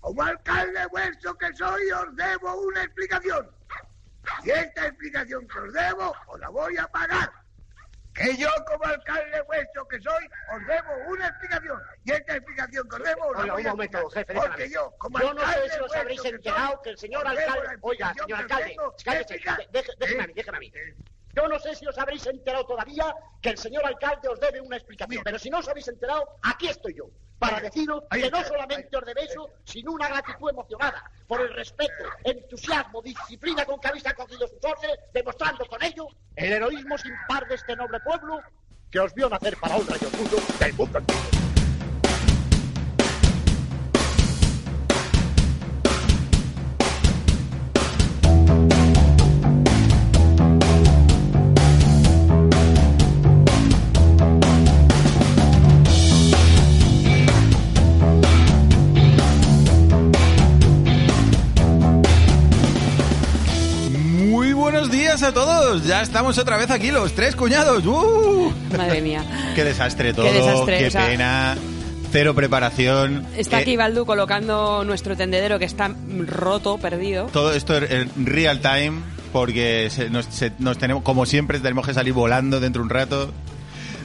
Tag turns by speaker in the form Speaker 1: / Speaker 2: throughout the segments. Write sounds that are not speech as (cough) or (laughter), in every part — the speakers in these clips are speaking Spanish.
Speaker 1: Como alcalde vuestro que soy, os debo una explicación. Y esta explicación que os debo, os la voy a pagar. Que yo, como alcalde vuestro que soy, os debo una explicación. Y esta explicación que os debo, os la
Speaker 2: Oiga,
Speaker 1: voy
Speaker 2: un
Speaker 1: a
Speaker 2: momento,
Speaker 1: pagar.
Speaker 2: jefe, déjame.
Speaker 1: Porque yo, como
Speaker 2: Yo no sé
Speaker 1: alcalde
Speaker 2: si os
Speaker 1: vuestro
Speaker 2: habréis
Speaker 1: que soy,
Speaker 2: enterado que el señor
Speaker 1: os debo la
Speaker 2: alcalde- oiga,
Speaker 1: explicación
Speaker 2: señor
Speaker 1: que os
Speaker 2: alcalde,
Speaker 1: tengo que
Speaker 2: cállese,
Speaker 1: explicar.
Speaker 2: de- deje- déjeme a mí, déjeme a mí. Yo no sé si os habréis enterado todavía que el señor alcalde os debe una explicación,
Speaker 1: Mira.
Speaker 2: pero si no os habéis enterado, aquí estoy yo, para
Speaker 1: Ahí,
Speaker 2: deciros
Speaker 1: ahí
Speaker 2: que no
Speaker 1: está,
Speaker 2: solamente
Speaker 1: ahí,
Speaker 2: os debe eso, sino una gratitud emocionada por el respeto, entusiasmo, disciplina con que habéis acogido sus órdenes, demostrando con ello el heroísmo sin par de este noble pueblo que os vio nacer para un rayo mundo del mundo entero.
Speaker 3: Muy buenos días a todos. Ya estamos otra vez aquí, los tres cuñados. ¡Uh!
Speaker 4: Madre mía.
Speaker 5: Qué desastre todo,
Speaker 4: Qué
Speaker 5: qué,
Speaker 4: desastre, o sea-
Speaker 5: pena, cero preparación.
Speaker 4: Está
Speaker 5: Eh,
Speaker 4: aquí Baldu colocando nuestro tendedero que está mm, roto, perdido.
Speaker 5: Todo esto en real time, porque se- nos, se- nos tenemos, como siempre, tenemos que salir volando dentro de un rato.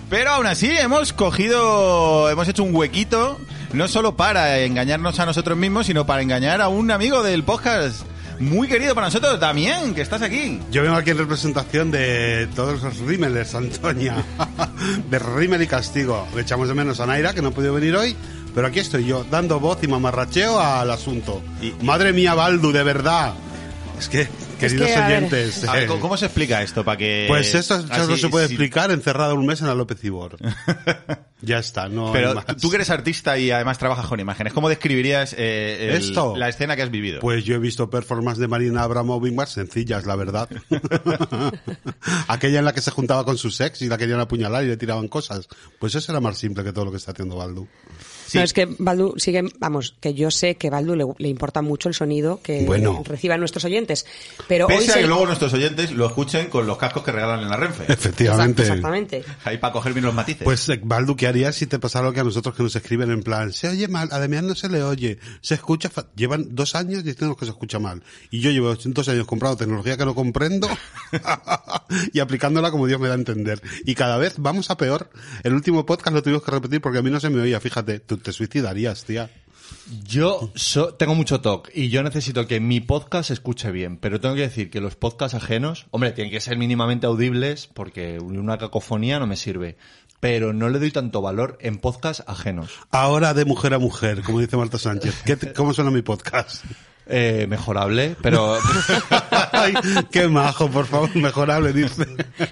Speaker 5: Pero aún así, hemos cogido, hemos hecho un huequito, no solo para engañarnos a nosotros mismos, sino para engañar a un amigo del podcast muy querido para nosotros, Damián, que estás aquí.
Speaker 6: Yo vengo aquí en representación de todos los rímeles, Antonia.
Speaker 5: (laughs)
Speaker 6: De rímel y castigo. Le echamos de menos a Naira, que no ha podido venir hoy, pero aquí estoy yo, dando voz y mamarracheo al asunto.
Speaker 5: Y-
Speaker 6: Madre mía, Baldu, de verdad. Es que, queridos
Speaker 4: que, a ver.
Speaker 6: oyentes.
Speaker 5: A ver,
Speaker 6: eh,
Speaker 5: ¿cómo- ¿Cómo se explica esto? Para que
Speaker 6: Pues esto ya no
Speaker 5: así,
Speaker 6: se puede
Speaker 5: sí.
Speaker 6: explicar encerrado un mes en la López
Speaker 5: (laughs)
Speaker 6: Ibor. ya está, no hay
Speaker 5: Pero
Speaker 6: más.
Speaker 5: tú- tú que eres artista y además trabajas con imágenes, ¿cómo describirías eh, el-
Speaker 6: Esto.
Speaker 5: la escena que has vivido?
Speaker 6: Pues yo he visto performances de Marina Abramovic más sencillas, la verdad. Aquella en la que se juntaba con su sex y la querían apuñalar y le tiraban cosas. Pues eso era más simple que todo lo que está haciendo Baldu.
Speaker 5: Sí.
Speaker 4: No, es que Baldu sigue, vamos, que yo sé que Baldu le, le importa mucho el sonido que
Speaker 6: Bueno.
Speaker 4: reciban nuestros oyentes. Pero hoy
Speaker 5: Pese a
Speaker 4: se-
Speaker 5: que luego nuestros oyentes lo escuchen con los cascos que regalan en
Speaker 7: (laughs)
Speaker 5: la Renfe.
Speaker 6: Efectivamente.
Speaker 4: Exactamente.
Speaker 5: Ahí para coger bien los
Speaker 7: Este.
Speaker 5: matices.
Speaker 6: Pues, eh, Baldu, ¿qué harías si te pasara lo que a nosotros que nos escriben en plan, se oye mal, a Demián no se le oye, se escucha, fa- llevan dos años diciéndonos que se escucha mal. Y yo llevo dos años comprando tecnología que no comprendo (laughs) y aplicándola como Dios me da a entender. Y cada vez vamos a peor. El último podcast lo tuvimos que repetir porque a mí no se me oía, fíjate, tú te suicidarías, tía.
Speaker 7: Yo so- tengo mucho TOC y yo necesito que mi podcast se escuche bien, pero tengo que decir que los podcasts ajenos, hombre, tienen que ser mínimamente audibles porque una cacofonía no me sirve, pero no le doy tanto valor en podcasts ajenos.
Speaker 6: Ahora de mujer a mujer, como dice Marta Sánchez. ¿Qué te- ¿Cómo suena mi podcast? (laughs)
Speaker 7: Eh, mejorable,
Speaker 5: (laughs)
Speaker 7: pero...
Speaker 6: Ay, qué majo, por favor, mejorable, dice.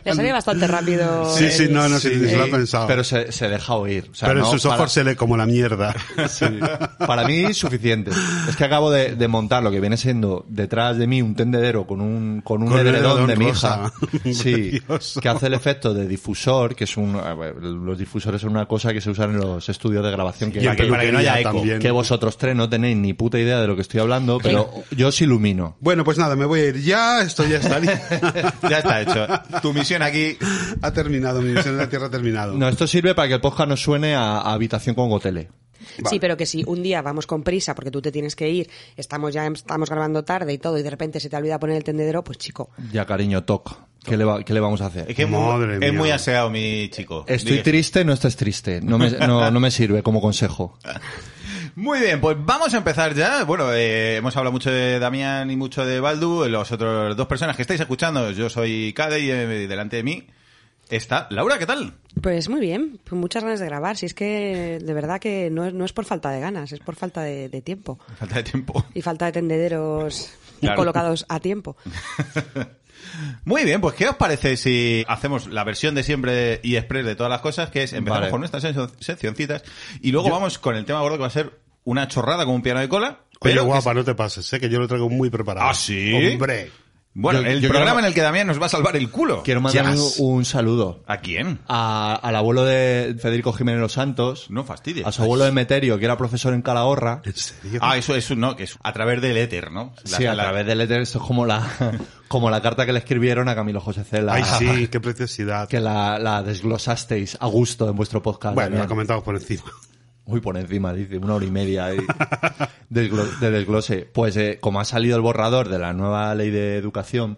Speaker 4: Le sale bastante rápido.
Speaker 6: (laughs) Sí, sí,
Speaker 4: el-
Speaker 6: no, no, sí,
Speaker 7: Sí, Eh,
Speaker 6: se lo ha pensado.
Speaker 7: Pero se, se deja oír. O sea,
Speaker 6: Pero
Speaker 7: no
Speaker 6: en sus
Speaker 7: para-
Speaker 6: ojos se lee como la mierda.
Speaker 5: (laughs)
Speaker 7: Sí. (laughs) Para mí suficiente. Es que acabo de, de montar lo que viene siendo detrás de mí un tendedero con un con un
Speaker 6: Con un
Speaker 7: edredón de mi
Speaker 6: edredón
Speaker 7: hija,
Speaker 6: rosa. (laughs)
Speaker 7: sí,
Speaker 6: Precioso.
Speaker 7: que hace el efecto de difusor, que es un los difusores son una cosa que se usan en los estudios de grabación que,
Speaker 6: Y en
Speaker 7: que,
Speaker 6: peluquería también.
Speaker 7: que vosotros tres no tenéis ni puta idea de lo que estoy hablando, pero yo os ilumino.
Speaker 6: Bueno, pues nada, me voy a ir ya, esto ya está. li-
Speaker 5: (laughs) ya está hecho. Tu misión aquí.
Speaker 6: ha terminado, mi misión en la Tierra ha terminado.
Speaker 7: No, esto sirve para que el podcast nos suene a, a habitación con gotele.
Speaker 4: Sí, pero que si un día vamos con prisa porque tú te tienes que ir, estamos ya estamos grabando tarde y todo, y de repente se te olvida poner el tendedero, pues chico,
Speaker 7: Ya cariño, toc. ¿Qué le, va- qué le vamos a hacer?
Speaker 5: Es que es
Speaker 6: Madre
Speaker 5: muy, es
Speaker 6: mía.
Speaker 5: muy aseado, mi chico.
Speaker 7: Estoy
Speaker 5: Dije.
Speaker 7: triste, no estás triste. No me, no, no me sirve como
Speaker 5: (laughs)
Speaker 7: consejo.
Speaker 5: Muy bien, pues vamos a empezar ya. Bueno, eh, hemos hablado mucho de Damián y mucho de Baldu. Los otros dos personas que estáis escuchando, yo soy Cade y eh, delante de mí está Laura, ¿qué tal?
Speaker 4: Pues muy bien, pues muchas ganas de grabar. Si es que de verdad que no es, no es por falta de ganas, es por falta de, de tiempo
Speaker 5: Falta de tiempo. (laughs)
Speaker 4: y falta de tendederos
Speaker 5: Claro.
Speaker 4: colocados a tiempo.
Speaker 5: Muy bien, pues ¿qué os parece si hacemos la versión de siempre y express de todas las cosas, que es empezamos
Speaker 7: Vale.
Speaker 5: con nuestras seccio- seccioncitas y luego vamos con el tema gordo que va a ser una chorrada con un piano de cola?
Speaker 6: Oye,
Speaker 5: pero que
Speaker 6: guapa,
Speaker 5: es-
Speaker 6: no te pases, sé que yo lo traigo muy preparado.
Speaker 5: ¿Ah, sí?
Speaker 6: Hombre.
Speaker 5: Bueno,
Speaker 7: Yo-
Speaker 5: el
Speaker 7: yo
Speaker 5: programa
Speaker 7: quiero-
Speaker 5: en el que Damián nos va a salvar el culo.
Speaker 7: Quiero mandar un,
Speaker 5: Yes.
Speaker 7: un saludo
Speaker 5: ¿A quién?
Speaker 7: a- al abuelo de Federico Jiménez Los Santos,
Speaker 5: No fastidies.
Speaker 7: a su abuelo Emeterio, que era profesor en Calahorra.
Speaker 6: ¿En serio?
Speaker 5: Ah, eso es un- no, que es a través del éter, ¿no? La-
Speaker 7: sí, a
Speaker 5: la-
Speaker 7: través del éter, esto es como la, (laughs) como la carta que le escribieron a Camilo José Cela.
Speaker 6: Ay,
Speaker 7: (laughs)
Speaker 6: sí, qué preciosidad.
Speaker 7: Que la, la desglosasteis a gusto en vuestro podcast.
Speaker 6: Bueno,
Speaker 7: Damián.
Speaker 6: lo comentamos por encima.
Speaker 7: Muy por encima, dice, una hora y media ahí de, desglo- de desglose. Pues eh, como ha salido el borrador de la nueva ley de educación,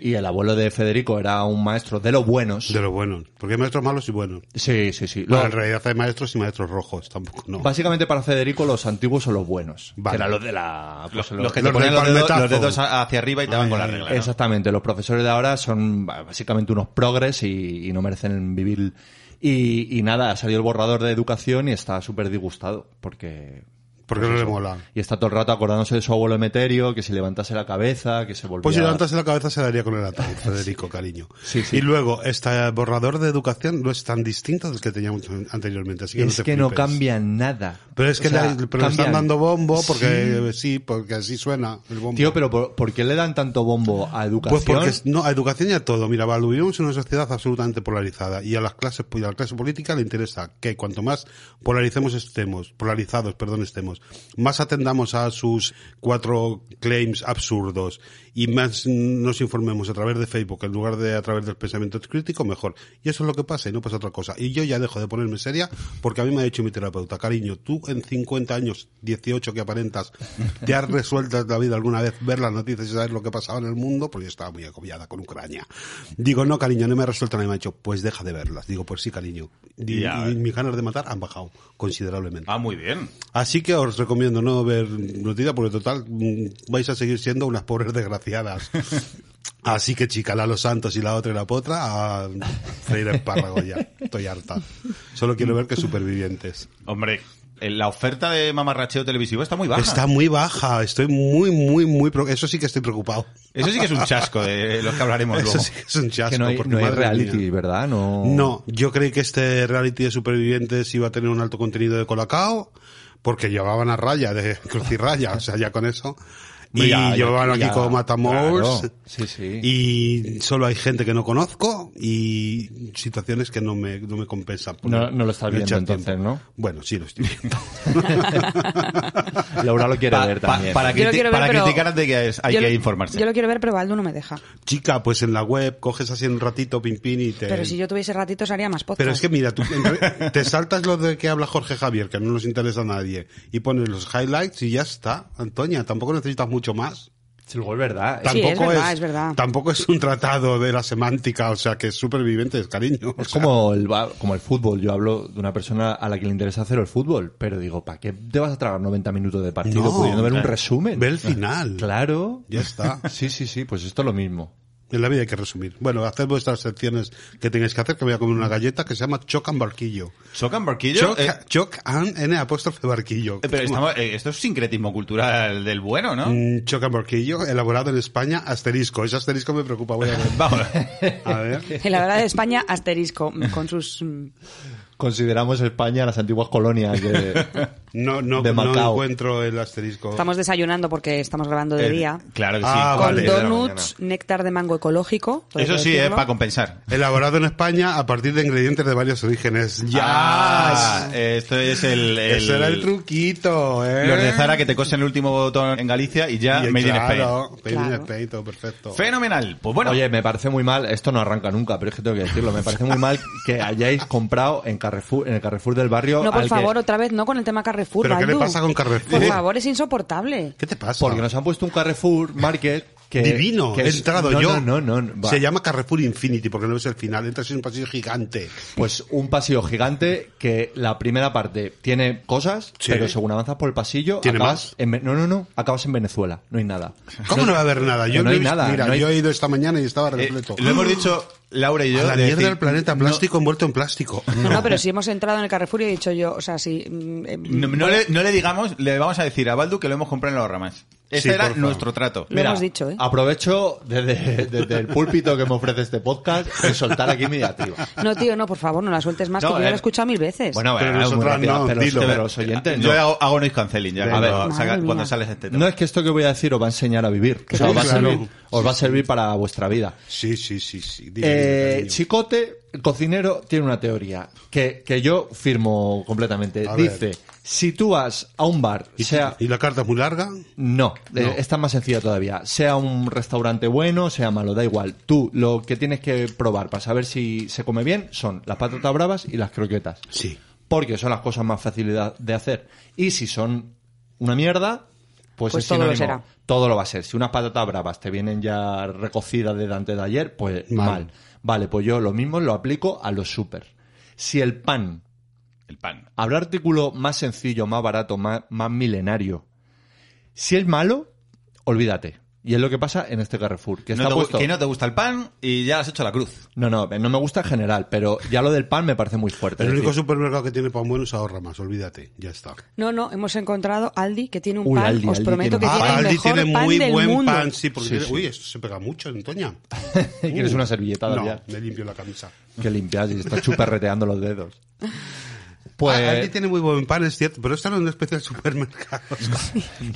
Speaker 7: y el abuelo de Federico era un maestro de los buenos.
Speaker 6: De los buenos. Porque hay maestros malos y buenos.
Speaker 7: Sí, sí, sí.
Speaker 6: Bueno,
Speaker 7: Lo-
Speaker 6: en realidad hay maestros y maestros rojos. Tampoco, no.
Speaker 7: Básicamente para Federico los antiguos son los buenos.
Speaker 6: Vale.
Speaker 7: Que eran los de la... pues,
Speaker 5: Los, los que te
Speaker 6: Los
Speaker 5: ponen
Speaker 6: del
Speaker 5: los dedos,
Speaker 6: palmetazo.
Speaker 5: los dedos a- hacia arriba y te
Speaker 6: Ay,
Speaker 5: van con la
Speaker 6: ay,
Speaker 5: regla. ¿no?
Speaker 7: Exactamente, los profesores de ahora son bah, básicamente unos progres y, y no merecen vivir. Y, y nada, ha salido el borrador de educación y está súper disgustado porque...
Speaker 6: Porque no le mola.
Speaker 7: Y está todo el rato acordándose de su abuelo Emeterio, que si levantase la cabeza, que se volviera...
Speaker 6: Pues si levantas la cabeza se daría con
Speaker 7: (laughs)
Speaker 6: el ataúd, Federico, cariño.
Speaker 7: Sí, sí.
Speaker 6: Y luego, este borrador de educación no es tan distinto del que teníamos anteriormente. Así que
Speaker 7: es
Speaker 6: no te
Speaker 7: que no
Speaker 6: flipes.
Speaker 7: cambia nada.
Speaker 6: Pero es que
Speaker 7: O sea,
Speaker 6: le, pero le están
Speaker 7: cambian.
Speaker 6: dando bombo
Speaker 7: Sí.
Speaker 6: porque sí. porque así suena el bombo.
Speaker 7: Tío, pero ¿por, por qué le dan tanto bombo a educación?
Speaker 6: Pues porque es- no, a educación y a todo. Mira, Val, vivimos en una sociedad absolutamente polarizada y a las clases y a la clase política le interesa que cuanto más polaricemos estemos, polarizados, perdón, estemos, más atendamos a sus cuatro claims absurdos y más mm, nos informemos a través de Facebook en lugar de a través del pensamiento crítico, mejor. Y eso es lo que pasa y no pasa otra cosa. Y yo ya dejo de ponerme seria porque a mí me ha dicho mi terapeuta, cariño, tú en 50 años, 18 que aparentas, te has resuelto la vida alguna vez ver las noticias y saber lo que pasaba en el mundo, porque yo estaba muy acobiada con Ucrania. Digo, no, cariño, no me ha resuelto nada. Y me ha dicho, pues deja de verlas. Digo, pues sí, cariño. Y,
Speaker 5: Ya.
Speaker 6: y mis ganas de matar han bajado considerablemente.
Speaker 5: Ah, muy bien.
Speaker 6: Así que os recomiendo no ver noticias, porque total mm, vais a seguir siendo unas
Speaker 7: (laughs)
Speaker 6: pobres desgraciadas. Así que chica, la Los Santos y la otra y la potra a freír espárrago ya.
Speaker 7: (laughs)
Speaker 6: Estoy harta. Solo quiero ver que supervivientes.
Speaker 5: Hombre, eh, la oferta de mamarracheo televisivo está muy baja.
Speaker 6: Está muy baja. Estoy muy, muy, muy... pre- Eso sí que estoy preocupado.
Speaker 5: Eso sí que es un chasco de los que hablaremos
Speaker 6: Eso
Speaker 5: luego.
Speaker 6: sí que es un chasco.
Speaker 7: que no hay,
Speaker 6: porque
Speaker 7: no hay
Speaker 6: madre
Speaker 7: reality,
Speaker 6: mía.
Speaker 7: ¿verdad? No.
Speaker 6: No, yo creí que este reality de supervivientes iba a tener un alto contenido de colacao, porque llevaban a raya, de (laughs) cruz y raya, o sea, ya con eso. Y
Speaker 7: Ah, Ya, ya,
Speaker 6: llevaban a
Speaker 7: ya,
Speaker 6: Kiko Matamoros.
Speaker 7: claro. Sí, sí.
Speaker 6: Y solo hay gente que no conozco y situaciones que no me, no me compensan. por
Speaker 7: No- no lo estás viendo
Speaker 6: echar
Speaker 7: entonces,
Speaker 6: tiempo.
Speaker 7: ¿no?
Speaker 6: Bueno, sí lo estoy viendo.
Speaker 7: Laura lo quiere
Speaker 5: Pa-
Speaker 7: ver
Speaker 5: pa-
Speaker 7: también.
Speaker 5: para
Speaker 4: Yo lo
Speaker 5: criti-
Speaker 4: quiero ver,
Speaker 5: para
Speaker 4: pero-
Speaker 5: criticar antes de que es- hay
Speaker 4: Yo
Speaker 5: que
Speaker 4: lo-
Speaker 5: informarse.
Speaker 4: Yo lo quiero ver, pero Baldu no me deja.
Speaker 6: Chica, pues en la web coges así un ratito, pin pin y te...
Speaker 4: Pero si yo tuviese ratitos haría más podcast.
Speaker 6: Pero es que mira, tú en re- te saltas lo de que habla Jorge Javier, que no nos interesa a nadie, y pones los highlights y ya está. Antonia, tampoco necesitas mucho más.
Speaker 7: Sí, luego es verdad.
Speaker 4: Sí, es
Speaker 6: Tampoco
Speaker 4: verdad, es verdad.
Speaker 6: Tampoco es un tratado de la semántica, o sea, que es supervivientes, cariño. O
Speaker 7: Es
Speaker 6: sea,
Speaker 7: como el, ba- como el fútbol. Yo hablo de una persona a la que le interesa hacer el fútbol, pero digo, ¿para qué te vas a tragar 90 minutos de partido
Speaker 6: No,
Speaker 7: pudiendo ver un
Speaker 6: claro.
Speaker 7: resumen?
Speaker 6: Ve el final.
Speaker 7: Claro.
Speaker 6: Ya está.
Speaker 7: Sí, sí, sí, pues esto es lo mismo.
Speaker 6: En la vida hay que resumir. Bueno, haced vuestras secciones que tengáis que hacer, que voy a comer una galleta que se llama Chocan Barquillo.
Speaker 5: ¿Chocan barquillo?
Speaker 6: Choc,
Speaker 5: Eh,
Speaker 6: choc and N apóstrofe barquillo.
Speaker 5: eh, pero estamos- eh, esto es sincretismo cultural del bueno, ¿no?
Speaker 6: Mm, Chocan Barquillo, elaborado en España, asterisco. Ese asterisco me preocupa. Voy a ver.
Speaker 5: (laughs) Vamos.
Speaker 6: A ver.
Speaker 4: En la verdad de España, asterisco, con sus... mm,
Speaker 7: Consideramos España las antiguas colonias de...
Speaker 6: No, no,
Speaker 7: De
Speaker 6: no
Speaker 7: Macao.
Speaker 6: encuentro el asterisco.
Speaker 4: Estamos desayunando porque estamos grabando de
Speaker 5: Eh,
Speaker 4: día.
Speaker 5: Claro que sí.
Speaker 6: Ah,
Speaker 4: Con
Speaker 6: vale.
Speaker 4: donuts, néctar de mango ecológico. todo hay
Speaker 5: Eso
Speaker 4: que
Speaker 5: sí, eh, es
Speaker 4: decirlo.
Speaker 5: para compensar.
Speaker 6: Elaborado en España a partir de ingredientes de varios orígenes. ¡Ya!
Speaker 5: Ah, eh, esto es el... el-
Speaker 6: Ese era el truquito, ¿eh?
Speaker 5: Los de Zara que te cosen el último botón en Galicia y ya
Speaker 6: Y
Speaker 5: Made in Spain.
Speaker 6: claro, Made in
Speaker 4: Claro.
Speaker 6: Spain, todo perfecto.
Speaker 5: Fenomenal. Pues bueno,
Speaker 7: Oye, me parece muy mal, esto no arranca nunca, pero es que tengo que decirlo, me parece muy mal que hayáis comprado en Carrefour, en el Carrefour del barrio.
Speaker 4: No, por
Speaker 7: al que-
Speaker 4: favor, otra vez no con el tema Carrefour.
Speaker 6: ¿Pero qué le
Speaker 4: Baldu.
Speaker 6: pasa con Carrefour?
Speaker 4: Por favor, es insoportable.
Speaker 6: ¿Qué te pasa?
Speaker 7: porque nos han puesto un Carrefour Market que...
Speaker 6: Divino,
Speaker 7: que
Speaker 6: he
Speaker 7: es-
Speaker 6: entrado
Speaker 7: no,
Speaker 6: yo.
Speaker 7: No, no, no. va.
Speaker 6: Se llama Carrefour Infinity porque no ves el final. Entras en un pasillo gigante.
Speaker 7: Pues un pasillo gigante que la primera parte tiene cosas,
Speaker 6: Sí.
Speaker 7: pero según avanzas por el pasillo,
Speaker 6: ¿Tiene
Speaker 7: acabas
Speaker 6: más?
Speaker 7: en Ve- no, no, no, acabas en Venezuela, no hay nada.
Speaker 6: ¿Cómo no, va a haber nada? Yo
Speaker 7: no hay
Speaker 6: he visto-
Speaker 7: nada,
Speaker 6: Mira,
Speaker 7: no hay-
Speaker 6: yo he ido esta mañana y estaba
Speaker 5: eh,
Speaker 6: repleto.
Speaker 5: lo hemos dicho Laura y yo.
Speaker 6: A la
Speaker 5: de
Speaker 6: mierda
Speaker 5: decir,
Speaker 6: del planeta, plástico envuelto en plástico.
Speaker 4: No, no, pero si hemos entrado en el Carrefour y he dicho yo, o sea, si... mm, eh,
Speaker 5: No, no le, no le digamos, le vamos a decir a Baldu que lo hemos comprado en los ramas.
Speaker 6: Sí,
Speaker 5: Ese era
Speaker 6: por favor.
Speaker 5: nuestro trato.
Speaker 4: Lo hemos dicho, ¿eh?
Speaker 7: Aprovecho desde, desde el púlpito que me ofrece este podcast de soltar aquí mi negativa.
Speaker 4: No, tío, no, por favor, no la sueltes más,
Speaker 5: No,
Speaker 4: porque yo
Speaker 5: eh,
Speaker 4: la he escuchado mil veces.
Speaker 5: Bueno,
Speaker 6: Pero
Speaker 5: bueno,
Speaker 6: nosotros
Speaker 5: muy rápido,
Speaker 6: no,
Speaker 5: pero-
Speaker 6: dilo.
Speaker 5: pero
Speaker 7: los oyentes
Speaker 5: Yo
Speaker 7: no.
Speaker 5: hago, hago noise canceling ya
Speaker 6: Venga.
Speaker 5: cuando,
Speaker 4: Madre
Speaker 5: saca-
Speaker 4: mía.
Speaker 5: cuando sales este tema.
Speaker 7: No es que esto que voy a decir os va a enseñar a vivir. O sea, os va a
Speaker 6: Sí,
Speaker 7: servir,
Speaker 6: claro.
Speaker 7: os va a servir para vuestra vida.
Speaker 6: Sí, sí, sí, sí. Dime, dime,
Speaker 7: Eh,
Speaker 6: cariño.
Speaker 7: Chicote, el cocinero, tiene una teoría que, que yo firmo completamente.
Speaker 6: A ver.
Speaker 7: Dice, si tú vas a un bar,
Speaker 6: ¿Y,
Speaker 7: sea...
Speaker 6: ¿Y la carta es muy larga?
Speaker 7: No,
Speaker 6: No.
Speaker 7: eh, está más sencilla todavía. Sea un restaurante bueno, sea malo, da igual. Tú lo que tienes que probar para saber si se come bien son las patatas bravas y las croquetas.
Speaker 6: Sí.
Speaker 7: porque son las cosas más fáciles de- de hacer. Y si son una mierda, pues,
Speaker 4: Pues
Speaker 7: es
Speaker 4: todo lo
Speaker 7: sinónimo.
Speaker 4: será.
Speaker 7: Todo lo va a ser. Si unas patatas bravas te vienen ya recocidas de antes de ayer, pues
Speaker 6: Mal.
Speaker 7: mal. Vale, pues yo lo mismo lo aplico a los súper. Si el pan,
Speaker 5: El pan.
Speaker 7: habrá artículo más sencillo, más barato, más, más milenario. Si es malo, olvídate. Y es lo que pasa en este Carrefour. Que
Speaker 5: No
Speaker 7: está
Speaker 5: te gu-
Speaker 7: puesto...
Speaker 5: que no te gusta el pan y ya has hecho la
Speaker 7: (laughs)
Speaker 5: cruz.
Speaker 7: No, no, no me gusta en general, pero ya lo del pan me parece muy fuerte.
Speaker 6: El
Speaker 7: Es
Speaker 6: único
Speaker 7: decir,
Speaker 6: supermercado que tiene pan bueno se ahorra más, olvídate, ya está.
Speaker 4: No, no, hemos encontrado Aldi que tiene un
Speaker 7: Uy,
Speaker 4: pan.
Speaker 7: Aldi,
Speaker 4: Os
Speaker 7: Aldi
Speaker 4: prometo
Speaker 7: tiene un-
Speaker 4: que tiene
Speaker 6: Ah,
Speaker 4: el
Speaker 6: Aldi
Speaker 4: mejor
Speaker 6: tiene
Speaker 4: pan
Speaker 6: muy
Speaker 4: del
Speaker 6: buen
Speaker 4: mundo.
Speaker 6: pan, sí, porque
Speaker 7: Sí,
Speaker 6: tiene-
Speaker 7: sí.
Speaker 6: uy, esto se pega mucho, Antonia.
Speaker 7: (laughs)
Speaker 6: Uh.
Speaker 7: ¿Quieres una servilletada
Speaker 6: No,
Speaker 7: ya?
Speaker 6: me limpio la camisa.
Speaker 7: Que limpias y estás chuparreteando los
Speaker 4: (laughs)
Speaker 7: dedos. Pues...
Speaker 6: Ah, Aldi tiene muy buen pan, es cierto, pero está en una especie de (laughs) supermercado.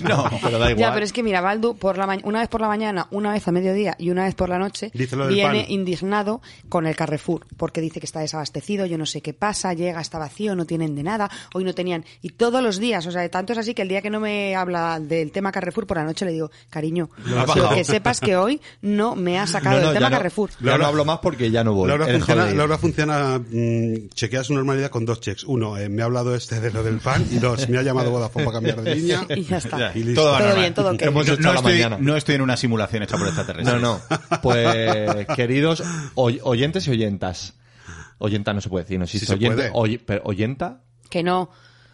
Speaker 7: No, pero da igual.
Speaker 4: Ya, pero es que mira, Baldu, por la ma- una vez por la mañana, una vez a mediodía y una vez por la noche,
Speaker 6: Dice lo del
Speaker 4: viene
Speaker 6: pan.
Speaker 4: indignado con el Carrefour, porque dice que está desabastecido, yo no sé qué pasa, llega, está vacío, no tienen de nada, hoy no tenían, y todos los días, o sea, de tanto es así que el día que no me habla del tema Carrefour, por la noche le digo, cariño,
Speaker 6: Lo has bajado.
Speaker 4: que sepas que hoy no me has sacado
Speaker 7: No, no,
Speaker 4: del
Speaker 7: ya
Speaker 4: tema
Speaker 7: no-
Speaker 4: Carrefour.
Speaker 7: Ya no hablo más porque ya no voy.
Speaker 6: Laura
Speaker 7: He dejado
Speaker 6: funciona,
Speaker 7: de ir.
Speaker 6: Laura funciona mm, chequea su normalidad con dos checks. Uno, eh, me ha hablado este de lo del pan. Y dos, me ha llamado Vodafone para cambiar
Speaker 4: (laughs)
Speaker 6: de línea.
Speaker 4: Y ya está.
Speaker 5: Ya,
Speaker 6: Y listo.
Speaker 4: Todo
Speaker 5: va normal.
Speaker 4: bien, todo ok.
Speaker 7: Hemos
Speaker 5: no,
Speaker 7: hecho
Speaker 5: no
Speaker 7: a la
Speaker 5: estoy,
Speaker 7: mañana.
Speaker 5: no estoy en una simulación hecha por extraterrestres.
Speaker 7: No, no. Pues, (laughs) queridos oy- oyentes y oyentas. Oyenta no se puede decir, no existe.
Speaker 6: Sí se
Speaker 7: oyente,
Speaker 6: puede.
Speaker 7: oy- pero oyenta.
Speaker 4: Que no.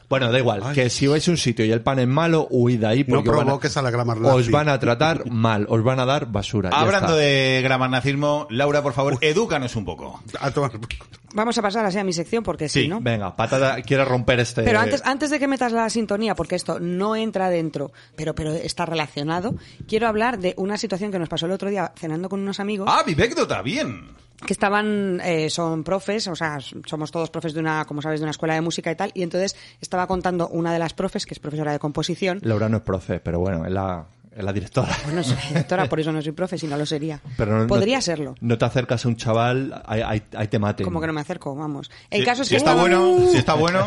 Speaker 7: Bueno, da igual.
Speaker 6: Ay.
Speaker 7: Que si vais a un sitio y el pan es malo, huid de ahí.
Speaker 6: No
Speaker 7: porque van
Speaker 6: provoques a la grama
Speaker 7: Os
Speaker 6: nazi.
Speaker 7: van a tratar mal. Os van a dar basura. ya
Speaker 5: Hablando
Speaker 7: está.
Speaker 5: de gramarnacismo, Laura, por favor, edúcanos un poco.
Speaker 6: A tomar por culo.
Speaker 4: Vamos a pasar así a mi sección, porque si
Speaker 5: Sí,
Speaker 4: ¿no?
Speaker 7: Venga, patata, quiero romper este.
Speaker 4: Pero antes, antes de que metas la sintonía, porque esto no entra dentro, pero, pero está relacionado, quiero hablar de una situación que nos pasó el otro día cenando con unos amigos
Speaker 5: Ah, vivécdota, bien.
Speaker 4: que estaban, eh, son profes, o sea, somos todos profes de una, como sabes, de una escuela de música y tal, y entonces estaba contando una de las profes, que es profesora de composición, pues
Speaker 7: Laura no es profe, pero bueno, es la, es la directora.
Speaker 4: no soy (laughs) doctora, por eso no soy profe, si no lo sería.
Speaker 7: (laughs) Pero no-
Speaker 4: Podría
Speaker 7: no-
Speaker 4: serlo.
Speaker 7: No te acercas a un chaval, ahí, ahí- ahí te maten.
Speaker 4: Como que no me acerco, vamos. El
Speaker 5: Si-
Speaker 4: caso es
Speaker 5: si
Speaker 4: que
Speaker 5: está
Speaker 4: estaba-
Speaker 5: bueno, si está bueno.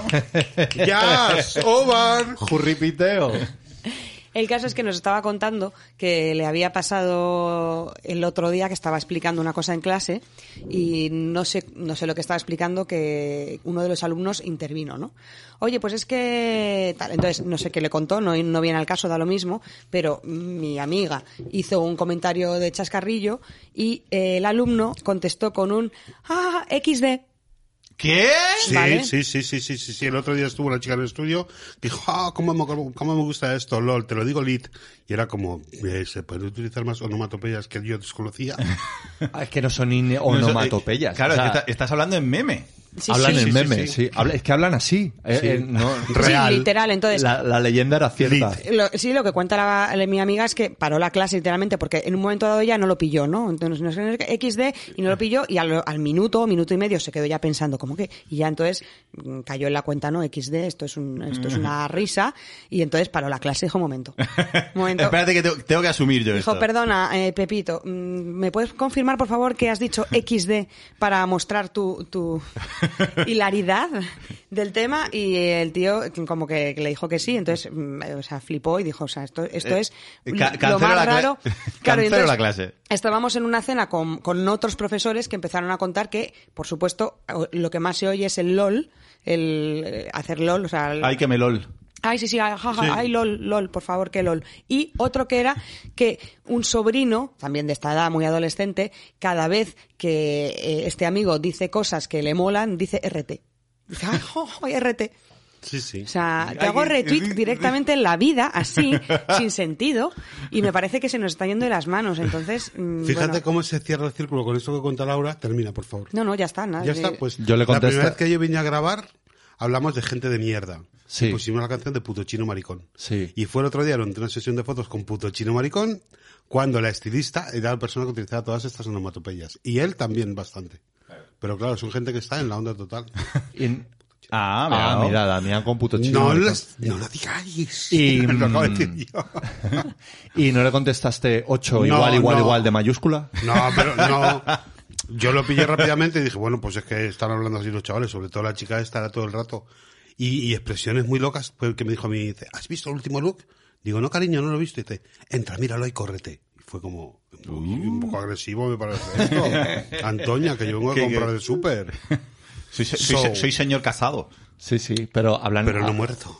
Speaker 4: (laughs)
Speaker 6: ¡Yes! ¡Over!
Speaker 7: Jurripiteo.
Speaker 4: El caso es que nos estaba contando que le había pasado el otro día que estaba explicando una cosa en clase y no sé, no sé lo que estaba explicando que uno de los alumnos intervino, ¿no? Oye, pues es que tal, entonces no sé qué le contó, no, no viene al caso, da lo mismo, pero mi amiga hizo un comentario de chascarrillo y eh, el alumno contestó con un ah, XD.
Speaker 5: ¿Qué?
Speaker 6: Sí,
Speaker 4: Vale.
Speaker 6: sí, sí, sí, sí, sí, sí. El otro día estuvo una chica en el estudio que dijo, ah, cómo me, cómo me gusta esto, lol, te lo digo lit. Y era como, eh, ¿se puede utilizar más onomatopeyas que yo desconocía?
Speaker 7: Ah, es que no son ine-
Speaker 5: No, eso-
Speaker 7: onomatopeyas. O
Speaker 5: Claro,
Speaker 7: sea,
Speaker 5: es que está- estás hablando en meme.
Speaker 4: Sí,
Speaker 7: hablan
Speaker 4: sí.
Speaker 7: en
Speaker 6: sí,
Speaker 7: meme, sí.
Speaker 6: sí, sí.
Speaker 7: Habla- es que hablan así. eh,
Speaker 6: Sí.
Speaker 7: eh, no,
Speaker 5: (laughs)
Speaker 6: Real.
Speaker 4: Sí, literal, entonces
Speaker 7: La, la leyenda era cierta.
Speaker 4: Lo- sí, lo que cuenta la- la- mi amiga es que paró la clase literalmente porque en un momento dado ella no lo pilló, ¿no? Entonces, no sé, no sé qué, XD y no lo pilló y al, al minuto, minuto y medio se quedó ya pensando, como que? Y ya entonces mm, cayó en la cuenta, ¿no? XD, esto es, un, esto es una risa y entonces paró la clase, dijo, momento. momento.
Speaker 5: (laughs) Espérate que te- tengo que asumir yo
Speaker 4: Dijo,
Speaker 5: esto.
Speaker 4: perdona, eh, Pepito, mm, ¿me puedes confirmar, por favor, que has dicho XD para mostrar tu,
Speaker 5: (laughs)
Speaker 4: tu hilaridad del tema? Y el tío como que, que le dijo que sí, entonces, mm, o sea, flipó y dijo, o sea, esto, esto
Speaker 5: Eh,
Speaker 4: es
Speaker 5: ca-
Speaker 4: lo
Speaker 5: cancelo
Speaker 4: más
Speaker 5: la cla-
Speaker 4: raro.
Speaker 5: cancelo
Speaker 4: y entonces
Speaker 5: la clase.
Speaker 4: Estábamos en una cena con, con otros profesores que empezaron a contar que, por supuesto, o- lo que más se oye es el LOL, el eh, hacer LOL, o sea... el-
Speaker 5: Ay, que me lol.
Speaker 4: Ay, sí, sí, ay, jaja, ay, lol, lol, por favor, que lol. Y otro que era que un sobrino, también de esta edad muy adolescente, cada vez que eh, este amigo dice cosas que le molan, dice RT. Dice, ay, jo, jo, RT.
Speaker 6: Sí, sí.
Speaker 4: O sea, te
Speaker 5: Ay,
Speaker 4: hago
Speaker 5: eh,
Speaker 4: retweet
Speaker 5: eh,
Speaker 4: directamente en la vida, así,
Speaker 6: (laughs)
Speaker 4: sin sentido, y me parece que se nos está yendo de las manos. Entonces, mm,
Speaker 6: Fíjate
Speaker 4: bueno.
Speaker 6: cómo se cierra el círculo con esto que cuenta Laura. Termina, por favor.
Speaker 4: No, no, ya está, nada.
Speaker 6: Ya
Speaker 4: eh,
Speaker 6: está, pues
Speaker 7: Yo le contesto.
Speaker 6: la primera vez que yo vine a grabar hablamos de gente de mierda.
Speaker 7: Sí.
Speaker 6: Y pusimos la canción de Puto Chino Maricón.
Speaker 7: Sí.
Speaker 6: Y fue el otro día durante una sesión de fotos con Puto Chino Maricón cuando la estilista era la persona que utilizaba todas estas onomatopeyas. Y él también bastante. Pero claro, son gente que está en la onda total.
Speaker 7: Y-
Speaker 5: Ah, mira.
Speaker 7: ah, mira, Damián con puto (laughs) chino.
Speaker 6: no,
Speaker 7: maricón.
Speaker 6: las- no lo digáis.
Speaker 7: Y,
Speaker 6: (laughs) lo acabo de
Speaker 7: mm,
Speaker 6: decir yo.
Speaker 7: ¿Y no le contestaste 8
Speaker 6: No,
Speaker 7: igual, igual,
Speaker 6: no.
Speaker 7: igual de mayúscula?
Speaker 6: No, pero no. Yo lo pillé rápidamente y dije, bueno, pues es que están hablando así los chavales, sobre todo la chica esta era todo el rato. Y, y expresiones muy locas, pues, que me dijo a mí, dice, ¿has visto el último look? Digo, no, cariño, no lo he visto. Y dice, entra, míralo y córrete. Y fue como, "Uy, un poco agresivo me parece (laughs) esto. Antonia, Uh. que yo vengo a
Speaker 5: ¿Qué,
Speaker 6: comprar
Speaker 5: qué?
Speaker 6: el súper.
Speaker 5: Soy, soy- soy-
Speaker 6: So-
Speaker 5: soy señor casado.
Speaker 7: Sí, sí, pero hablan
Speaker 6: Pero no
Speaker 7: ha-
Speaker 6: muerto.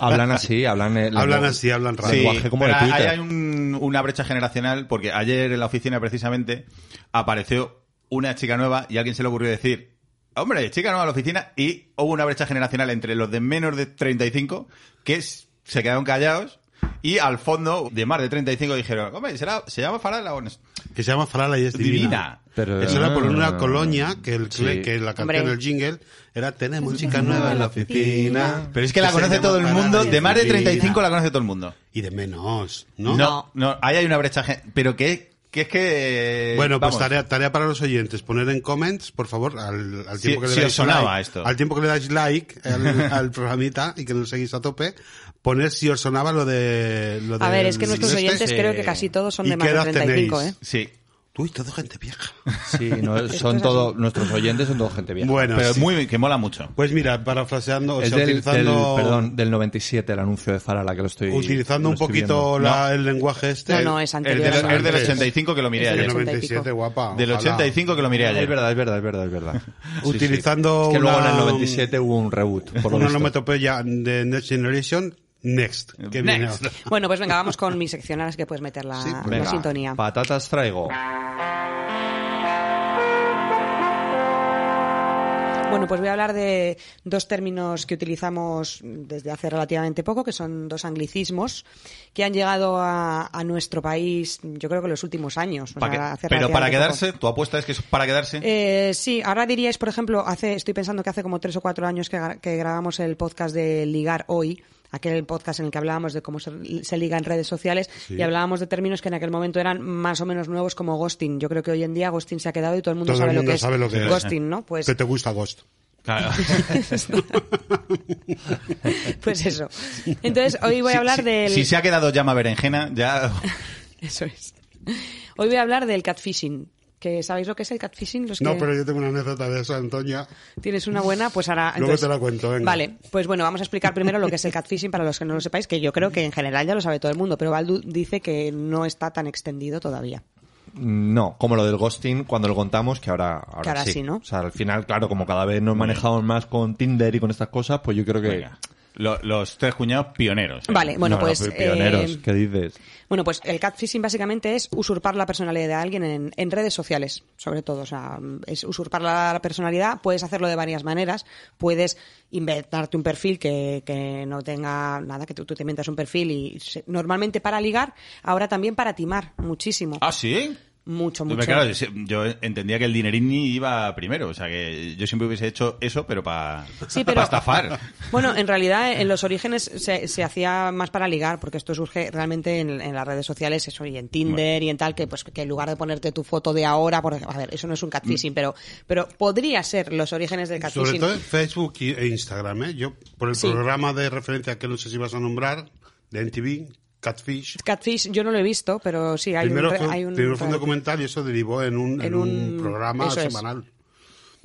Speaker 7: Hablan así, hablan eh,
Speaker 6: Hablan
Speaker 7: lengu-
Speaker 6: así, hablan raro.
Speaker 7: Sí. lenguaje como
Speaker 5: pero
Speaker 7: de Twitter.
Speaker 5: ahí hay un- una brecha generacional porque ayer en la oficina precisamente apareció una chica nueva y a alguien se le ocurrió decir, hombre, chica nueva a la oficina y hubo una brecha generacional entre los de menos de 35 que s- se quedaron callados y al fondo de más de 35 dijeron, hombre, ¿será- se llama Farala o no?
Speaker 6: Que se llama Farala y es divina.
Speaker 5: Divina.
Speaker 7: Pero-
Speaker 6: Eso era por una colonia que, el,
Speaker 7: Sí.
Speaker 6: que la canción,
Speaker 4: Hombre.
Speaker 6: el jingle, era Tenemos chica nueva en la oficina.
Speaker 5: Pero es que la
Speaker 6: se
Speaker 5: conoce
Speaker 6: llama
Speaker 5: todo el
Speaker 6: Farala
Speaker 5: mundo,
Speaker 6: y es
Speaker 5: de más de
Speaker 6: divina.
Speaker 5: 35 la conoce todo el mundo.
Speaker 6: Y de menos, ¿no?
Speaker 5: No, no, ahí hay una brecha, gen- pero que, que es que...
Speaker 6: Bueno, pues
Speaker 5: Eh, vamos,
Speaker 6: tarea, tarea para los oyentes, poner en comments, por favor, al, al
Speaker 5: Si-
Speaker 6: tiempo que
Speaker 5: si
Speaker 6: le
Speaker 5: os
Speaker 6: dais
Speaker 5: sonaba
Speaker 6: like,
Speaker 5: esto.
Speaker 6: al tiempo que le dais like
Speaker 5: (laughs)
Speaker 6: al, al programita y que nos seguís a tope, poner si os sonaba lo de lo
Speaker 4: A ver,
Speaker 6: del-
Speaker 4: es que nuestros
Speaker 6: este.
Speaker 4: oyentes creo que
Speaker 5: eh,
Speaker 4: casi todos son
Speaker 6: ¿y
Speaker 4: de
Speaker 6: qué
Speaker 4: más de
Speaker 6: edad
Speaker 4: 35,
Speaker 6: tenéis?
Speaker 4: ¿eh?
Speaker 5: Sí,
Speaker 6: Uy, todo gente vieja.
Speaker 7: Sí,
Speaker 5: (laughs)
Speaker 7: no,
Speaker 4: es
Speaker 7: son
Speaker 4: así.
Speaker 7: todos, nuestros oyentes son todos gente vieja.
Speaker 6: Bueno,
Speaker 5: pero
Speaker 6: sí.
Speaker 5: muy, que mola mucho.
Speaker 6: pues mira, parafraseando, o
Speaker 7: es
Speaker 6: sea,
Speaker 7: del,
Speaker 6: utilizando,
Speaker 7: del- perdón, del 97 el anuncio de Farala que lo estoy
Speaker 6: utilizando
Speaker 7: lo
Speaker 6: un
Speaker 7: estoy
Speaker 6: poquito
Speaker 7: viendo.
Speaker 6: la- el lenguaje este.
Speaker 4: No, no, es
Speaker 5: El
Speaker 4: anterior.
Speaker 5: del,
Speaker 4: a la-
Speaker 5: es del
Speaker 6: Antes.
Speaker 5: 85 que lo miré
Speaker 4: Es
Speaker 6: del
Speaker 4: del
Speaker 5: ayer.
Speaker 6: 97, guapa.
Speaker 5: Del
Speaker 6: ojalá.
Speaker 5: 85 que lo miré
Speaker 7: Es
Speaker 5: ayer.
Speaker 7: verdad, es verdad, es verdad, es verdad. Sí,
Speaker 6: (laughs) Utilizando
Speaker 7: sí. Es que luego en el
Speaker 6: una-
Speaker 7: 97 hubo un reboot. Por lo
Speaker 6: Una
Speaker 7: visto.
Speaker 6: onomatopeya de Next Generation, Next. Que viene
Speaker 5: Next.
Speaker 6: ahora.
Speaker 4: Bueno, pues venga, vamos con mi sección, ahora sí que puedes meter la,
Speaker 6: Sí, pues
Speaker 4: la
Speaker 7: Venga,
Speaker 4: sintonía.
Speaker 7: Patatas traigo.
Speaker 4: Bueno, pues voy a hablar de dos términos que utilizamos desde hace relativamente poco, que son dos anglicismos, que han llegado a, a nuestro país, yo creo que en los últimos años. o
Speaker 5: Pa' que-
Speaker 4: sea, Pues hace
Speaker 5: pero para
Speaker 4: relativamente poco.
Speaker 5: quedarse, tu apuesta es que es para quedarse.
Speaker 4: Eh, sí, ahora diríais, por ejemplo, hace, estoy pensando que hace como tres o cuatro años que, gra- que grabamos el podcast de Ligar Hoy, aquel podcast en el que hablábamos de cómo se, se liga en redes sociales y hablábamos de términos que en aquel momento eran más o menos nuevos como ghosting. Yo creo que hoy en día ghosting se ha quedado y todo el mundo,
Speaker 6: Todo
Speaker 4: sabe,
Speaker 6: el
Speaker 4: lo
Speaker 6: mundo
Speaker 4: que
Speaker 6: sabe
Speaker 4: es
Speaker 6: lo que es.
Speaker 4: ghosting, ¿no? Pues
Speaker 6: Que te
Speaker 4: (laughs)
Speaker 6: gusta Ghost.
Speaker 5: Claro.
Speaker 4: (laughs) Pues eso. Entonces, hoy voy
Speaker 5: Si-
Speaker 4: a hablar
Speaker 5: si,
Speaker 4: del.
Speaker 5: si se ha quedado llama berenjena, ya.
Speaker 4: Eso es. Hoy voy a hablar del catfishing. Que ¿Sabéis lo que es el catfishing? Los
Speaker 6: No,
Speaker 4: que
Speaker 6: pero yo tengo una anécdota de eso, Antonia.
Speaker 4: tienes una buena, pues ahora.
Speaker 6: Luego te la cuento, venga.
Speaker 4: Vale, pues bueno, vamos a explicar primero lo que es el catfishing para los que no lo sepáis, que yo creo que en general ya lo sabe todo el mundo, pero Baldu dice que no está tan extendido todavía.
Speaker 7: Mm, No, como lo del ghosting cuando lo contamos, que ahora, ahora,
Speaker 4: Que ahora sí, ¿no?
Speaker 7: O sea, al final, claro, como cada vez nos manejamos más con Tinder y con estas cosas, pues yo creo que...
Speaker 5: Venga. Lo- los tres cuñados pioneros.
Speaker 4: Vale, bueno,
Speaker 7: No, no,
Speaker 4: pues.
Speaker 7: pi- pioneros,
Speaker 4: eh,
Speaker 7: ¿qué dices?
Speaker 4: Bueno, pues el catfishing básicamente es usurpar la personalidad de alguien en, en redes sociales, sobre todo. O sea, es usurpar la, la personalidad. Puedes hacerlo de varias maneras. Puedes inventarte un perfil que, que no tenga nada, que tú, tú te inventas un perfil y se- normalmente para ligar, ahora también para timar muchísimo.
Speaker 5: Ah, sí.
Speaker 4: Mucho, mucho.
Speaker 5: Claro, yo, se- yo entendía que el dinerini iba primero. O sea, que yo siempre hubiese hecho eso, pero para
Speaker 4: Sí, pero-
Speaker 5: estafar. (laughs)
Speaker 4: Bueno, en realidad en los orígenes se, se hacía más para ligar, porque esto surge realmente en, en las redes sociales, eso, y en Tinder y en tal, que pues que en lugar de ponerte tu foto de ahora, por ejemplo, a ver, eso no es un catfishing, pero, pero podría ser los orígenes del catfishing.
Speaker 6: Mm. Sobre todo en Facebook y- e Instagram, ¿eh? Yo, por el
Speaker 4: Sí.
Speaker 6: programa de referencia que no sé si vas a nombrar, de NTV, Catfish.
Speaker 4: Catfish yo no lo he visto, pero sí, hay
Speaker 6: primero
Speaker 4: un... re-
Speaker 6: fue,
Speaker 4: hay un
Speaker 6: primero fue un
Speaker 4: reality.
Speaker 6: documental y eso derivó en un,
Speaker 4: En
Speaker 6: en un
Speaker 4: un-
Speaker 6: programa
Speaker 4: eso es.
Speaker 6: semanal.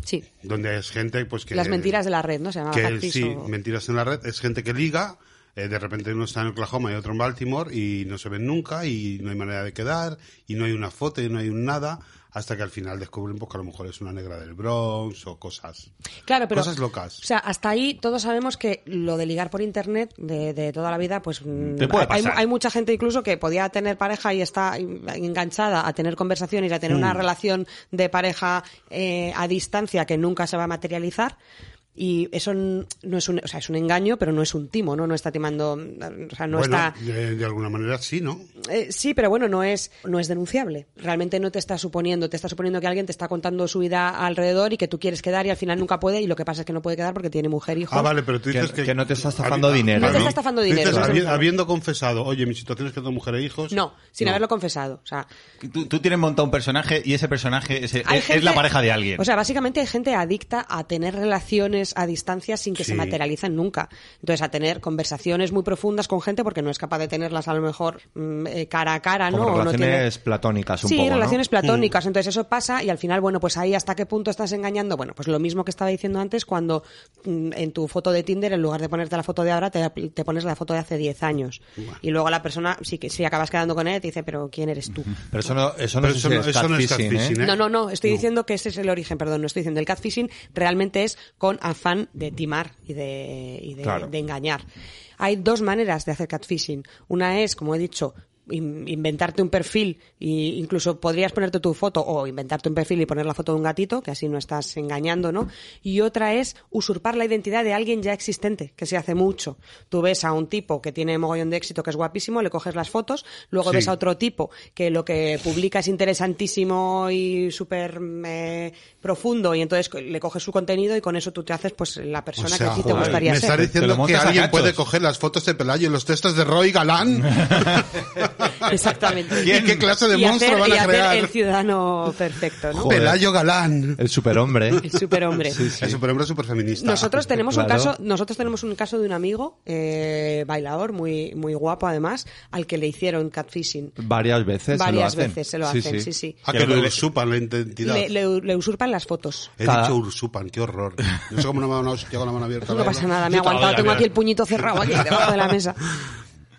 Speaker 4: Sí,
Speaker 6: Donde es gente pues que...
Speaker 4: las mentiras de la red, ¿no? Se llamaba
Speaker 6: que
Speaker 4: Catfish
Speaker 6: sí,
Speaker 4: o-
Speaker 6: mentiras en la red, es gente que liga, eh, de repente uno está en Oklahoma y otro en Baltimore y no se ven nunca y no hay manera de quedar y no hay una foto y no hay un nada hasta que al final descubren pues, que a lo mejor es una negra del Bronx o cosas.
Speaker 4: Claro, pero.
Speaker 6: Cosas locas.
Speaker 4: O sea, hasta ahí todos sabemos que lo de ligar por internet de, de toda la vida, pues. mm,
Speaker 5: Te puede
Speaker 4: hay- hay,
Speaker 5: pasar.
Speaker 4: hay mucha gente incluso que podía tener pareja y está enganchada a tener conversaciones, a tener una relación de pareja eh, a distancia que nunca se va a materializar. Y eso n- no es un, o sea, es un engaño, pero no es un timo, ¿no? No está timando, o sea, no
Speaker 6: bueno,
Speaker 4: está
Speaker 6: de, de alguna manera sí, ¿no?
Speaker 4: eh, sí, pero bueno, no es, no es denunciable. Realmente no te está suponiendo. Te está suponiendo que alguien te está contando su vida alrededor y que tú quieres quedar y al final nunca puede. Y lo que pasa es que no puede quedar porque tiene mujer, hijo.
Speaker 6: Ah, vale, pero tú
Speaker 7: Que-
Speaker 6: dices que...
Speaker 7: que no te está estafando
Speaker 6: habi-
Speaker 7: dinero, No te
Speaker 4: está ¿no? estafando
Speaker 6: Tú dices,
Speaker 4: dinero,
Speaker 6: habi-
Speaker 4: eso es verdad.
Speaker 6: habiendo confesado, oye, mi situación es que tengo mujer e hijos...
Speaker 4: No, sin haberlo confesado. O sea,
Speaker 5: Tú, tú tienes montado un personaje y ese personaje es,
Speaker 4: hay
Speaker 5: es-
Speaker 4: gente-
Speaker 5: es la pareja de alguien.
Speaker 4: O sea, básicamente hay gente adicta a tener relaciones a distancia sin que se
Speaker 6: Sí.
Speaker 4: materialicen nunca. Entonces, a tener conversaciones muy profundas con gente porque no es capaz de tenerlas a lo mejor mm, eh, cara a cara,
Speaker 7: Como
Speaker 4: ¿no? O no tiene-
Speaker 7: relaciones platónicas un
Speaker 4: sí,
Speaker 7: poco, ¿no? Mm.
Speaker 4: relaciones platónicas. Entonces eso pasa y al final, bueno, pues ahí hasta qué punto estás engañando. Bueno, pues lo mismo que estaba diciendo antes cuando mm, en tu foto de Tinder, en lugar de ponerte la foto de ahora, te, te pones la foto de hace 10 años. Y luego la persona, sí que sí acabas quedando con él, te dice, pero ¿quién eres tú?
Speaker 7: Pero eso no, eso no,
Speaker 6: Pero
Speaker 7: sé
Speaker 6: eso
Speaker 7: si
Speaker 6: no-
Speaker 7: es
Speaker 6: eso no es
Speaker 7: catfishing, ¿eh?
Speaker 6: catfishing, ¿eh?
Speaker 4: No, no, no, estoy diciendo que ese es el origen, perdón, no estoy diciendo el catfishing, realmente es con afán de timar y de, y de-
Speaker 7: Claro.
Speaker 4: de engañar. Hay dos maneras de hacer catfishing. Una es, como he dicho, in- inventarte un perfil e incluso podrías ponerte tu foto o inventarte un perfil y poner la foto de un gatito, que así no estás engañando, ¿no? Y otra es usurpar la identidad de alguien ya existente, que se hace mucho. Tú ves a un tipo que tiene mogollón de éxito, que es guapísimo, le coges las fotos, luego
Speaker 6: Sí.
Speaker 4: ves a otro tipo que lo que publica es interesantísimo y súper eh, profundo y entonces co- le coges su contenido y con eso tú te haces pues la persona
Speaker 6: O sea,
Speaker 4: que a ti te
Speaker 6: joder,
Speaker 4: gustaría
Speaker 6: me
Speaker 4: ser.
Speaker 7: Te
Speaker 6: está
Speaker 7: lo
Speaker 6: diciendo que
Speaker 7: montas a
Speaker 6: alguien
Speaker 7: cachos.
Speaker 6: puede coger las fotos de Pelayo y los textos de Roy Galán.
Speaker 4: (laughs) Exactamente.
Speaker 6: ¿Y qué clase de
Speaker 4: y
Speaker 6: monstruo
Speaker 4: hacer,
Speaker 6: van
Speaker 4: y
Speaker 6: a
Speaker 4: hacer el
Speaker 6: crear?
Speaker 4: ciudadano perfecto, ¿no?
Speaker 7: (laughs) Joder.
Speaker 6: Pelayo Galán.
Speaker 7: El
Speaker 4: (laughs)
Speaker 7: superhombre.
Speaker 4: El superhombre.
Speaker 6: El superhombre superfeminista. (laughs)
Speaker 4: Nosotros tenemos un
Speaker 7: Claro.
Speaker 4: caso, nosotros tenemos un caso de un amigo eh, bailador muy muy guapo además, al que le hicieron catfishing.
Speaker 7: Varias veces. se lo
Speaker 4: Varias
Speaker 7: hacen.
Speaker 4: veces se lo hacen, sí, sí.
Speaker 6: Ah,
Speaker 7: Que
Speaker 6: que
Speaker 7: lo-
Speaker 6: le usurpan la identidad.
Speaker 4: Le, le- le usurpan las fotos.
Speaker 6: He
Speaker 7: Cada-
Speaker 6: dicho usurpan, qué horror. No sé cómo no me ha dado una hostia con la mano abierta.
Speaker 4: No
Speaker 6: la
Speaker 4: pasa
Speaker 6: verdad.
Speaker 4: nada, me he aguantado, tengo aquí el puñito cerrado aquí debajo de la mesa.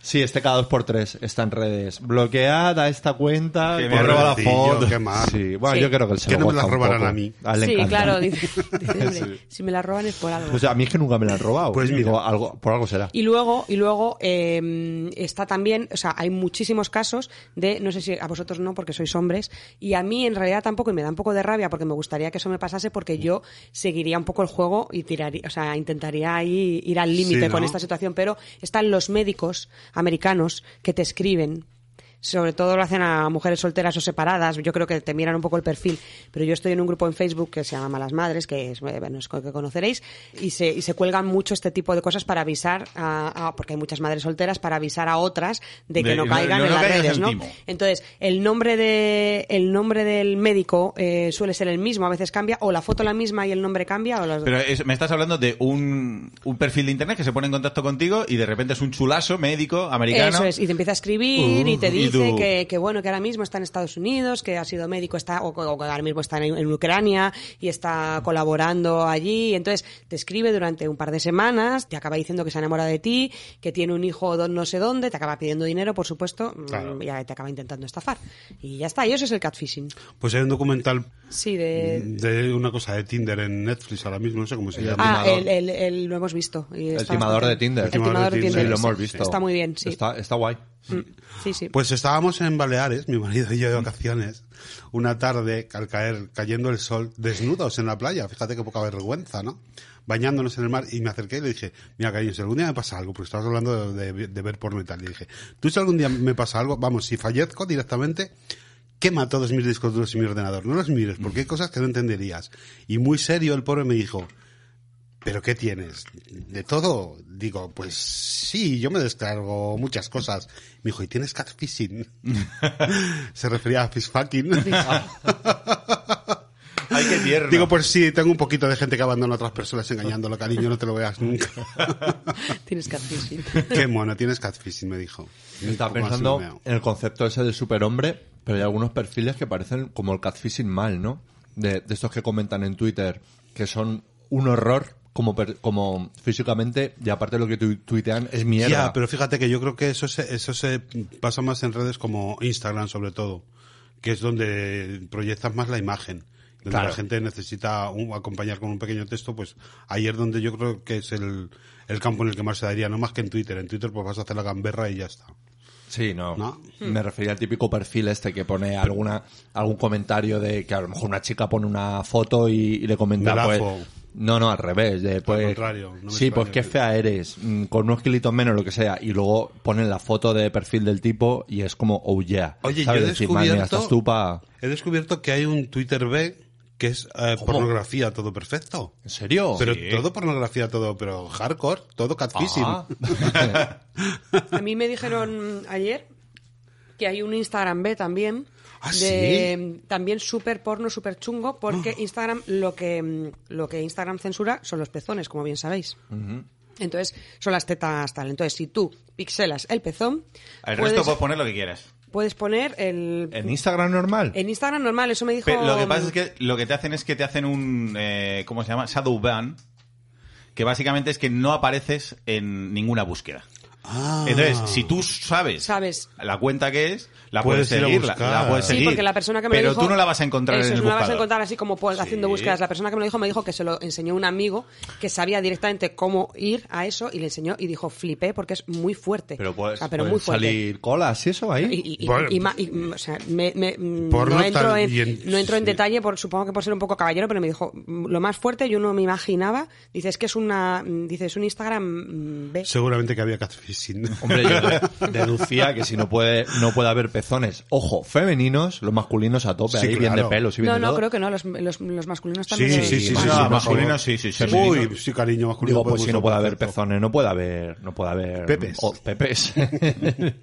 Speaker 7: Sí, este cada dos por tres está en redes. Bloqueada esta cuenta.
Speaker 5: Que
Speaker 7: por-
Speaker 5: me roba la
Speaker 6: Tío,
Speaker 5: foto.
Speaker 6: qué mal.
Speaker 7: Sí, bueno,
Speaker 4: Sí.
Speaker 7: yo creo que él se
Speaker 6: Que
Speaker 7: lo
Speaker 6: no me
Speaker 7: goza
Speaker 6: las
Speaker 7: un
Speaker 6: robarán
Speaker 7: poco.
Speaker 6: a mí.
Speaker 7: A él le
Speaker 4: sí,
Speaker 7: encanta.
Speaker 4: claro, dice, dice, hombre, si me la roban es por algo.
Speaker 7: O sea, a mí es que nunca me la han robado.
Speaker 6: Pues
Speaker 7: Digo,
Speaker 6: mira.
Speaker 7: algo, por algo será.
Speaker 4: Y luego, y luego eh, está también, o sea, hay muchísimos casos de, no sé si a vosotros no, porque sois hombres, y a mí en realidad tampoco, y me da un poco de rabia, porque me gustaría que eso me pasase, porque yo seguiría un poco el juego y tiraría, o sea, intentaría ahí ir al límite
Speaker 6: Sí, ¿no?
Speaker 4: con esta situación, pero están los médicos americanos que te escriben. Sobre todo lo hacen a mujeres solteras o separadas. Yo creo que te miran un poco el perfil. Pero yo estoy en un grupo en Facebook que se llama Malas Madres, que es eh, bueno, es co- que conoceréis, y se, y se cuelgan mucho este tipo de cosas para avisar, a, a- porque hay muchas madres solteras, para avisar a otras de que
Speaker 5: De-
Speaker 4: no
Speaker 5: no-
Speaker 4: caigan
Speaker 5: no-
Speaker 4: en
Speaker 5: no
Speaker 4: las
Speaker 5: caigas
Speaker 4: redes,
Speaker 5: en
Speaker 4: ¿no?
Speaker 5: timo.
Speaker 4: Entonces, el nombre, de, el nombre del médico eh, suele ser el mismo, a veces cambia, o la foto la misma y el nombre cambia, o las
Speaker 5: Pero es- me estás hablando de un, un perfil de internet que se pone en contacto contigo y de repente es un chulazo médico americano.
Speaker 4: Eso es, y te empieza a escribir y te
Speaker 7: Uh,
Speaker 5: y
Speaker 4: dice
Speaker 5: tú-
Speaker 4: que, que bueno, que ahora mismo está en Estados Unidos, que ha sido médico, está, o, o que ahora mismo está en, en Ucrania y está colaborando allí. Entonces te escribe durante un par de semanas, te acaba diciendo que se ha enamorado de ti, que tiene un hijo don no sé dónde, te acaba pidiendo dinero, por supuesto, mm,
Speaker 6: Claro.
Speaker 4: y ahí te acaba intentando estafar. Y ya está, y eso es el catfishing.
Speaker 6: Pues hay un documental
Speaker 4: Sí,
Speaker 7: Mm,
Speaker 4: de...
Speaker 6: de una cosa de Tinder en Netflix ahora mismo, no sé cómo se llama.
Speaker 4: Ah,
Speaker 7: timador.
Speaker 4: el, el- el- lo hemos visto. y
Speaker 7: El
Speaker 4: está
Speaker 7: timador
Speaker 4: bastante-
Speaker 7: de Tinder.
Speaker 4: El timador de
Speaker 6: Sí,
Speaker 4: Tinder.
Speaker 7: Sí, lo
Speaker 4: sí.
Speaker 7: hemos visto.
Speaker 4: Está muy bien, sí.
Speaker 7: Está, está guay.
Speaker 4: Mm, sí, sí.
Speaker 6: Pues estábamos en Baleares, mi marido y yo de vacaciones, una tarde al caer, cayendo el sol, desnudos en la playa, fíjate qué poca vergüenza, ¿no? Bañándonos en el mar y me acerqué y le dije, mira, cariño, si algún día me pasa algo, porque estabas hablando de, de- de ver porno y tal, le dije, tú si algún día me pasa algo, vamos, si fallezco directamente, quema todos mis discos duros y mi ordenador, no los mires, porque hay cosas que no entenderías. Y muy serio el pobre me dijo, ¿Pero qué tienes? ¿De todo? Digo, pues sí, yo me descargo muchas cosas. Me dijo, ¿y
Speaker 7: (laughs)
Speaker 6: tienes catfishing? Se refería a fishfucking.
Speaker 5: Ay, qué tierno.
Speaker 6: Digo, pues sí, tengo un poquito de gente que abandona a otras personas engañándolo, cariño, no te lo
Speaker 7: (laughs)
Speaker 6: veas nunca.
Speaker 4: Tienes catfishing.
Speaker 6: qué mono, tienes catfishing, me dijo.
Speaker 7: Estaba
Speaker 6: Un poco más
Speaker 7: pensando
Speaker 6: bromeado.
Speaker 7: en el concepto ese del superhombre, pero hay algunos perfiles que parecen como el catfishing mal, ¿no? De, de estos que comentan en Twitter, que son un horror como, per- como físicamente, y aparte lo que tu- tuitean es mierda.
Speaker 6: Ya, pero fíjate que yo creo que eso se, eso se pasa más en redes como Instagram, sobre todo, que es donde proyectas más la imagen. Donde
Speaker 7: Claro.
Speaker 6: la gente necesita un- acompañar con un pequeño texto, pues ayer donde yo creo que es el, el campo en el que más se daría, no más que en Twitter. En Twitter pues vas a hacer la gamberra y ya está.
Speaker 7: Sí, no.
Speaker 6: ¿No?
Speaker 7: Me refería al típico perfil este que pone alguna algún comentario de que a lo mejor una chica pone una foto y, y le comenta
Speaker 6: Galazo.
Speaker 7: pues no, no, al revés, de, pues
Speaker 6: contrario, no me
Speaker 7: sí, pues
Speaker 6: extraña
Speaker 7: qué
Speaker 6: que-
Speaker 7: fea eres, mm, con unos kilitos menos lo que sea y luego ponen la foto de perfil del tipo y es como oh yeah.
Speaker 6: Oye,
Speaker 7: ¿sabes?
Speaker 6: yo he
Speaker 7: Decir, madre mía,
Speaker 6: descubierto-
Speaker 7: estás tú pa-
Speaker 6: He descubierto que hay un Twitter B que es eh, pornografía todo perfecto.
Speaker 7: ¿En serio?
Speaker 6: Pero todo pornografía, todo, pero hardcore, todo catfishing.
Speaker 7: Ah.
Speaker 4: A mí me dijeron ayer que hay un Instagram B también.
Speaker 6: Ah,
Speaker 4: de, También súper porno, súper chungo,
Speaker 5: Ah.
Speaker 4: porque Instagram, lo que, mm, lo que Instagram censura son los pezones, como bien sabéis. Entonces, son las tetas tal. Entonces, si tú pixelas el pezón,
Speaker 5: Al
Speaker 4: puedes,
Speaker 5: resto puedes poner lo que quieras.
Speaker 4: puedes poner el...
Speaker 7: ¿En Instagram normal?
Speaker 4: En Instagram normal, eso me dijo...
Speaker 5: Pero lo que pasa es que lo que te hacen es que te hacen un, eh, ¿cómo se llama? Shadow ban, que básicamente es que no apareces en ninguna búsqueda.
Speaker 6: Ah.
Speaker 5: Entonces, si tú sabes,
Speaker 4: Sabes.
Speaker 5: la cuenta que es, la
Speaker 6: Puedes
Speaker 5: puedes,
Speaker 6: ir a
Speaker 5: seguir. La,
Speaker 6: buscar.
Speaker 5: la puedes
Speaker 4: Sí,
Speaker 5: seguir.
Speaker 4: porque la persona que me
Speaker 5: Pero
Speaker 4: lo dijo...
Speaker 5: tú no la vas a encontrar
Speaker 4: Eso,
Speaker 5: en el
Speaker 4: no la vas a
Speaker 5: buscador.
Speaker 4: encontrar así como pues, haciendo
Speaker 5: Sí.
Speaker 4: búsquedas. La persona que me lo dijo me dijo que se lo enseñó un amigo que sabía directamente cómo ir a eso y le enseñó y dijo, flipé porque es muy fuerte.
Speaker 7: (laughs) Pero puedes,
Speaker 4: O sea, Ah, pero
Speaker 7: pueden
Speaker 4: muy fuerte.
Speaker 7: salir colas y eso ahí.
Speaker 4: Y, y- y-
Speaker 6: Bueno.
Speaker 4: y ma- y, mm, o sea, me- me- mm,
Speaker 6: Porno
Speaker 4: no entro
Speaker 6: tal-
Speaker 4: en,
Speaker 6: y en-
Speaker 4: no entro en
Speaker 6: sí.
Speaker 4: detalle, por, supongo que por ser un poco caballero, pero me dijo mm, lo más fuerte, yo no me imaginaba. Dice, es que es una, mm, dice, es un Instagram mm, B.
Speaker 6: (laughs) Seguramente que había catfishing.
Speaker 7: Hombre, yo de- deducía que si no puede, no puede haber pezones, ojo, femeninos, los masculinos a tope, ahí
Speaker 6: Sí,
Speaker 7: bien de
Speaker 6: claro.
Speaker 7: pelos y bien
Speaker 4: No,
Speaker 7: de
Speaker 4: no,
Speaker 7: todo.
Speaker 4: creo que no, los, los- los masculinos
Speaker 6: Sí,
Speaker 4: también. Ah,
Speaker 6: sí,
Speaker 4: se-
Speaker 6: sí, sí,
Speaker 5: No,
Speaker 6: sí,
Speaker 5: no,
Speaker 6: sí,
Speaker 5: masculino
Speaker 6: por favor.
Speaker 5: sí, sí, sí,
Speaker 6: Uy, sí, cariño, masculino.
Speaker 7: Digo, pues
Speaker 6: podemos
Speaker 7: si no puede
Speaker 6: hacer
Speaker 7: haber
Speaker 6: perfecto.
Speaker 7: pezones, no puede haber, no puede haber
Speaker 6: Pepes.
Speaker 7: o- pepes. Ni
Speaker 5: Yo
Speaker 7: cola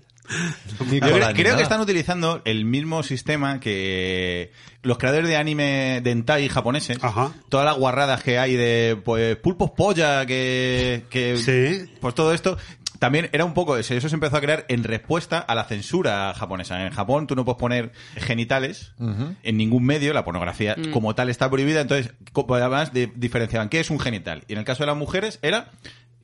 Speaker 5: creo,
Speaker 7: ni
Speaker 5: creo
Speaker 7: nada.
Speaker 5: que están utilizando el mismo sistema que los creadores de anime dentai japoneses.
Speaker 6: Ajá.
Speaker 5: Todas las guarradas que hay de pues, pulpos polla, que, que
Speaker 6: Sí.
Speaker 5: pues todo esto. También era un poco eso, eso se empezó a crear en respuesta a la censura japonesa. En Japón tú no puedes poner genitales en ningún medio, la pornografía como tal está prohibida, entonces como además de- diferenciaban qué es un genital. Y en el caso de las mujeres era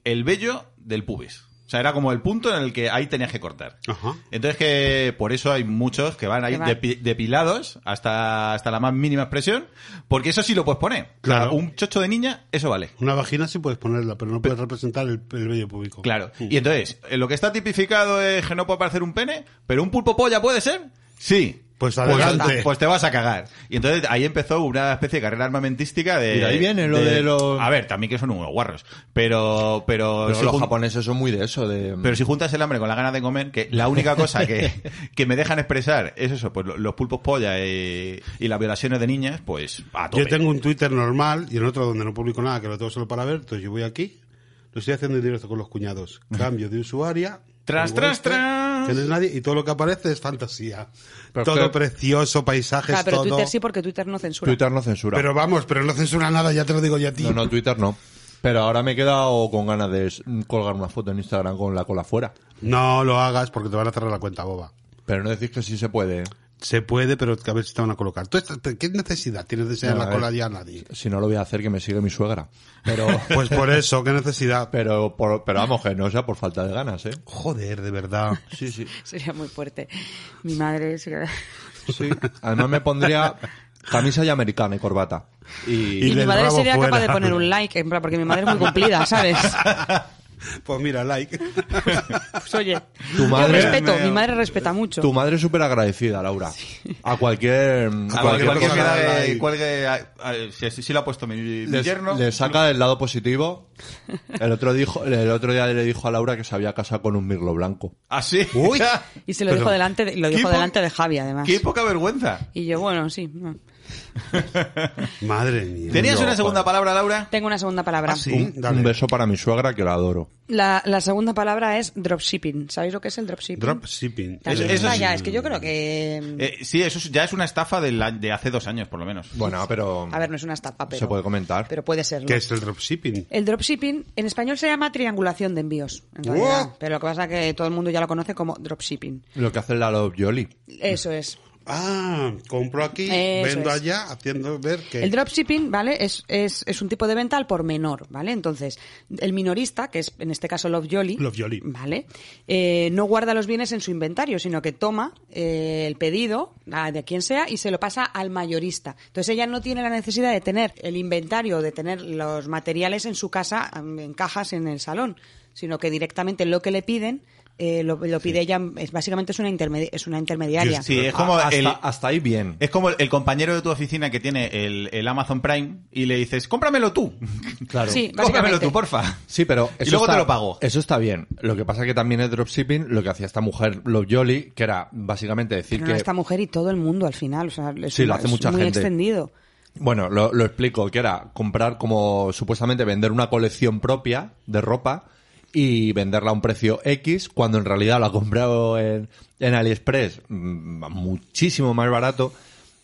Speaker 5: el vello del pubis. O sea, era como el punto en el que ahí tenías que cortar.
Speaker 6: Ajá.
Speaker 5: Entonces que por eso hay muchos que van ahí
Speaker 4: Que van.
Speaker 5: depi- depilados hasta, hasta la más mínima expresión, porque eso sí lo puedes poner.
Speaker 6: Claro.
Speaker 5: O sea, un chocho de niña, eso vale.
Speaker 6: Una vagina sí puedes ponerla, pero no puedes representar el, el vello público.
Speaker 5: Claro. Y entonces, eh, lo que está tipificado es que no puede aparecer un pene, pero un pulpo polla puede ser. Sí.
Speaker 6: Pues adelante.
Speaker 5: Pues, pues te vas a cagar. Y entonces ahí empezó una especie de carrera armamentística de.
Speaker 7: Y de ahí viene lo de los-
Speaker 5: A ver, también que son unos guarros. Pero. Pero,
Speaker 7: Pero
Speaker 5: si
Speaker 7: los
Speaker 5: jun-
Speaker 7: japoneses son muy de eso, de...
Speaker 5: pero si juntas el hambre con las ganas de comer, que la única
Speaker 4: (laughs)
Speaker 5: cosa que, que me dejan expresar es eso, pues lo- los pulpos polla y, y las violaciones de niñas, pues a tope.
Speaker 6: Yo tengo un Twitter normal y en otro donde no publico nada, que lo tengo solo para ver, entonces yo voy aquí, lo estoy haciendo en directo con los cuñados. Cambio de usuaria.
Speaker 5: Tras,
Speaker 6: pongo
Speaker 5: tras,
Speaker 6: este,
Speaker 5: tras.
Speaker 6: que no es nadie, y todo lo que aparece es fantasía.
Speaker 7: Pero
Speaker 6: todo
Speaker 7: claro.
Speaker 6: precioso, paisajes,
Speaker 4: Claro, pero
Speaker 6: todo.
Speaker 4: Twitter sí, porque Twitter no censura.
Speaker 7: Twitter no censura.
Speaker 6: Pero vamos, pero no censura nada, ya te lo digo yo a ti.
Speaker 7: No, no, Twitter no. Pero ahora me he quedado con ganas de s- colgar una foto en Instagram con la cola fuera.
Speaker 6: No lo hagas porque te van a cerrar la cuenta, boba.
Speaker 7: Pero no decís que sí se puede.
Speaker 6: Se puede, pero a ver si te van a colocar. ¿Tú estás- ¿Qué necesidad tienes de enseñar
Speaker 7: No, a
Speaker 6: la
Speaker 7: ver.
Speaker 6: cola ya a nadie?
Speaker 7: Si no lo voy a hacer, que me sigue mi suegra. Pero, (laughs)
Speaker 6: Pues por eso, ¿qué necesidad?
Speaker 7: pero, por- pero vamos, que no sea por falta de ganas, ¿eh?
Speaker 6: Joder, de verdad.
Speaker 7: Sí, sí.
Speaker 4: (laughs) Sería muy fuerte. Mi madre es...
Speaker 7: sí. Además me pondría camisa ya americana y corbata.
Speaker 4: Y, (laughs)
Speaker 6: Y
Speaker 4: mi
Speaker 6: del
Speaker 4: madre
Speaker 6: rabo
Speaker 4: sería capaz
Speaker 6: fuera.
Speaker 4: de poner un like, en plan, porque mi madre es muy cumplida, ¿sabes?
Speaker 6: Pues
Speaker 4: (laughs)
Speaker 6: mira, like.
Speaker 4: Pues oye,
Speaker 7: Tu
Speaker 4: yo
Speaker 7: madre-
Speaker 4: respeto, mi madre respeta mucho.
Speaker 7: Tu madre es súper agradecida, Laura. A cualquier...
Speaker 5: A cualquier,
Speaker 6: Cualquier
Speaker 5: cosa
Speaker 6: cosa
Speaker 5: que-
Speaker 6: ahí.
Speaker 5: cualquier- a- a- si, si- si lo ha puesto mi, mi
Speaker 7: le,
Speaker 5: yerno.
Speaker 7: le saca el lado positivo. El otro, dijo, el otro día le dijo a Laura que se había casado con un mirlo blanco.
Speaker 5: (laughs) Así. (laughs)
Speaker 6: Uy.
Speaker 4: Y se lo dijo delante de, lo
Speaker 5: ¿Qué
Speaker 4: dijo
Speaker 5: po-
Speaker 4: delante de Javi, además.
Speaker 5: Qué poca vergüenza.
Speaker 4: Y yo, bueno, sí. no.
Speaker 6: Madre mía.
Speaker 5: ¿Tenías
Speaker 7: No,
Speaker 5: una segunda palabra, Laura?
Speaker 4: Tengo una segunda palabra.
Speaker 6: Ah, sí,
Speaker 7: Un-
Speaker 6: dale.
Speaker 7: Un beso para mi suegra que la adoro.
Speaker 4: la, la segunda palabra es dropshipping. ¿Sabéis lo que es el dropshipping?
Speaker 6: Dropshipping.
Speaker 4: También
Speaker 5: Eso- eso
Speaker 4: vaya,
Speaker 5: sí.
Speaker 4: es que yo creo que...
Speaker 5: Eh, sí, eso es- ya es una estafa de, la- de hace dos años, por lo menos.
Speaker 7: Bueno, pero
Speaker 4: A ver, no es una estafa, pero...
Speaker 7: se puede comentar.
Speaker 4: Pero puede serlo.
Speaker 6: ¿Qué es el dropshipping?
Speaker 4: El dropshipping en español se llama triangulación de envíos, en
Speaker 6: ¡Wow!
Speaker 4: realidad. Pero lo que pasa es que todo el mundo ya lo conoce como dropshipping.
Speaker 7: Lo que hace la Love Jolly.
Speaker 4: Eso es.
Speaker 6: Ah, compro aquí,
Speaker 4: Eso
Speaker 6: vendo
Speaker 4: es.
Speaker 6: allá, haciendo ver que...
Speaker 4: El dropshipping, ¿vale? Es, es, es un tipo de venta al por menor, ¿vale? Entonces, el minorista, que es en este caso Love Jolly,
Speaker 6: Love Jolly.
Speaker 4: ¿vale? Eh, no guarda los bienes en su inventario, sino que toma eh, el pedido a- de quien sea y se lo pasa al mayorista. Entonces ella no tiene la necesidad de tener el inventario, de tener los materiales en su casa, mm, en cajas en el salón, sino que directamente lo que le piden eh, lo, lo pide ella. Es, básicamente es una, intermedi- es una intermediaria.
Speaker 5: Sí, es como
Speaker 7: hasta,
Speaker 5: el- Eh,
Speaker 7: hasta ahí bien.
Speaker 5: Es como el, el compañero de tu oficina que tiene el, el Amazon Prime y le dices, cómpramelo tú.
Speaker 7: Claro.
Speaker 4: Sí,
Speaker 5: (laughs) cómpramelo
Speaker 4: básicamente.
Speaker 5: tú, porfa.
Speaker 7: Sí, pero
Speaker 5: Y
Speaker 7: eso
Speaker 5: luego
Speaker 7: está-
Speaker 5: te lo pago.
Speaker 7: Eso está bien. Lo que pasa que también el dropshipping, lo que hacía esta mujer Love Jolly, que era básicamente decir
Speaker 4: Pero
Speaker 7: que
Speaker 4: no esta mujer y todo el mundo al final. O sea, es
Speaker 7: Sí, lo
Speaker 4: una-
Speaker 7: hace
Speaker 4: es
Speaker 7: mucha
Speaker 4: muy
Speaker 7: gente.
Speaker 4: extendido.
Speaker 7: Bueno, lo, lo explico, que era comprar como supuestamente vender una colección propia de ropa y venderla a un precio X cuando en realidad la ha comprado en, en AliExpress mm, muchísimo más barato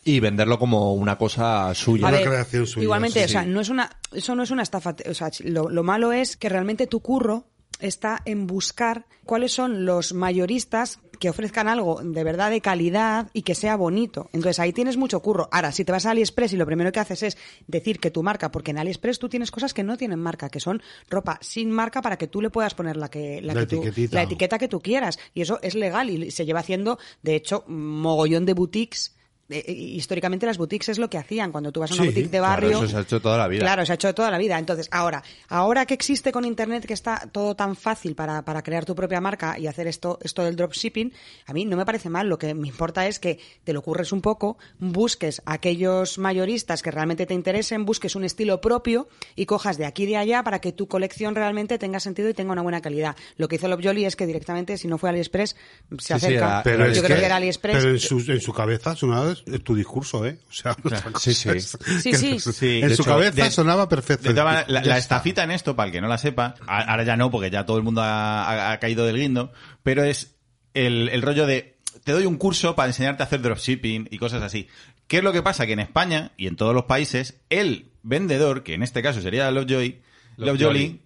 Speaker 7: y venderlo como una cosa suya.
Speaker 6: A una creación suya,
Speaker 4: Igualmente,
Speaker 6: sí,
Speaker 4: o sea,
Speaker 6: sí.
Speaker 4: no es una, eso no es una estafa. te- O sea, lo, lo malo es que realmente tu curro está en buscar cuáles son los mayoristas que ofrezcan algo de verdad de calidad y que sea bonito. Entonces ahí tienes mucho curro. Ahora, si te vas a AliExpress y lo primero que haces es decir que tu marca, porque en AliExpress tú tienes cosas que no tienen marca, que son ropa sin marca para que tú le puedas poner la que la,
Speaker 6: La
Speaker 4: que tú-
Speaker 6: etiquetita.
Speaker 4: la etiqueta que tú quieras. Y eso es legal y se lleva haciendo, de hecho, mogollón de boutiques. Eh, eh, históricamente las boutiques es lo que hacían cuando tú vas a una
Speaker 6: Sí,
Speaker 4: boutique de
Speaker 7: claro,
Speaker 4: barrio
Speaker 7: eso se ha hecho toda la vida.
Speaker 4: Claro, se ha hecho toda la vida. Entonces, ahora, ahora que existe con internet que está todo tan fácil para, para crear tu propia marca y hacer esto, esto del dropshipping, a mí no me parece mal. Lo que me importa es que te lo ocurres un poco, busques aquellos mayoristas que realmente te interesen, busques un estilo propio y cojas de aquí y de allá para que tu colección realmente tenga sentido y tenga una buena calidad. Lo que hizo Lobjoli es que directamente, si no fue AliExpress, se
Speaker 7: sí,
Speaker 4: acerca.
Speaker 7: era-
Speaker 6: Pero
Speaker 7: Yo
Speaker 6: es
Speaker 4: creo que era AliExpress.
Speaker 6: Pero en su, en su cabeza sonaba tu discurso, ¿eh? O sea, (laughs) otra cosa
Speaker 7: sí, sí.
Speaker 6: es
Speaker 4: Sí,
Speaker 6: que-
Speaker 4: sí.
Speaker 5: Sí,
Speaker 6: en
Speaker 5: de
Speaker 6: su
Speaker 5: hecho,
Speaker 6: cabeza
Speaker 5: de-
Speaker 6: sonaba perfecto.
Speaker 5: De todas maneras, la,
Speaker 6: Ya
Speaker 5: la
Speaker 6: está.
Speaker 5: estafita en esto, para el que no la sepa, a- ahora ya no, porque ya todo el mundo ha, ha- ha caído del guindo, pero es el, el rollo de te doy un curso para enseñarte a hacer dropshipping y cosas así. ¿Qué es lo que pasa? Que en España y en todos los países, el vendedor, que en este caso sería Lovejoy,
Speaker 7: Lovejoy.
Speaker 5: Lovejoy,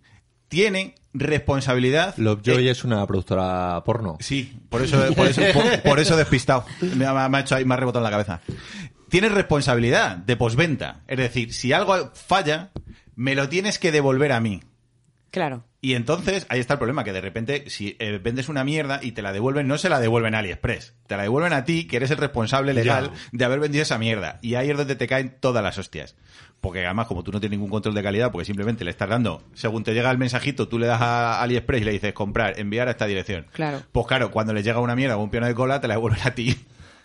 Speaker 5: tiene responsabilidad.
Speaker 7: Lovejoy
Speaker 5: eh,
Speaker 7: es una productora porno.
Speaker 5: Sí, por eso, por eso, por, por eso despistado. Me ha, me ha hecho ahí, me ha rebotado en la cabeza. Tienes responsabilidad de posventa. Es decir, si algo falla, me lo tienes que devolver a mí.
Speaker 4: Claro.
Speaker 5: Y entonces ahí está el problema, que de repente si eh, vendes una mierda y te la devuelven, no se la devuelven a AliExpress, te la devuelven a ti, que eres el responsable legal
Speaker 6: Ya.
Speaker 5: de haber vendido esa mierda. Y ahí es donde te caen todas las hostias. Porque además, como tú no tienes ningún control de calidad, porque simplemente le estás dando, según te llega el mensajito, tú le das a AliExpress y le dices comprar, enviar a esta dirección.
Speaker 4: Claro.
Speaker 5: Pues claro, cuando le llega una mierda o un piano de cola, te la devuelven a ti.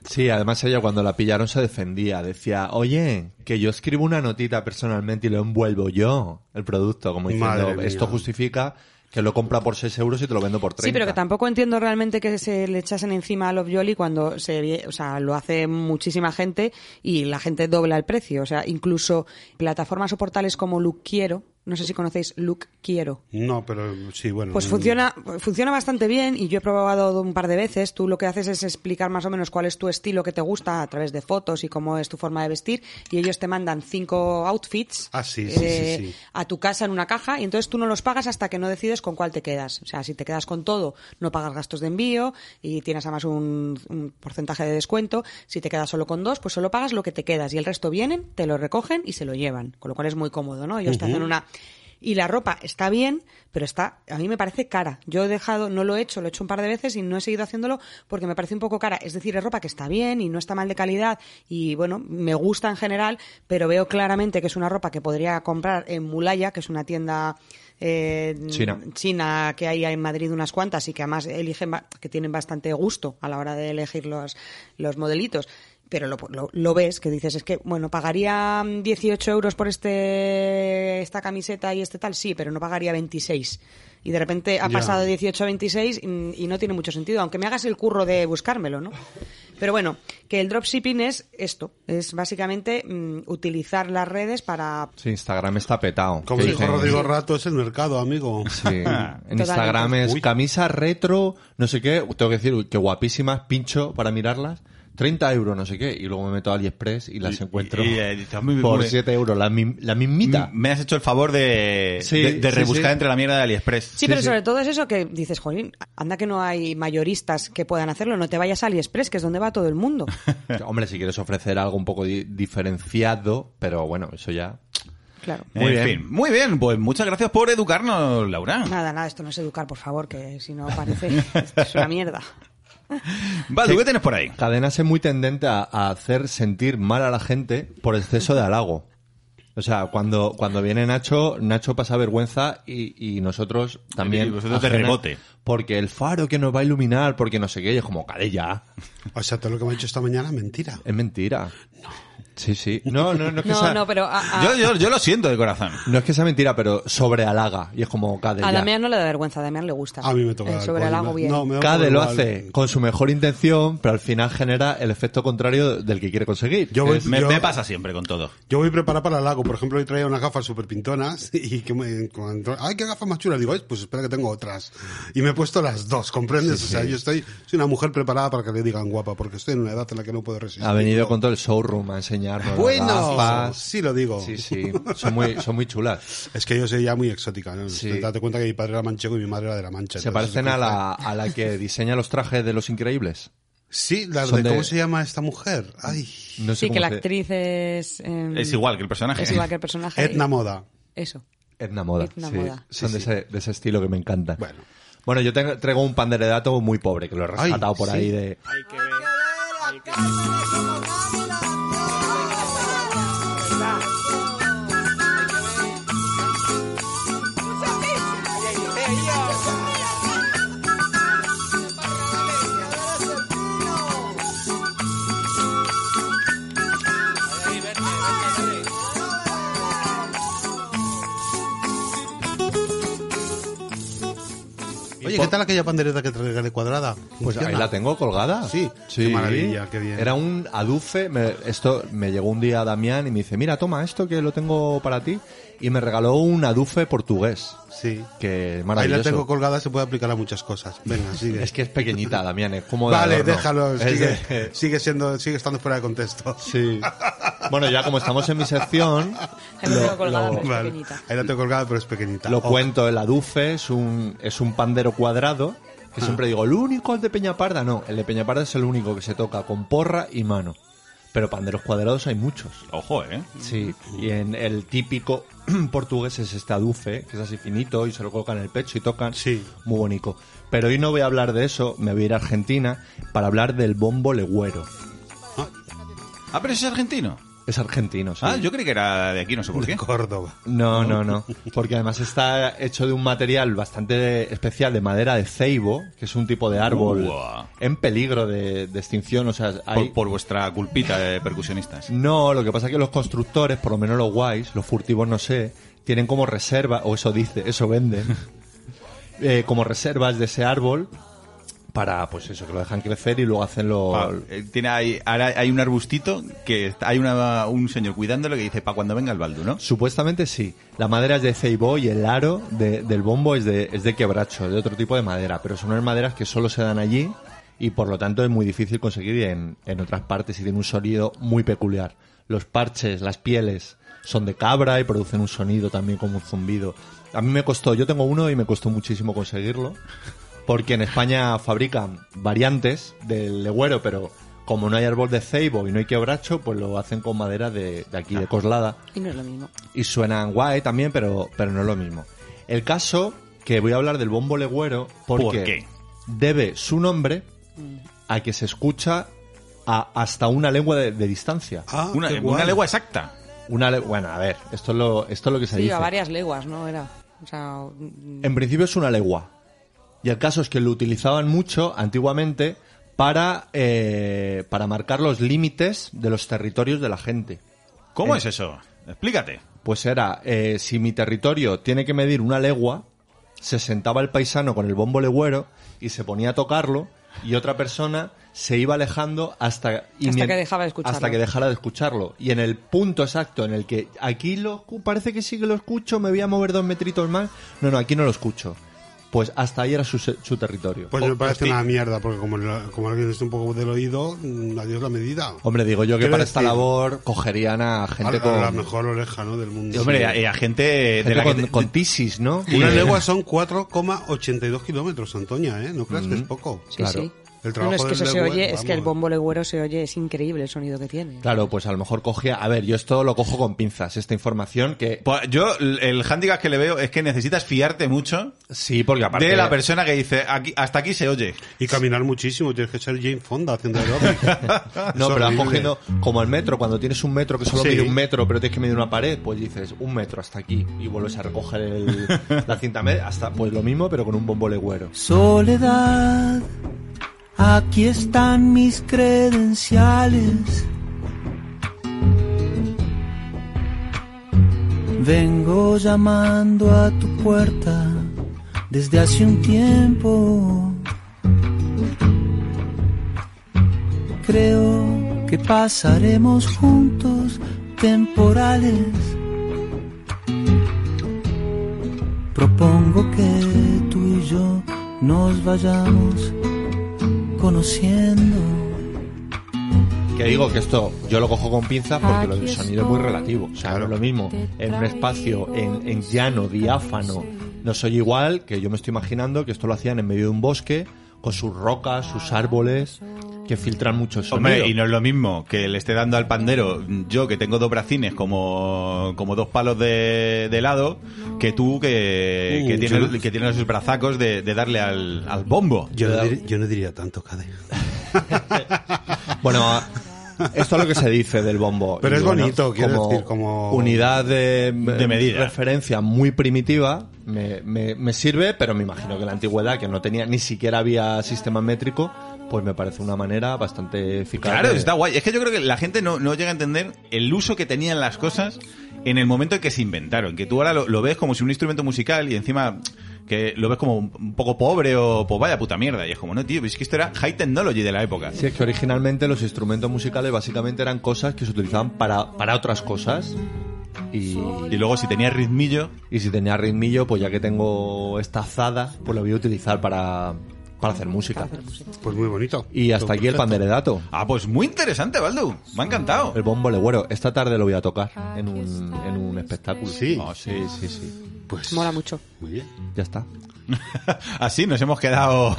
Speaker 7: Sí, además ella cuando la pillaron se defendía. Decía, oye, que yo escribo una notita personalmente y lo envuelvo yo, el producto, como diciendo,
Speaker 6: Madre mía.
Speaker 7: esto justifica que lo compra por 6 euros y te lo vendo por 30.
Speaker 4: Sí, pero que tampoco entiendo realmente que se le echasen encima a Lovejoy cuando se, vie- o sea, lo hace muchísima gente y la gente dobla el precio. O sea, incluso plataformas o portales como Look Quiero, no sé si conocéis Look Quiero.
Speaker 6: No, pero sí, bueno.
Speaker 4: Pues
Speaker 6: mm,
Speaker 4: funciona, funciona bastante bien y yo he probado un par de veces. Tú lo que haces es explicar más o menos cuál es tu estilo que te gusta a través de fotos y cómo es tu forma de vestir y ellos te mandan cinco outfits eh,
Speaker 6: Ah, sí, sí, sí, sí.
Speaker 4: a tu casa en una caja y entonces tú no los pagas hasta que no decides con cuál te quedas. O sea, si te quedas con todo, no pagas gastos de envío y tienes además un, un porcentaje de descuento. Si te quedas solo con dos, pues solo pagas lo que te quedas y el resto vienen, te lo recogen y se lo llevan. Con lo cual es muy cómodo, ¿no? Ellos te hacen una... Y la ropa está bien, pero está, a mí me parece cara. Yo he dejado, no lo he hecho, lo he hecho un par de veces y no he seguido haciéndolo porque me parece un poco cara. Es decir, es ropa que está bien y no está mal de calidad y bueno, me gusta en general, pero veo claramente que es una ropa que podría comprar en Mulaya, que es una tienda eh,
Speaker 7: China.
Speaker 4: china que hay en Madrid unas cuantas y que además eligen, ba- que tienen bastante gusto a la hora de elegir los, los modelitos. Pero lo, lo- lo ves, que dices, es que, bueno, pagaría mm, 18 euros por este esta camiseta y este tal, sí, pero no pagaría 26. Y de repente ha
Speaker 6: Ya.
Speaker 4: pasado de 18 a 26 mm, y no tiene mucho sentido, aunque me hagas el curro de buscármelo, ¿no? Pero bueno, que el dropshipping es esto, es básicamente mm, utilizar las redes para...
Speaker 7: Sí, Instagram está petado.
Speaker 6: Como
Speaker 7: Que
Speaker 6: dijo
Speaker 7: dicen-
Speaker 6: Rodrigo Rato, es el mercado, amigo.
Speaker 5: (laughs)
Speaker 7: Sí. En
Speaker 4: Totalmente.
Speaker 7: Instagram es
Speaker 6: Uy.
Speaker 7: camisa retro, no sé qué, tengo que decir uy, que guapísimas, pincho para mirarlas, 30 euros, no sé qué, y luego me meto a AliExpress y las
Speaker 5: Y-
Speaker 7: encuentro
Speaker 5: y- y, eh, está muy-
Speaker 7: por
Speaker 5: muy-
Speaker 7: 7 euros, la, mim- la mismita.
Speaker 5: Mm, Me has hecho el favor de,
Speaker 7: Sí,
Speaker 5: de- de
Speaker 7: sí,
Speaker 5: rebuscar
Speaker 7: sí.
Speaker 5: entre la mierda de AliExpress.
Speaker 4: Sí, pero sobre todo es eso que dices, Jolín, anda que no hay mayoristas que puedan hacerlo, no te vayas a AliExpress, que es donde va todo el
Speaker 6: (laughs)
Speaker 4: mundo.
Speaker 7: Hombre, si quieres ofrecer algo un poco di- diferenciado, pero bueno, eso ya...
Speaker 4: Claro.
Speaker 6: Eh.
Speaker 5: Muy bien. muy bien, pues muchas gracias por educarnos, Laura.
Speaker 4: Nada, nada, esto no es educar, por favor, que si no
Speaker 6: (laughs)
Speaker 4: parece esto es una (laughs) mierda.
Speaker 5: Vale, ¿qué tienes por ahí?
Speaker 7: Cadenas es muy tendente a, a hacer sentir mal a la gente por exceso de halago. O sea, cuando, cuando viene Nacho, Nacho pasa vergüenza y, y nosotros también.
Speaker 5: Y vosotros de
Speaker 7: ajena,
Speaker 5: rebote.
Speaker 7: Porque el faro que nos va a iluminar, porque no sé qué, y es como, cadella.
Speaker 6: O sea, todo lo que me ha hecho esta mañana es mentira.
Speaker 7: Es mentira. Sí, sí. No, no, no es que sea.
Speaker 4: No, no, pero a, a-
Speaker 5: Yo, yo, yo lo siento de corazón.
Speaker 7: no es que sea mentira, pero sobrehalaga. Y es como cadella.
Speaker 4: a Damián no le da vergüenza, a Damián le gusta.
Speaker 6: A mí me toca
Speaker 4: Eh,
Speaker 6: el
Speaker 4: sobre el
Speaker 6: alcohol,
Speaker 4: lago
Speaker 6: me-
Speaker 4: bien.
Speaker 6: no, me da
Speaker 7: Cade
Speaker 6: por
Speaker 7: lo
Speaker 6: igual.
Speaker 7: hace con su mejor intención, pero al final genera el efecto contrario del que quiere conseguir.
Speaker 6: Yo voy-
Speaker 7: Es-
Speaker 5: Me,
Speaker 6: Yo-
Speaker 5: me pasa siempre con todo.
Speaker 6: Yo voy preparado para el lago. Por ejemplo, hoy traía unas gafas super pintonas (laughs) y que me cuando- ay, qué gafas más chulas. Digo, "Ay, pues espera que tengo otras. Y me he puesto las dos, ¿comprendes? o sea, yo estoy, soy una mujer preparada para que le digan guapa, porque estoy en una edad en la que no puedo resistir.
Speaker 7: ha venido con todo el showroom a enseñar enseñarnos las
Speaker 6: Bueno,
Speaker 7: gafas.
Speaker 6: sí lo digo.
Speaker 7: Sí, sí, son muy, son muy chulas.
Speaker 6: (laughs) Es que yo soy ya muy exótica. ¿no?
Speaker 7: Sí.
Speaker 6: Date cuenta que mi padre era manchego y mi madre era de la Mancha.
Speaker 7: Se
Speaker 6: entonces-
Speaker 7: parecen a la, a la que diseña los trajes de Los Increíbles.
Speaker 6: Sí, la
Speaker 7: son de-
Speaker 6: de, ¿Cómo se llama esta mujer? Ay.
Speaker 7: No sé
Speaker 4: Sí,
Speaker 7: cómo
Speaker 4: que la
Speaker 7: se-
Speaker 4: actriz es... eh,
Speaker 5: Es igual que el personaje.
Speaker 4: Es igual que el personaje.
Speaker 6: Etna Moda.
Speaker 4: Eso.
Speaker 7: Edna Moda.
Speaker 4: Edna
Speaker 7: sí.
Speaker 4: Moda.
Speaker 7: Son de, ese, de ese estilo que me encanta.
Speaker 6: Bueno.
Speaker 7: Bueno, yo tengo- traigo un panderedato muy pobre, que lo he rescatado por
Speaker 6: sí.
Speaker 7: ahí de...
Speaker 6: Oye, ¿qué tal aquella pandereta que te regalé cuadrada?
Speaker 7: Pues ahí
Speaker 6: Funciona.
Speaker 7: la tengo colgada.
Speaker 6: Sí, qué maravilla, qué bien.
Speaker 7: Era un adufe. me- esto me llegó un día Damián y me dice, mira, toma esto que lo tengo para ti. Y me regaló un adufe portugués.
Speaker 6: Sí.
Speaker 7: Que
Speaker 6: Ahí
Speaker 7: maravilloso.
Speaker 6: la tengo colgada, se puede aplicar a muchas cosas.
Speaker 7: (laughs)
Speaker 6: Venga, sigue.
Speaker 7: Es que es pequeñita, Damián, es como de
Speaker 6: Vale,
Speaker 7: adorno.
Speaker 6: déjalo.
Speaker 7: Es
Speaker 6: Sigue,
Speaker 7: de- (laughs)
Speaker 6: (laughs) sigue siendo, sigue estando fuera de contexto.
Speaker 7: Sí. Bueno, ya como estamos en mi sección,
Speaker 4: Ahí lo tengo colgada,
Speaker 7: lo-
Speaker 4: pero (laughs) es
Speaker 6: Vale.
Speaker 4: pequeñita.
Speaker 6: Ahí la tengo colgada, pero es pequeñita.
Speaker 7: Lo
Speaker 6: Oh,
Speaker 7: cuento, el adufe es un, es un pandero cuadrado, que siempre digo, ¿el único el de Peñaparda? No, el de Peñaparda es el único que se toca con porra y mano. Pero panderos cuadrados hay muchos.
Speaker 5: Ojo, ¿eh?
Speaker 7: Sí, y en el típico (clears throat) portugués es este adufe, que es así finito y se lo colocan en el pecho y tocan.
Speaker 6: Sí.
Speaker 7: Muy bonito. Pero hoy no voy a hablar de eso, me voy a ir a Argentina para hablar del bombo legüero.
Speaker 5: Ah, pero ese es argentino.
Speaker 7: Es argentino, sí.
Speaker 5: Ah, yo creí que era de aquí, no sé por qué.
Speaker 6: Córdoba.
Speaker 7: No, no, no. Porque además está hecho de un material bastante especial de madera de ceibo, que es un tipo de árbol
Speaker 5: Ua.
Speaker 7: en peligro de, de extinción. O sea, hay...
Speaker 5: Por, por vuestra culpita de percusionistas.
Speaker 7: No, lo que pasa es que los constructores, por lo menos los guays, los furtivos no sé, tienen como reserva, o eso dice, eso venden, eh, como reservas de ese árbol para, pues eso, que lo dejan crecer y luego hacen lo...
Speaker 5: Pa- eh, tiene ahí, ahora hay un arbustito que está- hay una, un señor cuidándolo que dice, para cuando venga el baldu, ¿no?
Speaker 7: Supuestamente sí. La madera es de ceibo y el aro de- del bombo es de, es de quebracho, de otro tipo de madera. Pero son unas maderas que solo se dan allí y por lo tanto es muy difícil conseguir en, en otras partes y tiene un sonido muy peculiar. Los parches, las pieles son de cabra y producen un sonido también como un zumbido. A mí me costó, yo tengo uno y me costó muchísimo conseguirlo porque en España fabrican variantes del legüero, pero como no hay árbol de ceibo y no hay quebracho, pues lo hacen con madera de, de aquí, de Coslada
Speaker 4: Y no es lo mismo.
Speaker 7: y suenan guay también, pero, pero no es lo mismo. El caso que voy a hablar del bombo legüero porque
Speaker 5: ¿Por qué?
Speaker 7: debe su nombre a que se escucha a hasta una lengua de, de distancia.
Speaker 6: Ah,
Speaker 5: una,
Speaker 6: qué
Speaker 5: una
Speaker 6: guay.
Speaker 5: legua exacta.
Speaker 7: Una le- bueno, a ver, esto es lo, esto es lo que se
Speaker 4: Sí,
Speaker 7: dice.
Speaker 4: a varias leguas, ¿no? Era. O sea, mm,
Speaker 7: En principio es una legua. Y el caso es que lo utilizaban mucho antiguamente para, eh, para marcar los límites de los territorios de la gente.
Speaker 5: ¿Cómo
Speaker 7: Eh.
Speaker 5: es eso? Explícate.
Speaker 7: Pues era, eh, si mi territorio tiene que medir una legua, se sentaba el paisano con el bombo legüero y se ponía a tocarlo y otra persona se iba alejando hasta, y
Speaker 4: Hasta
Speaker 7: mien-
Speaker 4: que dejaba de escucharlo.
Speaker 7: Hasta que dejara de escucharlo. Y en el punto exacto en el que aquí lo escu- parece que sí que lo escucho, me voy a mover dos metritos más. No, no, aquí no lo escucho. Pues hasta ahí era su, se- su territorio.
Speaker 6: Pues me parece una mierda, porque como, lo- como alguien está un poco del oído, mm, adiós la medida.
Speaker 7: Hombre, digo yo que
Speaker 6: Quiero
Speaker 7: para esta
Speaker 6: decir,
Speaker 7: labor cogerían a
Speaker 6: a,
Speaker 7: gente
Speaker 6: a
Speaker 7: con,
Speaker 6: la mejor oreja ¿no? del mundo.
Speaker 5: Hombre,
Speaker 6: Sí.
Speaker 5: a, a gente de
Speaker 7: eh. gente
Speaker 5: la que
Speaker 7: con-
Speaker 5: te-
Speaker 7: con tisis, ¿no?
Speaker 6: Una
Speaker 7: Eh,
Speaker 6: legua son 4,82 kilómetros, Antonia, ¿eh? No creas que es poco.
Speaker 4: sí,
Speaker 7: claro.
Speaker 4: sí.
Speaker 6: El
Speaker 4: No,
Speaker 6: trabajo
Speaker 4: no, es que
Speaker 6: del
Speaker 4: eso se
Speaker 6: legüero,
Speaker 4: oye, es que el
Speaker 6: vamos.
Speaker 4: bombo legüero se oye, es increíble el sonido que tiene.
Speaker 7: Claro, pues a lo mejor cogía. A ver, yo esto lo cojo con pinzas, esta información que.
Speaker 5: Pues yo, l- el hándicap que le veo es que necesitas fiarte mucho
Speaker 7: Sí, porque aparte.
Speaker 5: de la persona que dice, aquí, hasta aquí se oye.
Speaker 6: Y caminar muchísimo, tienes que ser Jane Fonda haciendo aeróbic.
Speaker 7: (laughs) No,
Speaker 6: Es
Speaker 7: pero vas
Speaker 6: horrible.
Speaker 7: cogiendo como el metro, cuando tienes un metro que solo
Speaker 5: Sí.
Speaker 7: mide un metro, pero tienes que medir una pared, pues dices un metro hasta aquí y vuelves a recoger el- la cinta media, hasta pues lo mismo, pero con un bombo legüero.
Speaker 8: Soledad, aquí están mis credenciales. Vengo llamando a tu puerta desde hace un tiempo. Creo que pasaremos juntos temporales. Propongo que tú y yo nos vayamos conociendo.
Speaker 7: Que digo que esto yo lo cojo con pinzas porque lo del sonido es muy relativo. O sea, no es lo mismo en un espacio en, en llano, diáfano, no soy igual que yo me estoy imaginando que esto lo hacían en medio de un bosque con sus rocas, sus árboles que filtran mucho sonido.
Speaker 5: Hombre, y no es lo mismo que le esté dando al pandero yo que tengo dos bracines como, como dos palos de, de lado que tú que,
Speaker 6: Uh,
Speaker 5: que,
Speaker 6: yo
Speaker 5: tienes,
Speaker 6: no-
Speaker 5: que tienes sus brazacos de, de darle al, al bombo.
Speaker 6: Yo no, dir- yo no diría tanto, Cade.
Speaker 7: Bueno, esto es lo que se dice del bombo.
Speaker 6: Pero
Speaker 7: Y
Speaker 6: es
Speaker 7: bueno,
Speaker 6: bonito, quiero decir, como-
Speaker 7: Unidad de,
Speaker 5: De medida.
Speaker 7: Referencia muy primitiva. Me, me- me sirve, pero me imagino que en la antigüedad, que no tenía ni siquiera había sistema métrico, pues me parece una manera bastante eficaz.
Speaker 5: Claro,
Speaker 7: de-
Speaker 5: está guay. Es que yo creo que la gente no, no llega a entender el uso que tenían las cosas en el momento en que se inventaron. Que tú ahora lo, lo ves como si un instrumento musical y encima que lo ves como un, un poco pobre o pues vaya puta mierda. Y es como, no, tío, es que esto era high technology de la época.
Speaker 7: Sí, es que originalmente los instrumentos musicales básicamente eran cosas que se utilizaban para, para otras cosas. Y,
Speaker 5: Y luego si tenía ritmillo,
Speaker 7: y si tenía ritmillo, pues ya que tengo esta azada, pues lo voy a utilizar para, para hacer música.
Speaker 6: Pues muy bonito.
Speaker 7: Y hasta
Speaker 6: Todo
Speaker 7: aquí el
Speaker 6: perfecto.
Speaker 7: panderedato.
Speaker 5: Ah, pues muy interesante, Baldu. Me ha encantado.
Speaker 7: El bombo legüero. Esta tarde lo voy a tocar en un, en un espectáculo.
Speaker 6: Sí.
Speaker 7: Oh, sí, sí, sí.
Speaker 6: Pues,
Speaker 4: Mola mucho.
Speaker 6: Muy bien.
Speaker 7: Ya está.
Speaker 5: (laughs) Así nos
Speaker 7: (laughs)
Speaker 5: hemos quedado.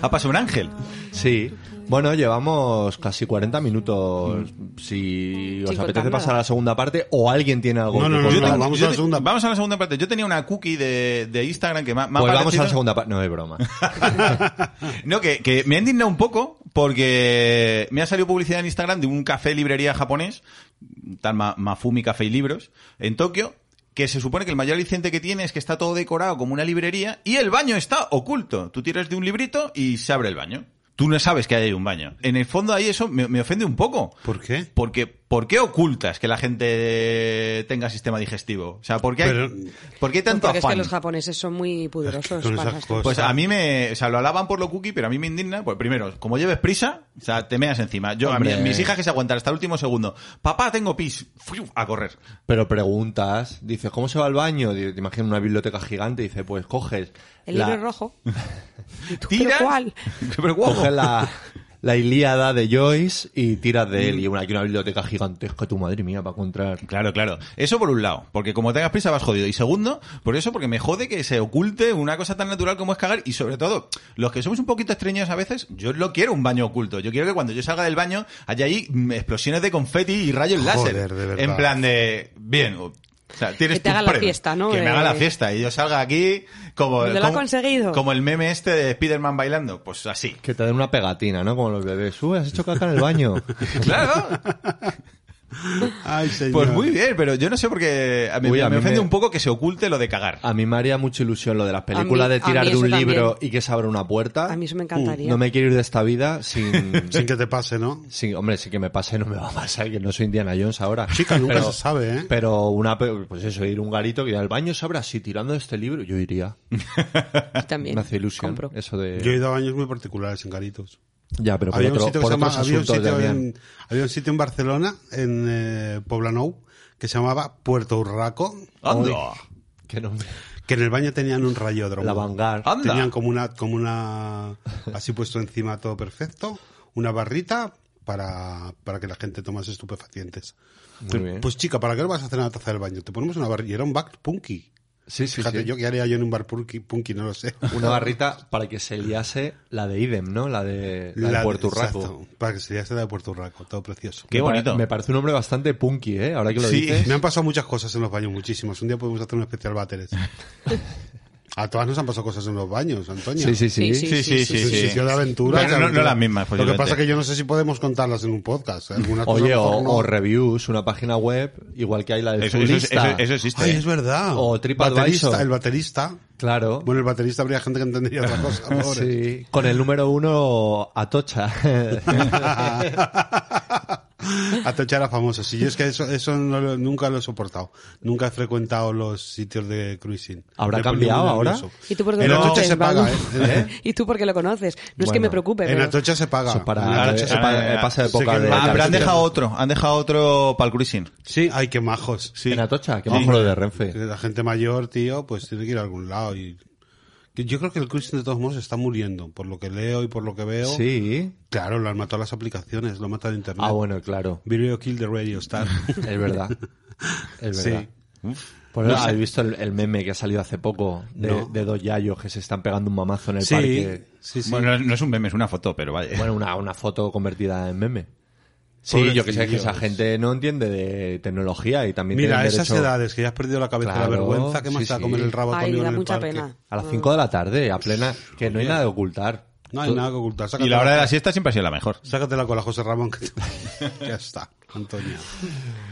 Speaker 5: Ha pasado un ángel.
Speaker 7: Sí. Bueno, llevamos casi 40 minutos. Si os
Speaker 4: Sin
Speaker 7: apetece
Speaker 4: contar
Speaker 7: pasar
Speaker 4: nada.
Speaker 7: a la segunda parte o alguien tiene algo
Speaker 6: No,
Speaker 7: que
Speaker 6: no, no,
Speaker 7: contar. Pues
Speaker 6: no, vamos a la segunda.
Speaker 5: Vamos a la segunda parte. Yo tenía una cookie de, de Instagram que me, ha- me ha
Speaker 7: Pues vamos a
Speaker 5: parecido-
Speaker 7: la segunda parte. No, es broma.
Speaker 5: No, que, que me ha indignado un poco porque me ha salido publicidad en Instagram de un café librería japonés, tal Ma- Mafumi Café y Libros, en Tokio, que se supone que el mayor aliciente que tiene es que está todo decorado como una librería y el baño está oculto. Tú tiras de un librito y se abre el baño. Tú no sabes que hay un baño. En el fondo ahí eso me, me ofende un poco.
Speaker 6: ¿Por qué?
Speaker 5: Porque, ¿Por qué ocultas que la gente tenga sistema digestivo? O sea, ¿por qué hay,
Speaker 6: Pero-
Speaker 5: ¿por qué hay tanto
Speaker 4: Porque es que
Speaker 5: afán?
Speaker 4: los japoneses son muy pudorosos.
Speaker 6: Con
Speaker 4: para
Speaker 6: esas
Speaker 4: las-
Speaker 6: cosas.
Speaker 5: Pues a mí me, o sea, lo alaban por lo cookie, pero a mí me indigna, pues primero, como lleves prisa, o sea, te meas encima. Yo, a mí-
Speaker 7: Hombre.
Speaker 5: mis hijas que se aguantan hasta el último segundo. Papá, tengo pis. Fiu, A correr. (laughs)
Speaker 7: Pero preguntas. Dices, ¿cómo se va al baño? Digo, Te imaginas una biblioteca gigante. Dice, pues coges.
Speaker 4: El
Speaker 7: la-
Speaker 4: libro es rojo. ¿Y tú,
Speaker 5: Tira.
Speaker 4: ¿Pero cuál?
Speaker 5: Pero guau.
Speaker 7: Coges la, la Ilíada de Joyce y tiras de él. Y una, aquí una biblioteca gigantesca, tu madre mía, para encontrar.
Speaker 5: Claro, claro. Eso por un lado, porque como tengas prisa vas jodido. Y segundo, por eso, porque me jode que se oculte una cosa tan natural como es cagar. Y sobre todo, los que somos un poquito extraños a veces, yo no quiero un baño oculto. Yo quiero que cuando yo salga del baño haya ahí mm, explosiones de confeti y rayos
Speaker 6: Joder,
Speaker 5: láser.
Speaker 6: de verdad.
Speaker 5: En plan de, bien. o- o sea, tienes
Speaker 4: Que te
Speaker 5: tus
Speaker 4: haga la
Speaker 5: premios.
Speaker 4: fiesta, ¿no?
Speaker 5: Que me haga la
Speaker 4: Eh,
Speaker 5: fiesta y yo salga aquí como,
Speaker 4: Me lo ha
Speaker 5: como,
Speaker 4: conseguido.
Speaker 5: como el meme este de Spider-Man bailando. Pues así.
Speaker 7: Que te den una pegatina, ¿no? Como los bebés. Uy, has hecho caca en el
Speaker 6: (laughs)
Speaker 7: baño.
Speaker 5: Claro.
Speaker 6: Ay, señor.
Speaker 5: Pues muy bien, pero yo no sé por qué a mí-
Speaker 7: Uy, a
Speaker 5: me
Speaker 7: mí
Speaker 5: ofende
Speaker 7: me- Ah,
Speaker 5: un poco que se oculte lo de cagar.
Speaker 7: A mí me haría mucha ilusión lo de las películas
Speaker 4: A mí-
Speaker 7: de tirar
Speaker 4: a mí
Speaker 7: de un
Speaker 4: eso
Speaker 7: libro
Speaker 4: también.
Speaker 7: y que se abra una puerta. Uh,
Speaker 4: A mí eso me encantaría.
Speaker 7: No me quiero ir de esta vida sin... (laughs)
Speaker 6: Sin que te pase, ¿no?
Speaker 7: sin- hombre, sí que me pase, no me va a pasar, que no soy Indiana Jones ahora.
Speaker 6: Chica, nunca se sabe, ¿eh?
Speaker 7: Pero una, pe- pues eso, ir a un garito que al baño se abra así tirando de este libro, yo iría.
Speaker 4: Y También.
Speaker 7: me hace ilusión.
Speaker 4: compro.
Speaker 7: Eso de...
Speaker 6: Yo he ido a baños muy particulares en Caritos.
Speaker 7: Ya, pero por,
Speaker 6: había,
Speaker 7: otro,
Speaker 6: un sitio que
Speaker 7: por
Speaker 6: se llama-
Speaker 7: otros
Speaker 6: había un
Speaker 7: asuntos
Speaker 6: sitio
Speaker 7: de
Speaker 6: en, había un sitio en Barcelona, en eh, Poblenou, que se llamaba Puerto Urraco,
Speaker 5: Anda.
Speaker 7: ¿Qué nombre?
Speaker 6: que en el baño tenían un rayódromo.
Speaker 7: La Vanguard.
Speaker 5: Ah, Anda.
Speaker 6: Tenían como una, como una, así puesto encima todo perfecto, una barrita para, para que la gente tomase estupefacientes.
Speaker 7: Muy
Speaker 6: Pero,
Speaker 7: bien.
Speaker 6: Pues chica, ¿para qué lo vas a hacer en la taza del baño? Te ponemos una barrita. Y era un bar punky.
Speaker 7: sí, sí,
Speaker 6: Fíjate,
Speaker 7: sí.
Speaker 6: yo qué haría yo en un bar punky, punky no lo sé.
Speaker 7: Una barrita para que se liase la de Idem, ¿no? La de, (laughs) la de
Speaker 6: La-
Speaker 7: Puerto Urraco.
Speaker 6: exacto, para que se llame la de Puerto Urraco, todo precioso.
Speaker 5: Qué
Speaker 7: Me pare-
Speaker 5: bonito.
Speaker 7: Me parece un hombre bastante punky, ¿eh? Ahora que lo
Speaker 5: Sí.
Speaker 7: dices.
Speaker 6: Me han pasado muchas cosas en los baños, muchísimas. Un día podemos hacer un
Speaker 7: (laughs)
Speaker 6: especial váteres. A todas nos han pasado cosas en los baños, Antonio.
Speaker 7: Sí, sí, sí.
Speaker 4: Sí,
Speaker 5: Sí, sí,
Speaker 6: Es un
Speaker 5: sí. sí.
Speaker 6: sitio de aventuras.
Speaker 5: Pero
Speaker 6: de
Speaker 5: no- no
Speaker 6: aventuras.
Speaker 5: las mismas,
Speaker 7: pues
Speaker 6: Lo que
Speaker 5: posiblemente.
Speaker 6: pasa es que yo no sé si podemos contarlas en un podcast. Algunas cosas
Speaker 7: Oye,
Speaker 6: a
Speaker 7: o,
Speaker 6: lo mejor no.
Speaker 7: o reviews, una página web, igual que hay la del
Speaker 5: Eso, eso-
Speaker 7: Zulista.
Speaker 5: eso- eso existe.
Speaker 6: Ay, es verdad.
Speaker 7: O TripAdvisor.
Speaker 6: Baterista, El baterista.
Speaker 7: Claro.
Speaker 6: Bueno, el baterista habría gente que entendería otra
Speaker 7: (laughs)
Speaker 6: cosa. pobre. (laughs)
Speaker 7: Sí. Con el número uno, Atocha.
Speaker 6: Atocha era famoso. Sí, yo es que eso, eso no lo- nunca lo he soportado. Nunca he frecuentado los sitios de cruising.
Speaker 7: ¿Habrá
Speaker 6: Me ponía
Speaker 7: cambiado
Speaker 6: muy
Speaker 7: ahora?
Speaker 6: nervioso.
Speaker 4: ¿Y tú por qué
Speaker 6: En
Speaker 4: lo
Speaker 6: Atocha
Speaker 4: conoces,
Speaker 6: se
Speaker 4: Balu?
Speaker 6: paga, ¿eh?
Speaker 4: ¿Y tú porque lo conoces? No es que
Speaker 7: Bueno,
Speaker 4: me preocupe,
Speaker 6: En
Speaker 4: pero...
Speaker 6: Atocha se paga.
Speaker 7: Eso es
Speaker 6: En
Speaker 7: para,
Speaker 5: Ahora,
Speaker 6: Atocha se
Speaker 5: ahora,
Speaker 6: paga.
Speaker 5: ahora,
Speaker 7: para- pasa de
Speaker 6: sé
Speaker 7: época
Speaker 6: que-
Speaker 7: de...
Speaker 5: Ah, pero han
Speaker 6: sí,
Speaker 5: dejado otro, han dejado otro para el cruising.
Speaker 6: Sí, ay, qué majos. Eh,
Speaker 5: Sí.
Speaker 7: En Atocha, que
Speaker 5: Sí.
Speaker 7: más lo de Renfe.
Speaker 6: La gente mayor, tío, pues tiene que ir a algún lado y que yo creo que el Christian de todos modos está muriendo, por lo que leo y por lo que veo.
Speaker 7: Sí.
Speaker 6: Claro, lo han matado las aplicaciones, lo han matado internet.
Speaker 7: (laughs) Ah, bueno, claro.
Speaker 6: Video Kill the Radio Star.
Speaker 7: Es verdad. (laughs) Es
Speaker 6: Sí.
Speaker 7: verdad. Por eso, ¿Has visto el, el meme que ha salido hace poco de,
Speaker 6: No.
Speaker 7: de dos yayos que se están pegando un mamazo en el
Speaker 6: sí,
Speaker 7: parque?
Speaker 6: sí, sí.
Speaker 5: Bueno, no es un meme, es una foto, pero vaya.
Speaker 7: (laughs)
Speaker 5: (laughs)
Speaker 7: Bueno, una, una foto convertida en meme. Sí, yo que sé que esa
Speaker 6: Pobrecillos.
Speaker 7: gente no entiende de tecnología y también
Speaker 6: Mira, a
Speaker 7: tienen
Speaker 6: esas
Speaker 7: derecho
Speaker 6: edades que ya has perdido la cabeza,
Speaker 7: Claro,
Speaker 6: la vergüenza, que más
Speaker 7: sí,
Speaker 6: te va a
Speaker 7: sí.
Speaker 6: comer el rabo
Speaker 4: Ay,
Speaker 6: conmigo en
Speaker 4: da
Speaker 6: el
Speaker 4: mucha
Speaker 6: parque?
Speaker 4: pena.
Speaker 7: a las 5 de la tarde, a plena, que no hay nada de ocultar.
Speaker 6: No hay
Speaker 7: Tú-
Speaker 6: nada que ocultar.
Speaker 5: y
Speaker 6: Sácatela,
Speaker 5: la hora de la siesta siempre ha sido la mejor.
Speaker 6: sácatela con la José Ramón. que (laughs) te- ya está, Antonio.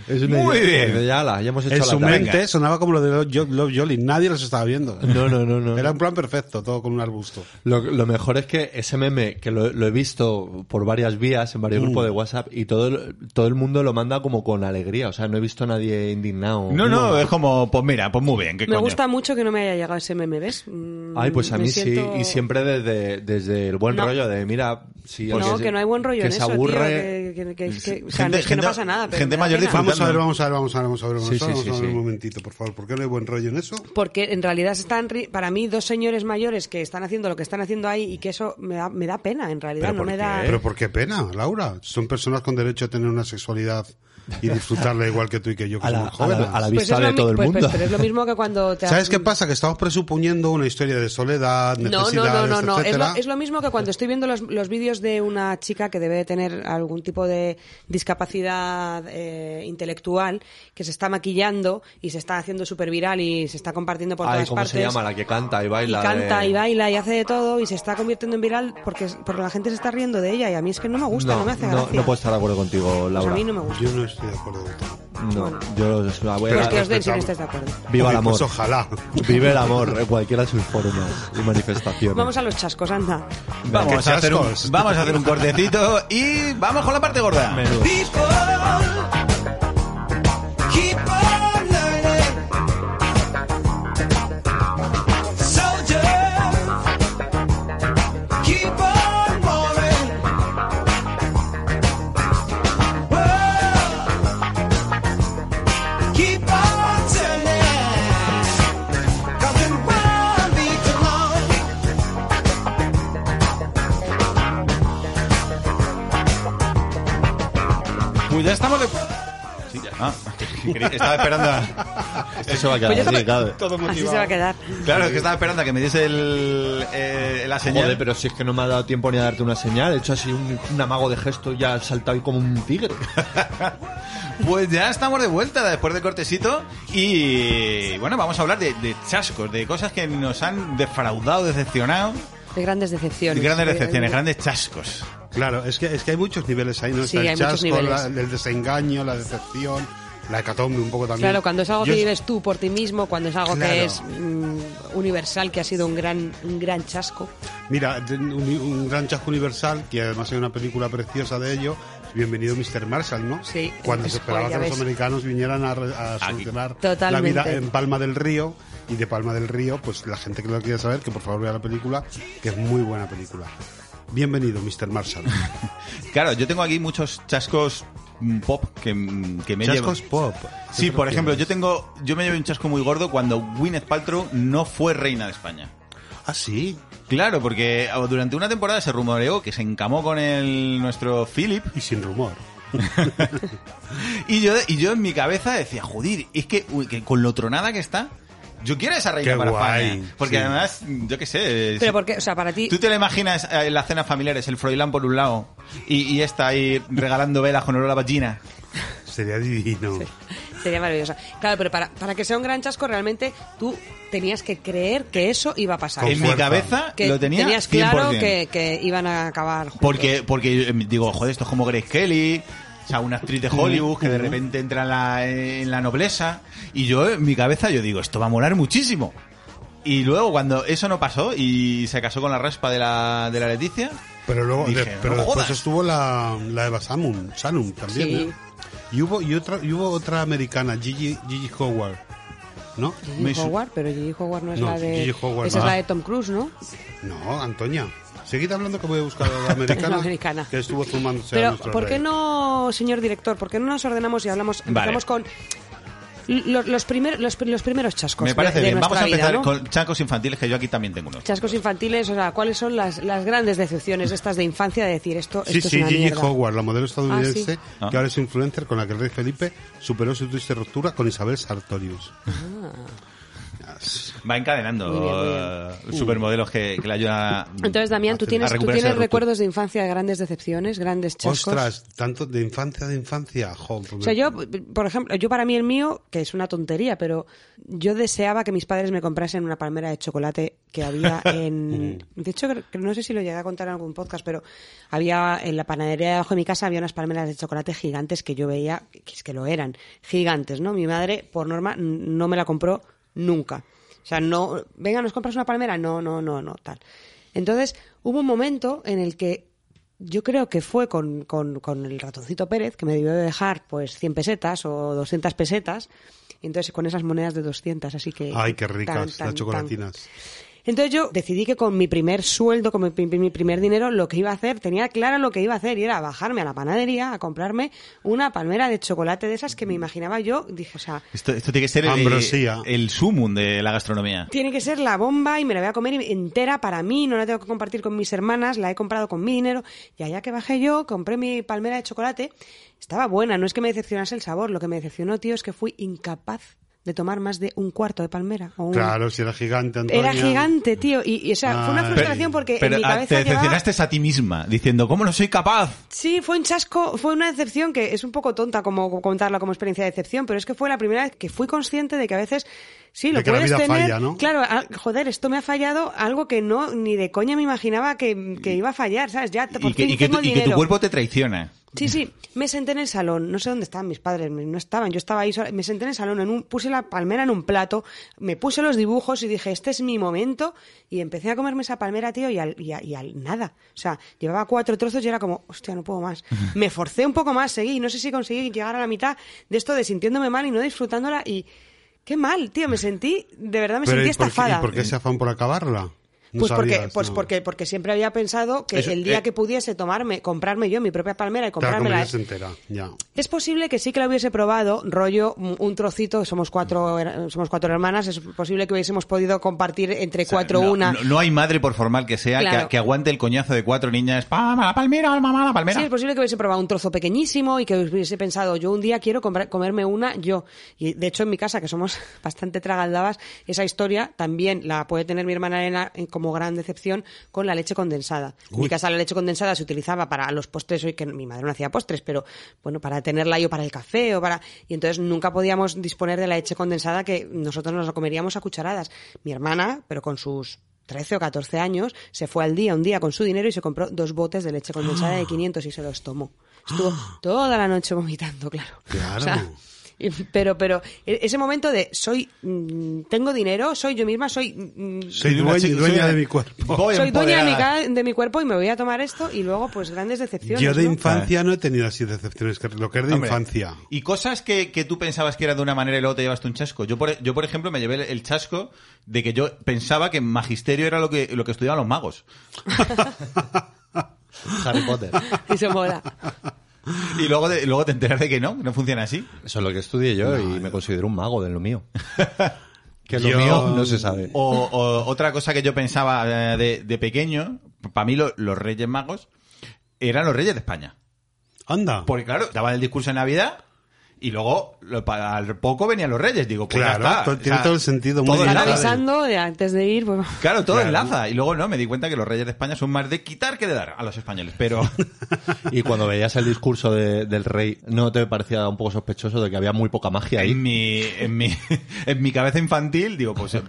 Speaker 7: Es una
Speaker 5: Muy
Speaker 7: idea-
Speaker 5: bien.
Speaker 7: Ya, la- ya hemos hecho
Speaker 6: En
Speaker 7: la
Speaker 6: su
Speaker 7: tarea.
Speaker 6: mente sonaba como lo de Love Jo- Love Jolly. Nadie los estaba viendo.
Speaker 7: No, no, no, Ah, no.
Speaker 6: (laughs) Era un plan perfecto, todo con un arbusto.
Speaker 7: Lo, lo mejor es que ese meme, que lo, lo he visto por varias vías, en varios grupos de WhatsApp, y todo el, todo el mundo lo manda como con alegría. O sea, no he visto a nadie indignado.
Speaker 5: No, no, es como, pues mira, pues muy bien, ¿qué
Speaker 4: Me
Speaker 5: coño?
Speaker 4: gusta mucho que no me haya llegado ese meme, ¿ves? Mm,
Speaker 7: Ay, pues a
Speaker 4: me
Speaker 7: mí
Speaker 4: siento-
Speaker 7: sí. Y siempre desde, desde el buen
Speaker 4: No.
Speaker 7: rollo de, mira, si
Speaker 4: no, que, no hay buen rollo
Speaker 7: que
Speaker 4: en
Speaker 7: se
Speaker 4: eso,
Speaker 7: aburre.
Speaker 4: tío. Que, que- que- que- o sea,
Speaker 5: Gente-
Speaker 4: no, es que no
Speaker 5: gente-
Speaker 4: pasa nada. pero
Speaker 5: gente
Speaker 4: me da
Speaker 5: mayor
Speaker 4: pena.
Speaker 5: disfruta.
Speaker 6: Vamos a ver,
Speaker 5: Disfrutando.
Speaker 6: vamos a ver, vamos a ver, vamos a ver. Vamos
Speaker 7: Sí,
Speaker 6: a ver,
Speaker 7: sí,
Speaker 6: vamos
Speaker 7: sí, Eh.
Speaker 6: a ver
Speaker 7: sí.
Speaker 6: un momentito, por favor. ¿Por qué no hay buen rollo en eso?
Speaker 4: Porque en realidad se están ri- para mí dos señores mayores que están haciendo lo que están haciendo ahí y que eso me da, me da pena en realidad,
Speaker 7: ¿Pero
Speaker 4: no
Speaker 7: por
Speaker 4: me da...
Speaker 7: ¿Eh?
Speaker 6: Pero ¿por qué pena, Laura? Son personas con derecho a tener una sexualidad y
Speaker 7: (laughs)
Speaker 6: disfrutarla igual que tú y que yo, que
Speaker 7: A la, a
Speaker 6: somos
Speaker 7: la-
Speaker 6: jóvenes.
Speaker 7: a la
Speaker 4: Pues
Speaker 7: vista
Speaker 4: es lo
Speaker 7: de
Speaker 4: mi-
Speaker 7: todo el
Speaker 4: pues- pues,
Speaker 7: mundo.
Speaker 4: pero es lo mismo que cuando te
Speaker 6: ¿Sabes qué pasa? Que estamos presuponiendo una historia de soledad,
Speaker 4: No,
Speaker 6: necesidades,
Speaker 4: no, no, no, no. Es
Speaker 6: etcétera.
Speaker 4: lo, es lo mismo que cuando estoy viendo los, los vídeos de una chica que debe de tener algún tipo de discapacidad eh, intelectual, que se está maquillando y se está haciendo súper viral y se está compartiendo por
Speaker 7: Ay,
Speaker 4: todas
Speaker 7: ¿cómo
Speaker 4: partes.
Speaker 7: se llama? La que canta y
Speaker 4: y
Speaker 7: baila.
Speaker 4: canta
Speaker 7: de-
Speaker 4: y baila y hace de todo y se está convirtiendo en viral porque, porque la gente se está riendo de ella y a mí es que no me gusta, no, me hace
Speaker 7: no,
Speaker 4: gracia.
Speaker 7: no puedo estar de acuerdo contigo,
Speaker 4: Pues
Speaker 7: Laura.
Speaker 4: a mí no me gusta.
Speaker 6: Yo no estoy de acuerdo contigo.
Speaker 7: No,
Speaker 4: Bueno.
Speaker 7: yo os la voy a-
Speaker 4: Pues que os den si no estáis
Speaker 6: respetamos.
Speaker 4: de acuerdo.
Speaker 7: Viva el
Speaker 6: Oye,
Speaker 7: amor.
Speaker 6: Pues
Speaker 7: (laughs)
Speaker 6: ojalá.
Speaker 7: Vive el amor, en cualquiera de sus formas y manifestaciones.
Speaker 4: Vamos a los chascos, anda.
Speaker 5: Vamos
Speaker 6: Qué
Speaker 5: a, hacer un,
Speaker 6: chascos.
Speaker 5: vamos a hacer un cortecito y vamos con la parte gorda.
Speaker 7: Menudo.
Speaker 9: People keep on learning. Soldiers keep on warring. World keep on turning. 'Cause it won't be too long.
Speaker 5: Pues ya estamos de... Sí, ya. Ah, (laughs) quería- estaba esperando a...
Speaker 7: Esto se va a quedar
Speaker 4: Pues yo
Speaker 7: así,
Speaker 4: también-
Speaker 7: claro.
Speaker 4: Así se va a quedar.
Speaker 5: Claro, es que estaba esperando a que me diese el, eh, la señal.
Speaker 7: Joder, pero si es que no me ha dado tiempo ni a darte una señal. He hecho así un, un amago de gesto y ya he saltado ahí como un (laughs) tigre.
Speaker 5: Pues ya estamos de vuelta después del cortecito y bueno, vamos a hablar de, de chascos, de cosas que nos han defraudado, decepcionado,
Speaker 4: De grandes decepciones.
Speaker 5: grandes
Speaker 4: De-
Speaker 5: decepciones,
Speaker 4: de-
Speaker 5: grandes chascos.
Speaker 6: Claro, es que, es que hay muchos niveles ahí, ¿no?
Speaker 4: Sí,
Speaker 6: Está el
Speaker 4: hay muchos
Speaker 6: chasco,
Speaker 4: niveles.
Speaker 6: la- el desengaño, la decepción, la hecatombe un poco también.
Speaker 4: Claro, cuando es algo
Speaker 6: Yo-
Speaker 4: que vives tú por ti mismo, cuando es algo
Speaker 6: Claro.
Speaker 4: que es mm, universal, que ha sido un gran, un gran chasco.
Speaker 6: Mira, de- un, un gran chasco universal, que además hay una película preciosa de ello, Bienvenido Mr. Marshall, ¿no?
Speaker 4: Sí,
Speaker 6: Cuando se
Speaker 4: es-
Speaker 6: esperaba
Speaker 4: joder,
Speaker 6: que
Speaker 4: ya
Speaker 6: los
Speaker 4: ves.
Speaker 6: americanos vinieran a, re- a solucionar la
Speaker 4: Totalmente.
Speaker 6: vida en Palma del Río, y de Palma del Río, pues la gente que lo quiera saber, que por favor vea la película, que es muy buena película. Bienvenido, Mr. Marshall.
Speaker 5: Claro, yo tengo aquí muchos chascos mm, pop que, mm, que me llevan.
Speaker 6: Chascos pop.
Speaker 5: Sí,
Speaker 6: ¿Qué
Speaker 5: por
Speaker 6: prefieres?
Speaker 5: ejemplo, yo tengo, yo me llevé un chasco muy gordo cuando Gwyneth Paltrow no fue reina de España.
Speaker 6: Ah, sí.
Speaker 5: Claro, porque oh, durante una temporada se rumoreó que se encamó con el nuestro Philip
Speaker 6: Y sin rumor.
Speaker 5: y yo, y yo en mi cabeza decía, joder, es que, uy, que con lo tronada que está, yo quiero esa reina
Speaker 6: Qué
Speaker 5: para
Speaker 6: guay,
Speaker 5: España. Porque
Speaker 6: sí.
Speaker 5: además, yo qué sé, si-
Speaker 4: Pero porque, o sea, para ti,
Speaker 5: tú te la imaginas eh, en las cenas familiares, el Froilán por un lado y, y esta ahí regalando velas con olor a la vagina.
Speaker 6: Sería divino.
Speaker 4: sería maravillosa. Claro, pero para, para que sea un gran chasco, realmente tú tenías que creer que eso iba a pasar.
Speaker 6: Con
Speaker 5: en
Speaker 6: fuerza.
Speaker 5: mi cabeza
Speaker 4: que
Speaker 5: lo tenía
Speaker 4: tenías claro
Speaker 5: 100%.
Speaker 4: que, que iban a acabar juntos.
Speaker 5: Porque, porque eh, digo, joder, esto es como Grace Kelly, o sea, una actriz de Hollywood que de repente entra en la, en la nobleza. Y yo, en mi cabeza, yo digo, esto va a molar muchísimo. Y luego, cuando eso no pasó y se casó con la raspa de la, de la Leticia,
Speaker 6: Pero luego,
Speaker 5: Dije,
Speaker 6: de-
Speaker 5: "No
Speaker 6: pero después
Speaker 5: jodas".
Speaker 6: estuvo la, la Eva Samun, Sanum también,
Speaker 4: Sí.
Speaker 6: ¿eh? Y hubo, y, otra, y hubo otra americana, Gigi, Gigi Howard, ¿no?
Speaker 4: Gigi
Speaker 6: Me su-
Speaker 4: Howard, pero Gigi Howard no es
Speaker 6: No,
Speaker 4: la de...
Speaker 6: Gigi Howard
Speaker 4: esa
Speaker 6: no.
Speaker 4: es la de Tom Cruise, ¿no?
Speaker 6: No, Antonia. Seguid hablando que voy a buscar
Speaker 4: (laughs)
Speaker 6: a la americana,
Speaker 4: La americana.
Speaker 6: que estuvo zumándose a
Speaker 4: Pero,
Speaker 6: nuestro
Speaker 4: ¿por qué
Speaker 6: rey.
Speaker 4: no, señor director? ¿Por qué no nos ordenamos y hablamos empezamos con
Speaker 5: Vale.
Speaker 4: Los, los primer- los, pri- los primeros chascos.
Speaker 5: Me parece
Speaker 4: de- de
Speaker 5: bien.
Speaker 4: nuestra
Speaker 5: Vamos a
Speaker 4: vida,
Speaker 5: empezar
Speaker 4: ¿no?
Speaker 5: con chacos infantiles, que yo aquí también tengo unos.
Speaker 4: Chascos infantiles, o sea, ¿cuáles son las, las grandes decepciones estas de infancia de decir esto,
Speaker 6: Sí,
Speaker 4: esto
Speaker 6: sí,
Speaker 4: es una
Speaker 6: Gigi
Speaker 4: mierda?
Speaker 6: Howard, la modelo estadounidense,
Speaker 4: Ah,
Speaker 5: Ah.
Speaker 6: que ahora es influencer con la que el rey Felipe superó su triste ruptura con Isabel Sartorius.
Speaker 4: Ah.
Speaker 5: Va encadenando
Speaker 4: Muy bien, muy
Speaker 5: eh, supermodelos que, que le ayudan a.
Speaker 4: Entonces, Damián, ¿tú
Speaker 5: a
Speaker 4: tienes, ¿tú
Speaker 5: recuperarse de
Speaker 4: tienes
Speaker 5: la ruptura.
Speaker 4: recuerdos de infancia de grandes decepciones, grandes chascos?
Speaker 6: Ostras, tanto de infancia de infancia. jo,
Speaker 4: O sea, yo, por ejemplo, yo para mí el mío, que es una tontería, pero yo deseaba que mis padres me comprasen una palmera de chocolate que (laughs) había en... De hecho, cre- no sé si lo llegué a contar en algún podcast, pero había en la panadería de abajo de mi casa había unas palmeras de chocolate gigantes que yo veía, que es que lo eran, gigantes, ¿no? Mi madre, por norma, n- no me la compró nunca. O sea, no, venga, ¿nos compras una palmera? No, no, no, no, tal. Entonces, hubo un momento en el que yo creo que fue con, con- con el ratoncito Pérez, que me debió de dejar pues 100 pesetas o 200 pesetas. Y entonces con esas monedas de 200, así que...
Speaker 6: Ay, qué
Speaker 4: tan,
Speaker 6: ricas
Speaker 4: tan,
Speaker 6: las
Speaker 4: tan.
Speaker 6: chocolatinas.
Speaker 4: Entonces yo decidí que con mi primer sueldo, con mi, pri- mi primer dinero, lo que iba a hacer, tenía claro lo que iba a hacer y era bajarme a la panadería a comprarme una palmera de chocolate de esas que me imaginaba yo. Dije, o sea,
Speaker 5: Esto, esto tiene que ser el,
Speaker 6: Ambrosía.
Speaker 5: el sumum de la gastronomía.
Speaker 4: tiene que ser la bomba y me la voy a comer entera para mí, no la tengo que compartir con mis hermanas, la he comprado con mi dinero. Y allá que bajé yo, compré mi palmera de chocolate, estaba buena, no es que me decepcionase el sabor, lo que me decepcionó, tío, es que fui incapaz de tomar más de un cuarto de palmera. o un-
Speaker 6: Claro, si era gigante, Antonia.
Speaker 4: Era gigante, tío, y, y, o sea, fue una
Speaker 6: Ah.
Speaker 4: frustración porque
Speaker 5: Pero
Speaker 4: en mi
Speaker 5: ah, te
Speaker 4: cabeza llevaba...
Speaker 5: decepcionaste a ti misma, diciendo, ¿cómo no soy capaz?
Speaker 4: Sí, fue un chasco, fue una decepción que es un poco tonta como contarla como experiencia de decepción, pero es que fue la primera vez que fui consciente de que a veces sí lo
Speaker 6: De que la
Speaker 4: puedes
Speaker 6: vida
Speaker 4: tener.
Speaker 6: falla, ¿no?
Speaker 4: Claro, ah, joder, esto me ha fallado algo que no ni de coña me imaginaba que, que iba a fallar, ¿sabes? Ya por
Speaker 5: Y que,
Speaker 4: fin
Speaker 5: y que
Speaker 4: tengo
Speaker 5: tu, y que tu
Speaker 4: dinero.
Speaker 5: cuerpo te traiciona.
Speaker 4: Sí, sí, me senté en el salón, no sé dónde estaban mis padres, me- no estaban, yo estaba ahí, sola, me senté en el salón, en un, puse la palmera en un plato, me puse los dibujos y dije, este es mi momento, y empecé a comerme esa palmera, tío, y al, y al- y al nada, o sea, llevaba cuatro trozos y era como, hostia, no puedo
Speaker 6: (laughs)
Speaker 4: más. Me forcé un poco más, seguí, y no sé si conseguí llegar a la mitad de esto de sintiéndome mal y no disfrutándola, y qué mal, tío, me sentí, de verdad me
Speaker 6: Pero
Speaker 4: sentí
Speaker 6: ¿y por qué-
Speaker 4: estafada.
Speaker 6: ¿Y por qué ese afán por acabarla? No
Speaker 4: Pues, porque,
Speaker 6: sabías,
Speaker 4: pues
Speaker 6: no.
Speaker 4: porque, porque siempre había pensado que
Speaker 5: Eso,
Speaker 4: el día
Speaker 5: eh.
Speaker 4: que pudiese tomarme, comprarme yo mi propia palmera y
Speaker 6: Te la
Speaker 4: comprármela
Speaker 6: comerías entera, ya.
Speaker 4: es posible que sí que la hubiese probado, rollo un un trocito, somos cuatro, her- somos cuatro hermanas, es posible que hubiésemos podido compartir entre
Speaker 5: O sea,
Speaker 4: cuatro
Speaker 5: no,
Speaker 4: una.
Speaker 5: No, no hay madre, por formal que sea, que- que,
Speaker 4: Claro.
Speaker 5: aguante el coñazo de cuatro niñas. ¡Pama, la palmera, mamá, la palmera!
Speaker 4: Sí, es posible que hubiese probado un trozo pequeñísimo y que hubiese pensado, yo un día quiero compra- comerme una yo. Y de hecho en mi casa, que somos (laughs) bastante tragaldabas, esa historia también la puede tener mi hermana Elena en- como gran decepción con la leche condensada. En mi casa la leche condensada se utilizaba para los postres, hoy que mi madre no hacía postres, pero bueno, para tenerla yo para el café o para... Y entonces nunca podíamos disponer de la leche condensada que nosotros nos la comeríamos a cucharadas. Mi hermana, pero con sus 13 o 14 años, se fue al día un día con su dinero y se compró dos botes de leche condensada
Speaker 5: Ah.
Speaker 4: de 500 y se los tomó. Estuvo toda la noche vomitando, claro.
Speaker 6: Claro.
Speaker 4: y- pero, pero e- ese momento de soy, mm, tengo dinero, soy yo misma, soy, mm,
Speaker 6: Soy
Speaker 5: Soy una
Speaker 6: dueña,
Speaker 5: chica-
Speaker 6: dueña
Speaker 5: soy una-
Speaker 6: de mi cuerpo.
Speaker 5: Voy
Speaker 4: soy dueña de mi,
Speaker 5: empoderada.
Speaker 4: ca- de mi cuerpo y me voy a tomar esto y luego pues grandes decepciones.
Speaker 6: Yo de
Speaker 4: ¿no?
Speaker 6: infancia no he tenido así decepciones, que lo que es de
Speaker 5: Hombre,
Speaker 6: infancia.
Speaker 5: Y cosas que, que tú pensabas que eran de una manera y luego te llevaste un chasco. Yo, por, yo, por ejemplo, me llevé el, el chasco de que yo pensaba que magisterio era lo que, lo que estudiaban los magos.
Speaker 7: Harry Potter.
Speaker 4: Y se
Speaker 5: (laughs)
Speaker 4: mola.
Speaker 5: Y luego, de- luego te enteras de que no, que no funciona así.
Speaker 7: Eso es lo que estudié yo y me considero un mago de lo mío. que lo
Speaker 6: Yo-
Speaker 7: mío no se sabe.
Speaker 5: O, o otra cosa que yo pensaba eh, de, de pequeño, para mí lo- los reyes magos eran los reyes de España.
Speaker 6: Anda.
Speaker 5: Porque claro, daba el discurso de Navidad y luego lo- para- al poco venían los reyes. Digo, pues ya
Speaker 6: Claro,
Speaker 5: está.
Speaker 6: to- tiene todo el sentido, muy
Speaker 5: todo
Speaker 6: bien.
Speaker 4: Están
Speaker 5: enlaza.
Speaker 4: avisando de antes de ir, pues,
Speaker 5: Claro, todo enlaza. Y luego no, me di cuenta que los reyes de España son más de quitar que de dar a los españoles. Pero
Speaker 6: (laughs)
Speaker 7: Y cuando veías el discurso de- del rey, ¿no te parecía un poco sospechoso de que había muy poca magia
Speaker 5: en
Speaker 7: ahí?
Speaker 5: mi, en mi, en mi cabeza infantil, digo, pues eh,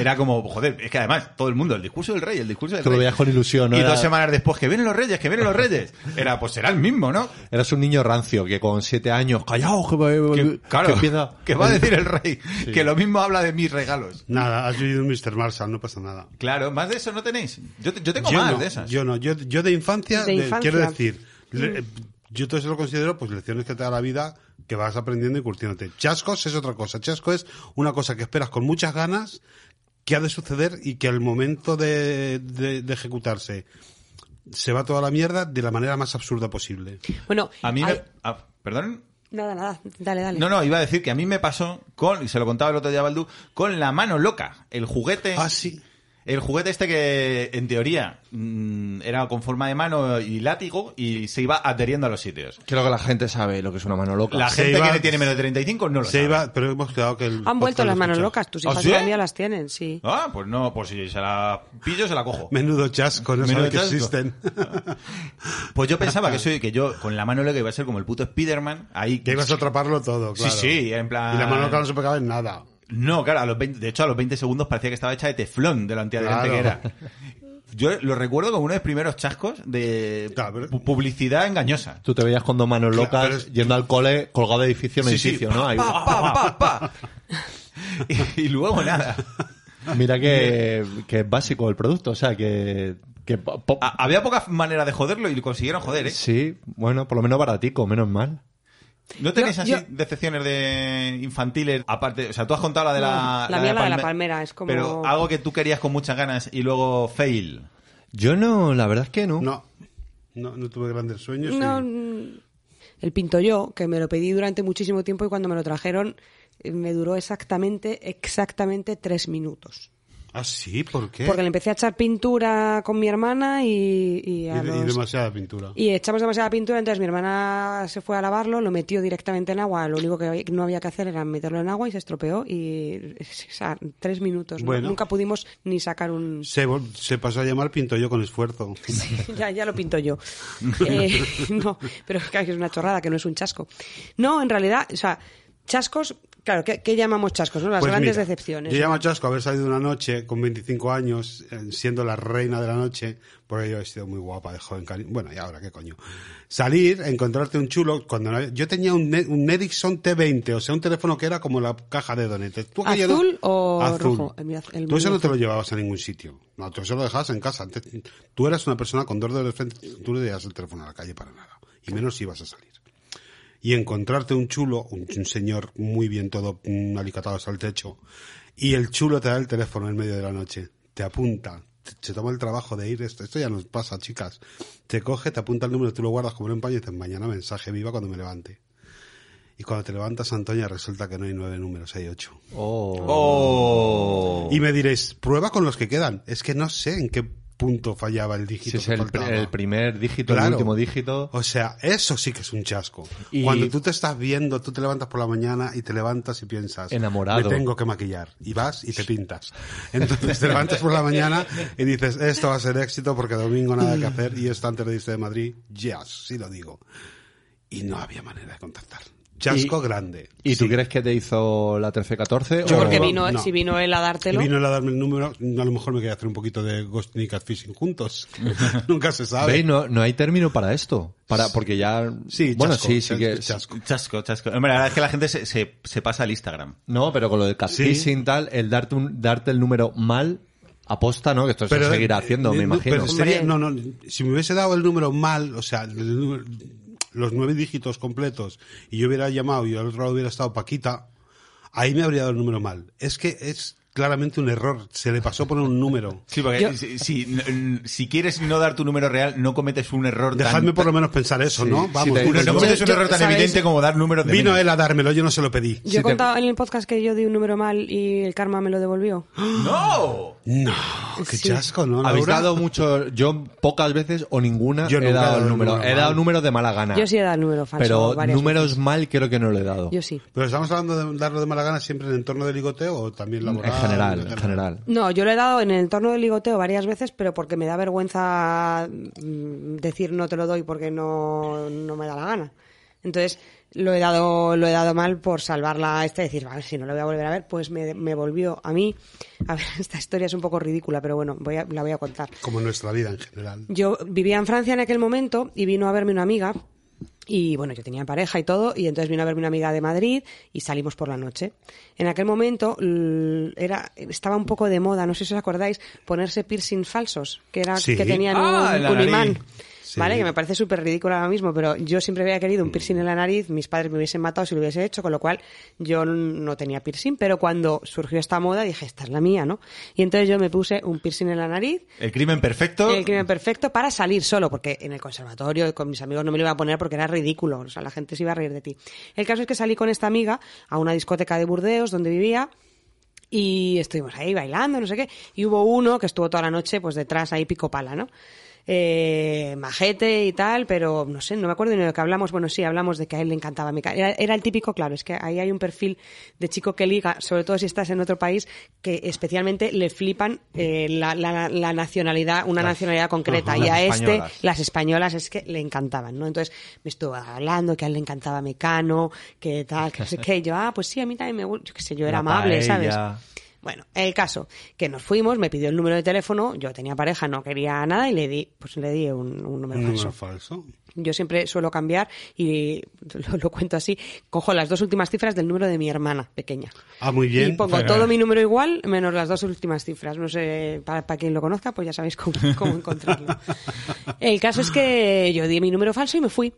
Speaker 5: era como, joder, es que además todo el mundo, el discurso del rey, el discurso del
Speaker 7: Tú lo
Speaker 5: rey.
Speaker 7: veías con ilusión, ¿no?
Speaker 5: Y
Speaker 7: Era-
Speaker 5: dos semanas después, que vienen los reyes, que vienen los reyes. (laughs) Era, pues será el mismo, ¿no?
Speaker 7: Eras un niño rancio que con siete años, callao, que, va-
Speaker 5: Que, claro,
Speaker 7: que
Speaker 5: (laughs) que,
Speaker 7: empieza-
Speaker 5: va a decir el rey, que lo mismo habla de mis regalos.
Speaker 6: Nada, has vivido un Mr. Marshall, no pasa nada.
Speaker 5: Claro, más de eso no tenéis. Yo, te- yo tengo
Speaker 6: yo
Speaker 5: más
Speaker 6: no,
Speaker 5: de esas.
Speaker 6: Yo no, yo, yo de infancia,
Speaker 4: De
Speaker 6: de-
Speaker 4: infancia. Mm.
Speaker 6: quiero decir, le- eh, yo todo eso lo considero pues lecciones que te da la vida que vas aprendiendo y curtiéndote. Chascos es otra cosa. Chasco es una cosa que esperas con muchas ganas, que ha de suceder y que al momento de, de- de ejecutarse se va toda la mierda de la manera más absurda posible.
Speaker 4: bueno,
Speaker 5: a mí me-
Speaker 4: hay-
Speaker 5: ah, ¿Perdón?
Speaker 4: Nada, nada. Dale, dale.
Speaker 5: No, no, iba a decir que a mí me pasó con, y se lo contaba el otro día a Baldu, con la mano loca, el juguete.
Speaker 6: Ah, sí.
Speaker 5: El juguete este que, en teoría, mm, era con forma de mano y látigo y se iba adheriendo a los sitios.
Speaker 7: Creo que la gente sabe lo que es una mano loca.
Speaker 5: La
Speaker 6: Se
Speaker 5: gente
Speaker 6: iba-
Speaker 5: que tiene menos de 35 no lo
Speaker 6: Se
Speaker 5: sabe.
Speaker 6: iba, pero hemos quedado que el
Speaker 4: Han vuelto
Speaker 6: podcast lo
Speaker 4: las manos
Speaker 6: escucha.
Speaker 4: locas. Tus
Speaker 5: ¿Ah,
Speaker 4: hijas
Speaker 5: sí?
Speaker 4: hoy en día las tienen, sí.
Speaker 5: Ah, pues no, pues si se la pillo, se la cojo.
Speaker 6: Menudo chasco, no sabe
Speaker 5: Menudo
Speaker 6: que
Speaker 5: chasco. (laughs)
Speaker 6: existen.
Speaker 5: Pues yo pensaba que soy, que yo con la mano loca iba a ser como el puto Spiderman, ahí
Speaker 6: que ibas a atraparlo todo, claro.
Speaker 5: Sí, sí, en plan-
Speaker 6: Y la mano loca no se pegaba en nada.
Speaker 5: No, claro, a los 20 de hecho a los 20 segundos parecía que estaba hecha de teflón de lo antiadherente
Speaker 6: Claro.
Speaker 5: que era. Yo lo recuerdo como uno de los primeros chascos de
Speaker 6: Claro, pero-
Speaker 5: pu- publicidad engañosa.
Speaker 7: Tú te veías con dos manos
Speaker 6: Claro,
Speaker 7: locas
Speaker 6: pero es-
Speaker 7: yendo al cole colgado de edificio en
Speaker 5: Sí, sí,
Speaker 7: edificio,
Speaker 5: pa,
Speaker 7: ¿no? Ahí-
Speaker 5: pa, pa, pa, pa. (laughs) Y, y luego
Speaker 6: (laughs)
Speaker 5: nada.
Speaker 7: Mira que, que es básico el producto, o sea, que... que po- po-
Speaker 5: Ha- había poca manera de joderlo y lo consiguieron joder, Ah, ¿eh?
Speaker 7: Sí, bueno, por lo menos baratico, menos mal.
Speaker 5: ¿No tenéis
Speaker 4: Yo-
Speaker 5: así
Speaker 4: yo-
Speaker 5: decepciones de infantiles? Aparte, o sea, tú has contado la de la...
Speaker 4: No, la mía, la de la
Speaker 5: palme-
Speaker 4: palmera, es como-
Speaker 5: Pero algo que tú querías con muchas ganas y luego fail.
Speaker 7: Yo no, la verdad es que no.
Speaker 6: No, no, no tuve grandes sueños. y-
Speaker 4: No, mm, el pinto yo, que me lo pedí durante muchísimo tiempo y cuando me lo trajeron eh, me duró exactamente, exactamente tres minutos.
Speaker 6: Ah, sí, ¿por qué?
Speaker 4: Porque le empecé a echar pintura con mi hermana y, y
Speaker 6: Y,
Speaker 4: a
Speaker 6: de- y
Speaker 4: los-
Speaker 6: demasiada pintura.
Speaker 4: y echamos demasiada pintura, entonces mi hermana se fue a lavarlo, lo metió directamente en agua, lo único que había- no había que hacer era meterlo en agua y se estropeó y o sea, tres minutos. ¿no?
Speaker 6: Bueno.
Speaker 4: Nunca pudimos ni sacar un...
Speaker 6: Se, vol- se pasó a llamar Pinto yo
Speaker 4: (laughs)
Speaker 6: con esfuerzo.
Speaker 4: ya, ya lo pinto yo. Eh, (laughs) no, pero claro, que es una chorrada, que no es un chasco. No, en realidad, o sea, chascos, claro, ¿qué, qué llamamos chascos? no? Las
Speaker 6: Pues
Speaker 4: grandes
Speaker 6: mira,
Speaker 4: decepciones.
Speaker 6: Yo llamo a Chasco haber salido una noche con 25 años, eh, siendo la reina de la noche, por ello he sido muy guapa de joven. cari- Bueno, y ahora qué coño. Salir, encontrarte un chulo, cuando no había- yo tenía un, Ne- un Ericsson T20, o sea, un teléfono que era como la caja de donetes. ¿Tú aquello no-
Speaker 4: ¿Azul o
Speaker 6: Azul.
Speaker 4: rojo? El mío az- el
Speaker 6: Tú eso
Speaker 4: mío
Speaker 6: no te lo llevabas a ningún sitio. No, tú eso lo dejabas en casa. Antes, tú eras una persona con dos dedos de frente, tú no llevabas el teléfono a la calle para nada. Y menos si ibas a salir y encontrarte un chulo, un, un señor muy bien todo mm, alicatado hasta el techo, y el chulo te da el teléfono en medio de la noche, te apunta, te- se toma el trabajo de ir, esto, esto ya nos pasa, chicas, te coge, te apunta el número, tú lo guardas como un empaño y dices, mañana mensaje viva cuando me levante. Y cuando te levantas, Antonia, resulta que no hay nueve números, hay ocho.
Speaker 5: ¡Oh!
Speaker 6: Y me diréis, prueba con los que quedan. Es que no sé en qué punto fallaba el dígito.
Speaker 7: Si es
Speaker 6: que
Speaker 7: el,
Speaker 6: faltaba.
Speaker 7: pr- el primer dígito, el
Speaker 6: Claro.
Speaker 7: último dígito.
Speaker 6: O sea, eso sí que es un chasco.
Speaker 7: Y-
Speaker 6: Cuando tú te estás viendo, tú te levantas por la mañana y te levantas y piensas,
Speaker 7: Enamorado.
Speaker 6: me tengo que maquillar. Y vas y te pintas. Entonces te levantas por la mañana y dices, esto va a ser éxito porque domingo nada que hacer y esto antes de irse de Madrid, ya, sí lo digo. Y no había manera de contactar. Chasco
Speaker 7: Y-
Speaker 6: grande.
Speaker 7: ¿Y tú
Speaker 6: Sí.
Speaker 7: crees que te hizo la 13-14?
Speaker 6: Yo
Speaker 7: o-
Speaker 6: creo
Speaker 4: Porque
Speaker 6: no,
Speaker 4: vino,
Speaker 6: no.
Speaker 4: si vino él a dártelo,
Speaker 6: Vino él a darme el número, a lo mejor me quería hacer un poquito de Ghost Nick and Fishing juntos. Nunca se sabe.
Speaker 7: ¿Veis? No, no hay término para esto. Para, porque ya...
Speaker 6: Sí,
Speaker 7: bueno,
Speaker 6: chasco,
Speaker 7: sí, sí que...
Speaker 6: chasco.
Speaker 5: Chasco, chasco. Hombre, la verdad es que la gente se, se, se pasa al Instagram.
Speaker 7: No, pero con lo del catfishing
Speaker 6: Sí.
Speaker 7: tal, el darte, un, darte el número mal, aposta, ¿no? Que esto se seguirá haciendo, me
Speaker 6: eh, no,
Speaker 7: imagino.
Speaker 6: pero sería- no, no, si me hubiese dado el número mal, o sea, el número- los nueve dígitos completos, y yo hubiera llamado y al otro lado hubiera estado Paquita, ahí me habría dado el número mal. Es que es claramente un error, se le pasó poner un número.
Speaker 5: Sí, porque si, si- si quieres no dar tu número real, no cometes un error tan...
Speaker 6: Dejadme por lo menos pensar eso, ¿no?
Speaker 7: sí,
Speaker 6: Vamos.
Speaker 7: te-
Speaker 6: tú-
Speaker 5: No, no
Speaker 4: Yo-
Speaker 5: cometes un
Speaker 4: yo-
Speaker 5: error tan
Speaker 4: ¿sabes?
Speaker 5: evidente como dar números de
Speaker 6: vino
Speaker 5: menos.
Speaker 6: él a dármelo, yo no se lo pedí.
Speaker 4: yo
Speaker 7: si
Speaker 4: he
Speaker 7: te-
Speaker 4: contado en el podcast que yo di un número mal y el karma me lo devolvió.
Speaker 6: Ah.
Speaker 5: ¡No!
Speaker 6: No, qué
Speaker 4: Sí.
Speaker 6: chasco, ¿no?
Speaker 7: Habéis
Speaker 6: Laura?
Speaker 7: dado mucho, yo pocas veces o ninguna
Speaker 6: Yo nunca
Speaker 7: he dado el número. He dado
Speaker 6: mal.
Speaker 7: números de mala gana.
Speaker 4: Yo sí he dado el número falso
Speaker 7: Pero
Speaker 4: varias
Speaker 7: números mal creo que no lo he dado.
Speaker 4: Yo sí.
Speaker 6: Pero estamos hablando de darlo de mala gana siempre en el entorno del ligoteo o también laboral.
Speaker 7: en general, en
Speaker 6: etcétera?
Speaker 7: general.
Speaker 4: No, yo le he dado en el entorno del ligoteo varias veces, pero porque me da vergüenza mm, decir no te lo doy porque no, no me da la gana. Entonces lo he dado lo he dado mal por salvarla a este decir, vale, si no lo voy a volver a ver, pues me, me volvió a mí. A ver, (laughs) esta historia es un poco ridícula, pero bueno, voy a- la voy a contar.
Speaker 6: Como en nuestra vida en general.
Speaker 4: Yo vivía en Francia en aquel momento y vino a verme una amiga. Y bueno, yo tenía pareja y todo, y entonces vino a verme una amiga de Madrid y salimos por la noche. En aquel momento l- era, estaba un poco de moda, no sé si os acordáis, ponerse piercing falsos, que era
Speaker 6: Sí.
Speaker 4: que tenían
Speaker 5: Ah,
Speaker 4: un-
Speaker 5: en la
Speaker 4: un,
Speaker 5: nariz.
Speaker 4: imán.
Speaker 6: Sí.
Speaker 4: ¿vale? Que me parece súper ridículo ahora mismo, pero yo siempre había querido un piercing en la nariz, mis padres me hubiesen matado si lo hubiese hecho, con lo cual yo no tenía piercing, pero cuando surgió esta moda dije, esta es la mía, ¿no? Y entonces yo me puse un piercing en la nariz
Speaker 5: El crimen perfecto.
Speaker 4: el crimen perfecto para salir solo, porque en el conservatorio con mis amigos no me lo iba a poner porque era ridículo, o sea, la gente se iba a reír de ti. El caso es que salí con esta amiga a una discoteca de Burdeos donde vivía y estuvimos ahí bailando, no sé qué, y hubo uno que estuvo toda la noche pues detrás ahí pico pala, ¿no? Eh, majete y tal, pero no sé, no me acuerdo ni de lo que hablamos. Bueno, sí, hablamos de que a él le encantaba mi cara. Era, era el típico, claro, es que ahí hay un perfil de chico que liga, sobre todo si estás en otro país, que especialmente le flipan eh, la, la- la nacionalidad, una nacionalidad concreta.
Speaker 7: ajá,
Speaker 4: y
Speaker 7: las
Speaker 4: a este,
Speaker 7: españolas.
Speaker 4: las españolas es que le encantaban, ¿no? Entonces me estuvo hablando que a él le encantaba Mecano, que
Speaker 7: (laughs)
Speaker 4: tal, que no sé qué. Y yo, ah, pues sí, a mí también me gusta, yo qué sé, yo era
Speaker 7: La
Speaker 4: amable,
Speaker 7: paella.
Speaker 4: ¿sabes? Bueno, el caso, que nos fuimos, me pidió el número de teléfono, yo tenía pareja, no quería nada y le di, pues le di un, un número
Speaker 6: Un
Speaker 4: falso.
Speaker 6: número falso.
Speaker 4: Yo siempre suelo cambiar y (laughs) lo, lo cuento así, cojo las dos últimas cifras del número de mi hermana pequeña.
Speaker 6: Ah, muy bien.
Speaker 4: Y pongo
Speaker 6: Pero-
Speaker 4: todo mi número igual menos las dos últimas cifras. No sé, para, para quien lo conozca, pues ya sabéis cómo, (laughs) cómo encontrarlo. El caso es que yo di mi número falso y me fui.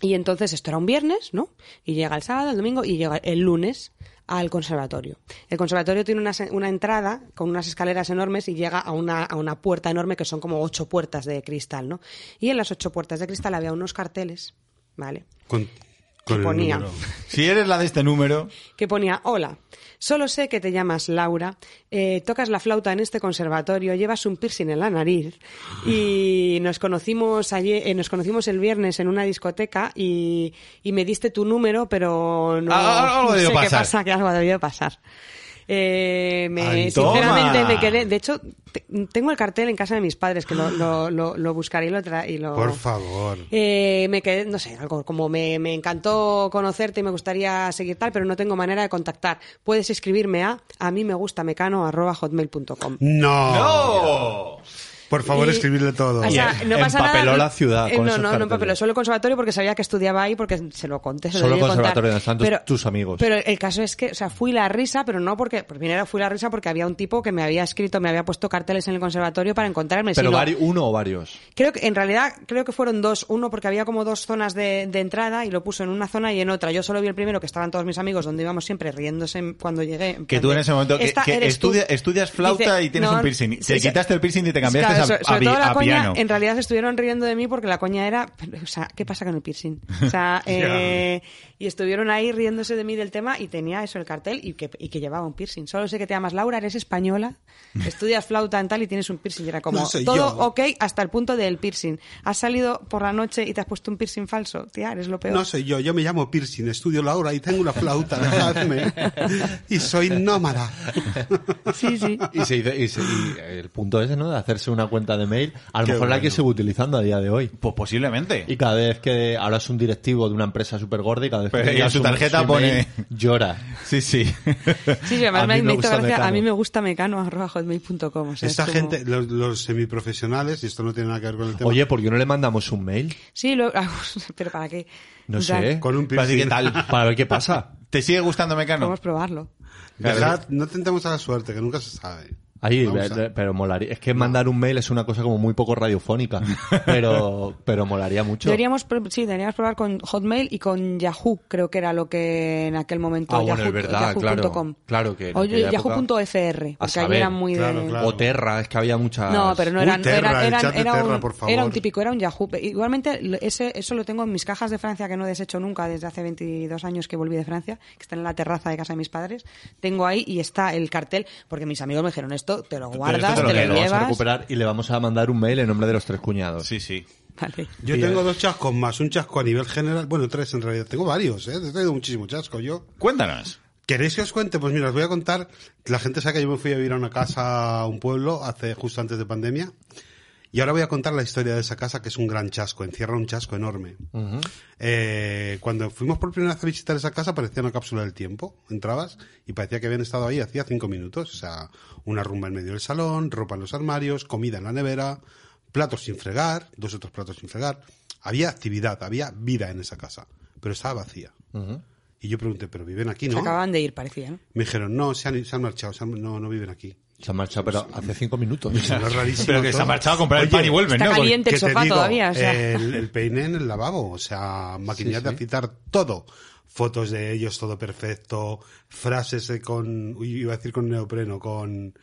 Speaker 4: Y entonces esto era un viernes, ¿no? Y llega el sábado, el domingo y llega el lunes al conservatorio. El conservatorio tiene una, se- una entrada con unas escaleras enormes y llega a una, a una puerta enorme que son como ocho puertas de cristal, ¿no? Y en las ocho puertas de cristal había unos carteles, ¿vale?
Speaker 6: Con, con el
Speaker 4: ponía.
Speaker 6: número.
Speaker 5: Si eres la de este número,
Speaker 4: que ponía hola. Solo sé que te llamas Laura, eh, tocas la flauta en este conservatorio, llevas un piercing en la
Speaker 5: (laughs)
Speaker 4: nariz y nos conocimos ayer, eh, nos conocimos el viernes en una discoteca y, y me diste tu número, pero no,
Speaker 5: Ah,
Speaker 4: no
Speaker 5: algo ha debido
Speaker 4: sé qué
Speaker 5: pasar.
Speaker 4: pasa, que algo ha debido pasar. Eh, me-
Speaker 5: Ay, toma.
Speaker 4: sinceramente me quedé. De hecho, te- tengo el cartel en casa de mis padres que lo, lo, lo- lo buscaré y lo, tra- y lo
Speaker 6: Por favor.
Speaker 4: eh, me quedé, no sé, algo como me, me encantó conocerte y me gustaría seguir tal, pero no tengo manera de contactar. Puedes escribirme a a mí me gusta mecano arroba hotmail.com.
Speaker 6: No. Por favor,
Speaker 4: Y-
Speaker 6: escribirle todo.
Speaker 4: O sea,
Speaker 7: Y
Speaker 4: no pasa nada.
Speaker 7: empapeló la ciudad
Speaker 4: Eh,
Speaker 7: con
Speaker 4: no,
Speaker 7: esos
Speaker 4: no, no
Speaker 7: carteles.
Speaker 4: empapeló. Solo el conservatorio porque sabía que estudiaba ahí porque se lo conté. Se
Speaker 7: Solo
Speaker 4: lo llegué a contar.
Speaker 7: conservatorio de Santos, tus amigos.
Speaker 4: Pero el caso es que, o sea, fui la risa, pero no porque, por primero fui la risa porque había un tipo que me había escrito, me había puesto carteles en el conservatorio para encontrarme.
Speaker 7: Pero
Speaker 4: sino-
Speaker 7: vari- uno o varios.
Speaker 4: Creo que en realidad creo que fueron dos, uno porque había como dos zonas de, de entrada y lo puso en una zona y en otra. Yo solo vi el primero que estaban todos mis amigos donde íbamos siempre riéndose en- cuando llegué. en
Speaker 5: que
Speaker 4: plan
Speaker 5: tú
Speaker 4: de,
Speaker 5: en ese momento que,
Speaker 4: "Esta
Speaker 5: que
Speaker 4: eres tú".
Speaker 5: estudia- estudias flauta
Speaker 4: Dice,
Speaker 5: y tienes
Speaker 4: "No,
Speaker 5: un piercing.
Speaker 4: sí,
Speaker 5: te
Speaker 4: sí".
Speaker 5: quitaste el piercing y te
Speaker 4: Claro,
Speaker 5: cambiaste a-
Speaker 4: sobre-
Speaker 5: a,
Speaker 4: sobre
Speaker 5: bi-
Speaker 4: todo la
Speaker 5: a
Speaker 4: coña,
Speaker 5: piano.
Speaker 4: en realidad se estuvieron riendo de mí porque la coña era, pero, o sea, ¿qué pasa con el piercing? O sea, eh, y estuvieron ahí riéndose de mí del tema y tenía eso el cartel y que, y que llevaba un piercing. Solo sé que te llamas Laura, eres española, estudias flauta en tal y tienes un piercing. Y era como,
Speaker 6: No soy
Speaker 4: todo
Speaker 6: yo.
Speaker 4: ok hasta el punto del piercing. Has salido por la noche y te has puesto un piercing falso. Tía, eres lo peor.
Speaker 6: No soy yo, yo me llamo Piercing, estudio Laura y tengo una flauta, dejadme. Y soy nómada.
Speaker 4: Sí, sí.
Speaker 7: Y, se hizo- y se- y el punto ese, ¿no? De hacerse una cuenta de mail, a lo
Speaker 6: Qué
Speaker 7: mejor la que
Speaker 6: bueno.
Speaker 7: sigo utilizando a día de hoy.
Speaker 5: Pues posiblemente.
Speaker 7: Y cada vez que ahora es un directivo de una empresa súper gorda y cada vez que
Speaker 5: Pero
Speaker 7: tenga
Speaker 5: en su tarjeta
Speaker 7: email,
Speaker 5: pone-
Speaker 7: llora.
Speaker 5: Sí, sí. (laughs)
Speaker 4: Sí, sí, además
Speaker 7: A
Speaker 4: me,
Speaker 7: mí me
Speaker 4: me hizo
Speaker 7: gusta
Speaker 4: gracia,
Speaker 7: Mecano.
Speaker 4: A mí me gusta mecano arroba hotmail.com. O sea,
Speaker 6: Esta
Speaker 4: es como-
Speaker 6: gente, los, los semiprofesionales, y esto no tiene nada que ver con el tema,
Speaker 7: Oye, ¿por qué no le mandamos un mail?
Speaker 4: Sí, lo... (laughs) pero ¿para qué?
Speaker 7: No
Speaker 4: En plan,
Speaker 7: sé.
Speaker 6: con un
Speaker 5: Así que
Speaker 6: piercing.
Speaker 5: tal.
Speaker 7: (laughs) Para ver qué pasa.
Speaker 5: ¿Te sigue gustando Mecano?
Speaker 4: Podemos probarlo.
Speaker 6: Dejad, no tentemos a la suerte, que nunca se sabe.
Speaker 7: Ahí,
Speaker 6: Vamos a-
Speaker 7: eh, pero molaría. Es que mandar un mail es una cosa como muy poco
Speaker 5: (laughs)
Speaker 7: radiofónica. Pero, pero molaría mucho.
Speaker 4: Deberíamos, pro- sí, deberíamos probar con Hotmail y con Yahoo, creo que era lo que en aquel momento.
Speaker 7: Ah, bueno,
Speaker 4: Yahoo-
Speaker 7: es verdad, claro,
Speaker 4: yahoo.com.
Speaker 7: claro que en
Speaker 4: O
Speaker 7: aquella época-
Speaker 4: yahoo.fr, porque
Speaker 7: saber.
Speaker 4: ahí eran muy de-
Speaker 6: Claro, claro.
Speaker 7: O Terra, es que había muchas.
Speaker 4: No, pero no eran.
Speaker 6: Uy, Terra,
Speaker 4: eran-
Speaker 6: el
Speaker 4: eran-
Speaker 6: chat de
Speaker 4: era un,
Speaker 6: Terra, por favor.
Speaker 4: era un típico, era un Yahoo. Igualmente, lo- ese, eso lo tengo en mis cajas de Francia que no desecho nunca desde hace 22 años que volví de Francia, que están en la terraza de casa de mis padres. Tengo ahí y está el cartel, porque mis amigos me dijeron esto, te lo guardas,
Speaker 5: esto
Speaker 4: te
Speaker 5: te
Speaker 4: lo,
Speaker 7: lo
Speaker 5: lo quedas,
Speaker 7: vamos a
Speaker 4: llevas.
Speaker 7: recuperar y le vamos a mandar un mail en nombre de los tres cuñados.
Speaker 5: Sí, sí.
Speaker 4: Vale.
Speaker 6: Yo tengo dos chascos más, un chasco a nivel general, bueno, tres en realidad, tengo varios, ¿eh? He traído muchísimo chasco yo.
Speaker 5: Cuéntanos.
Speaker 6: ¿Queréis que os cuente? Pues mira, os voy a contar. La gente sabe que yo me fui a vivir a una casa, a un pueblo, hace justo antes de pandemia. Y ahora voy a contar la historia de esa casa, que es un gran chasco, encierra un chasco enorme. Eh, cuando fuimos por primera vez a visitar esa casa, parecía una cápsula del tiempo. Entrabas y parecía que habían estado ahí hacía cinco minutos. O sea, una rumba en medio del salón, ropa en los armarios, comida en la nevera, platos sin fregar, dos otros platos sin fregar. Había actividad, había vida en esa casa, pero estaba vacía. Y yo pregunté, ¿pero viven aquí, no?
Speaker 4: Se acababan de ir, parecía, ¿no?
Speaker 6: Me dijeron, no, se han, se han marchado, se han- no, no viven aquí.
Speaker 7: Se ha marchado, pero hace cinco minutos.
Speaker 6: Eso es rarísimo
Speaker 5: (laughs) Pero que se
Speaker 6: todo.
Speaker 5: ha marchado a comprar el
Speaker 6: Oye,
Speaker 5: pan y vuelve,
Speaker 4: está
Speaker 7: pues,
Speaker 5: ¿no? Porque-
Speaker 4: caliente el
Speaker 6: que te
Speaker 4: sofá
Speaker 6: digo,
Speaker 4: todavía, o sea.
Speaker 7: Eh,
Speaker 6: El, el peine en el lavabo, o sea, maquinillas de citar todo. Fotos de ellos, todo perfecto. Frases de con. uy, iba a decir con neopreno, con.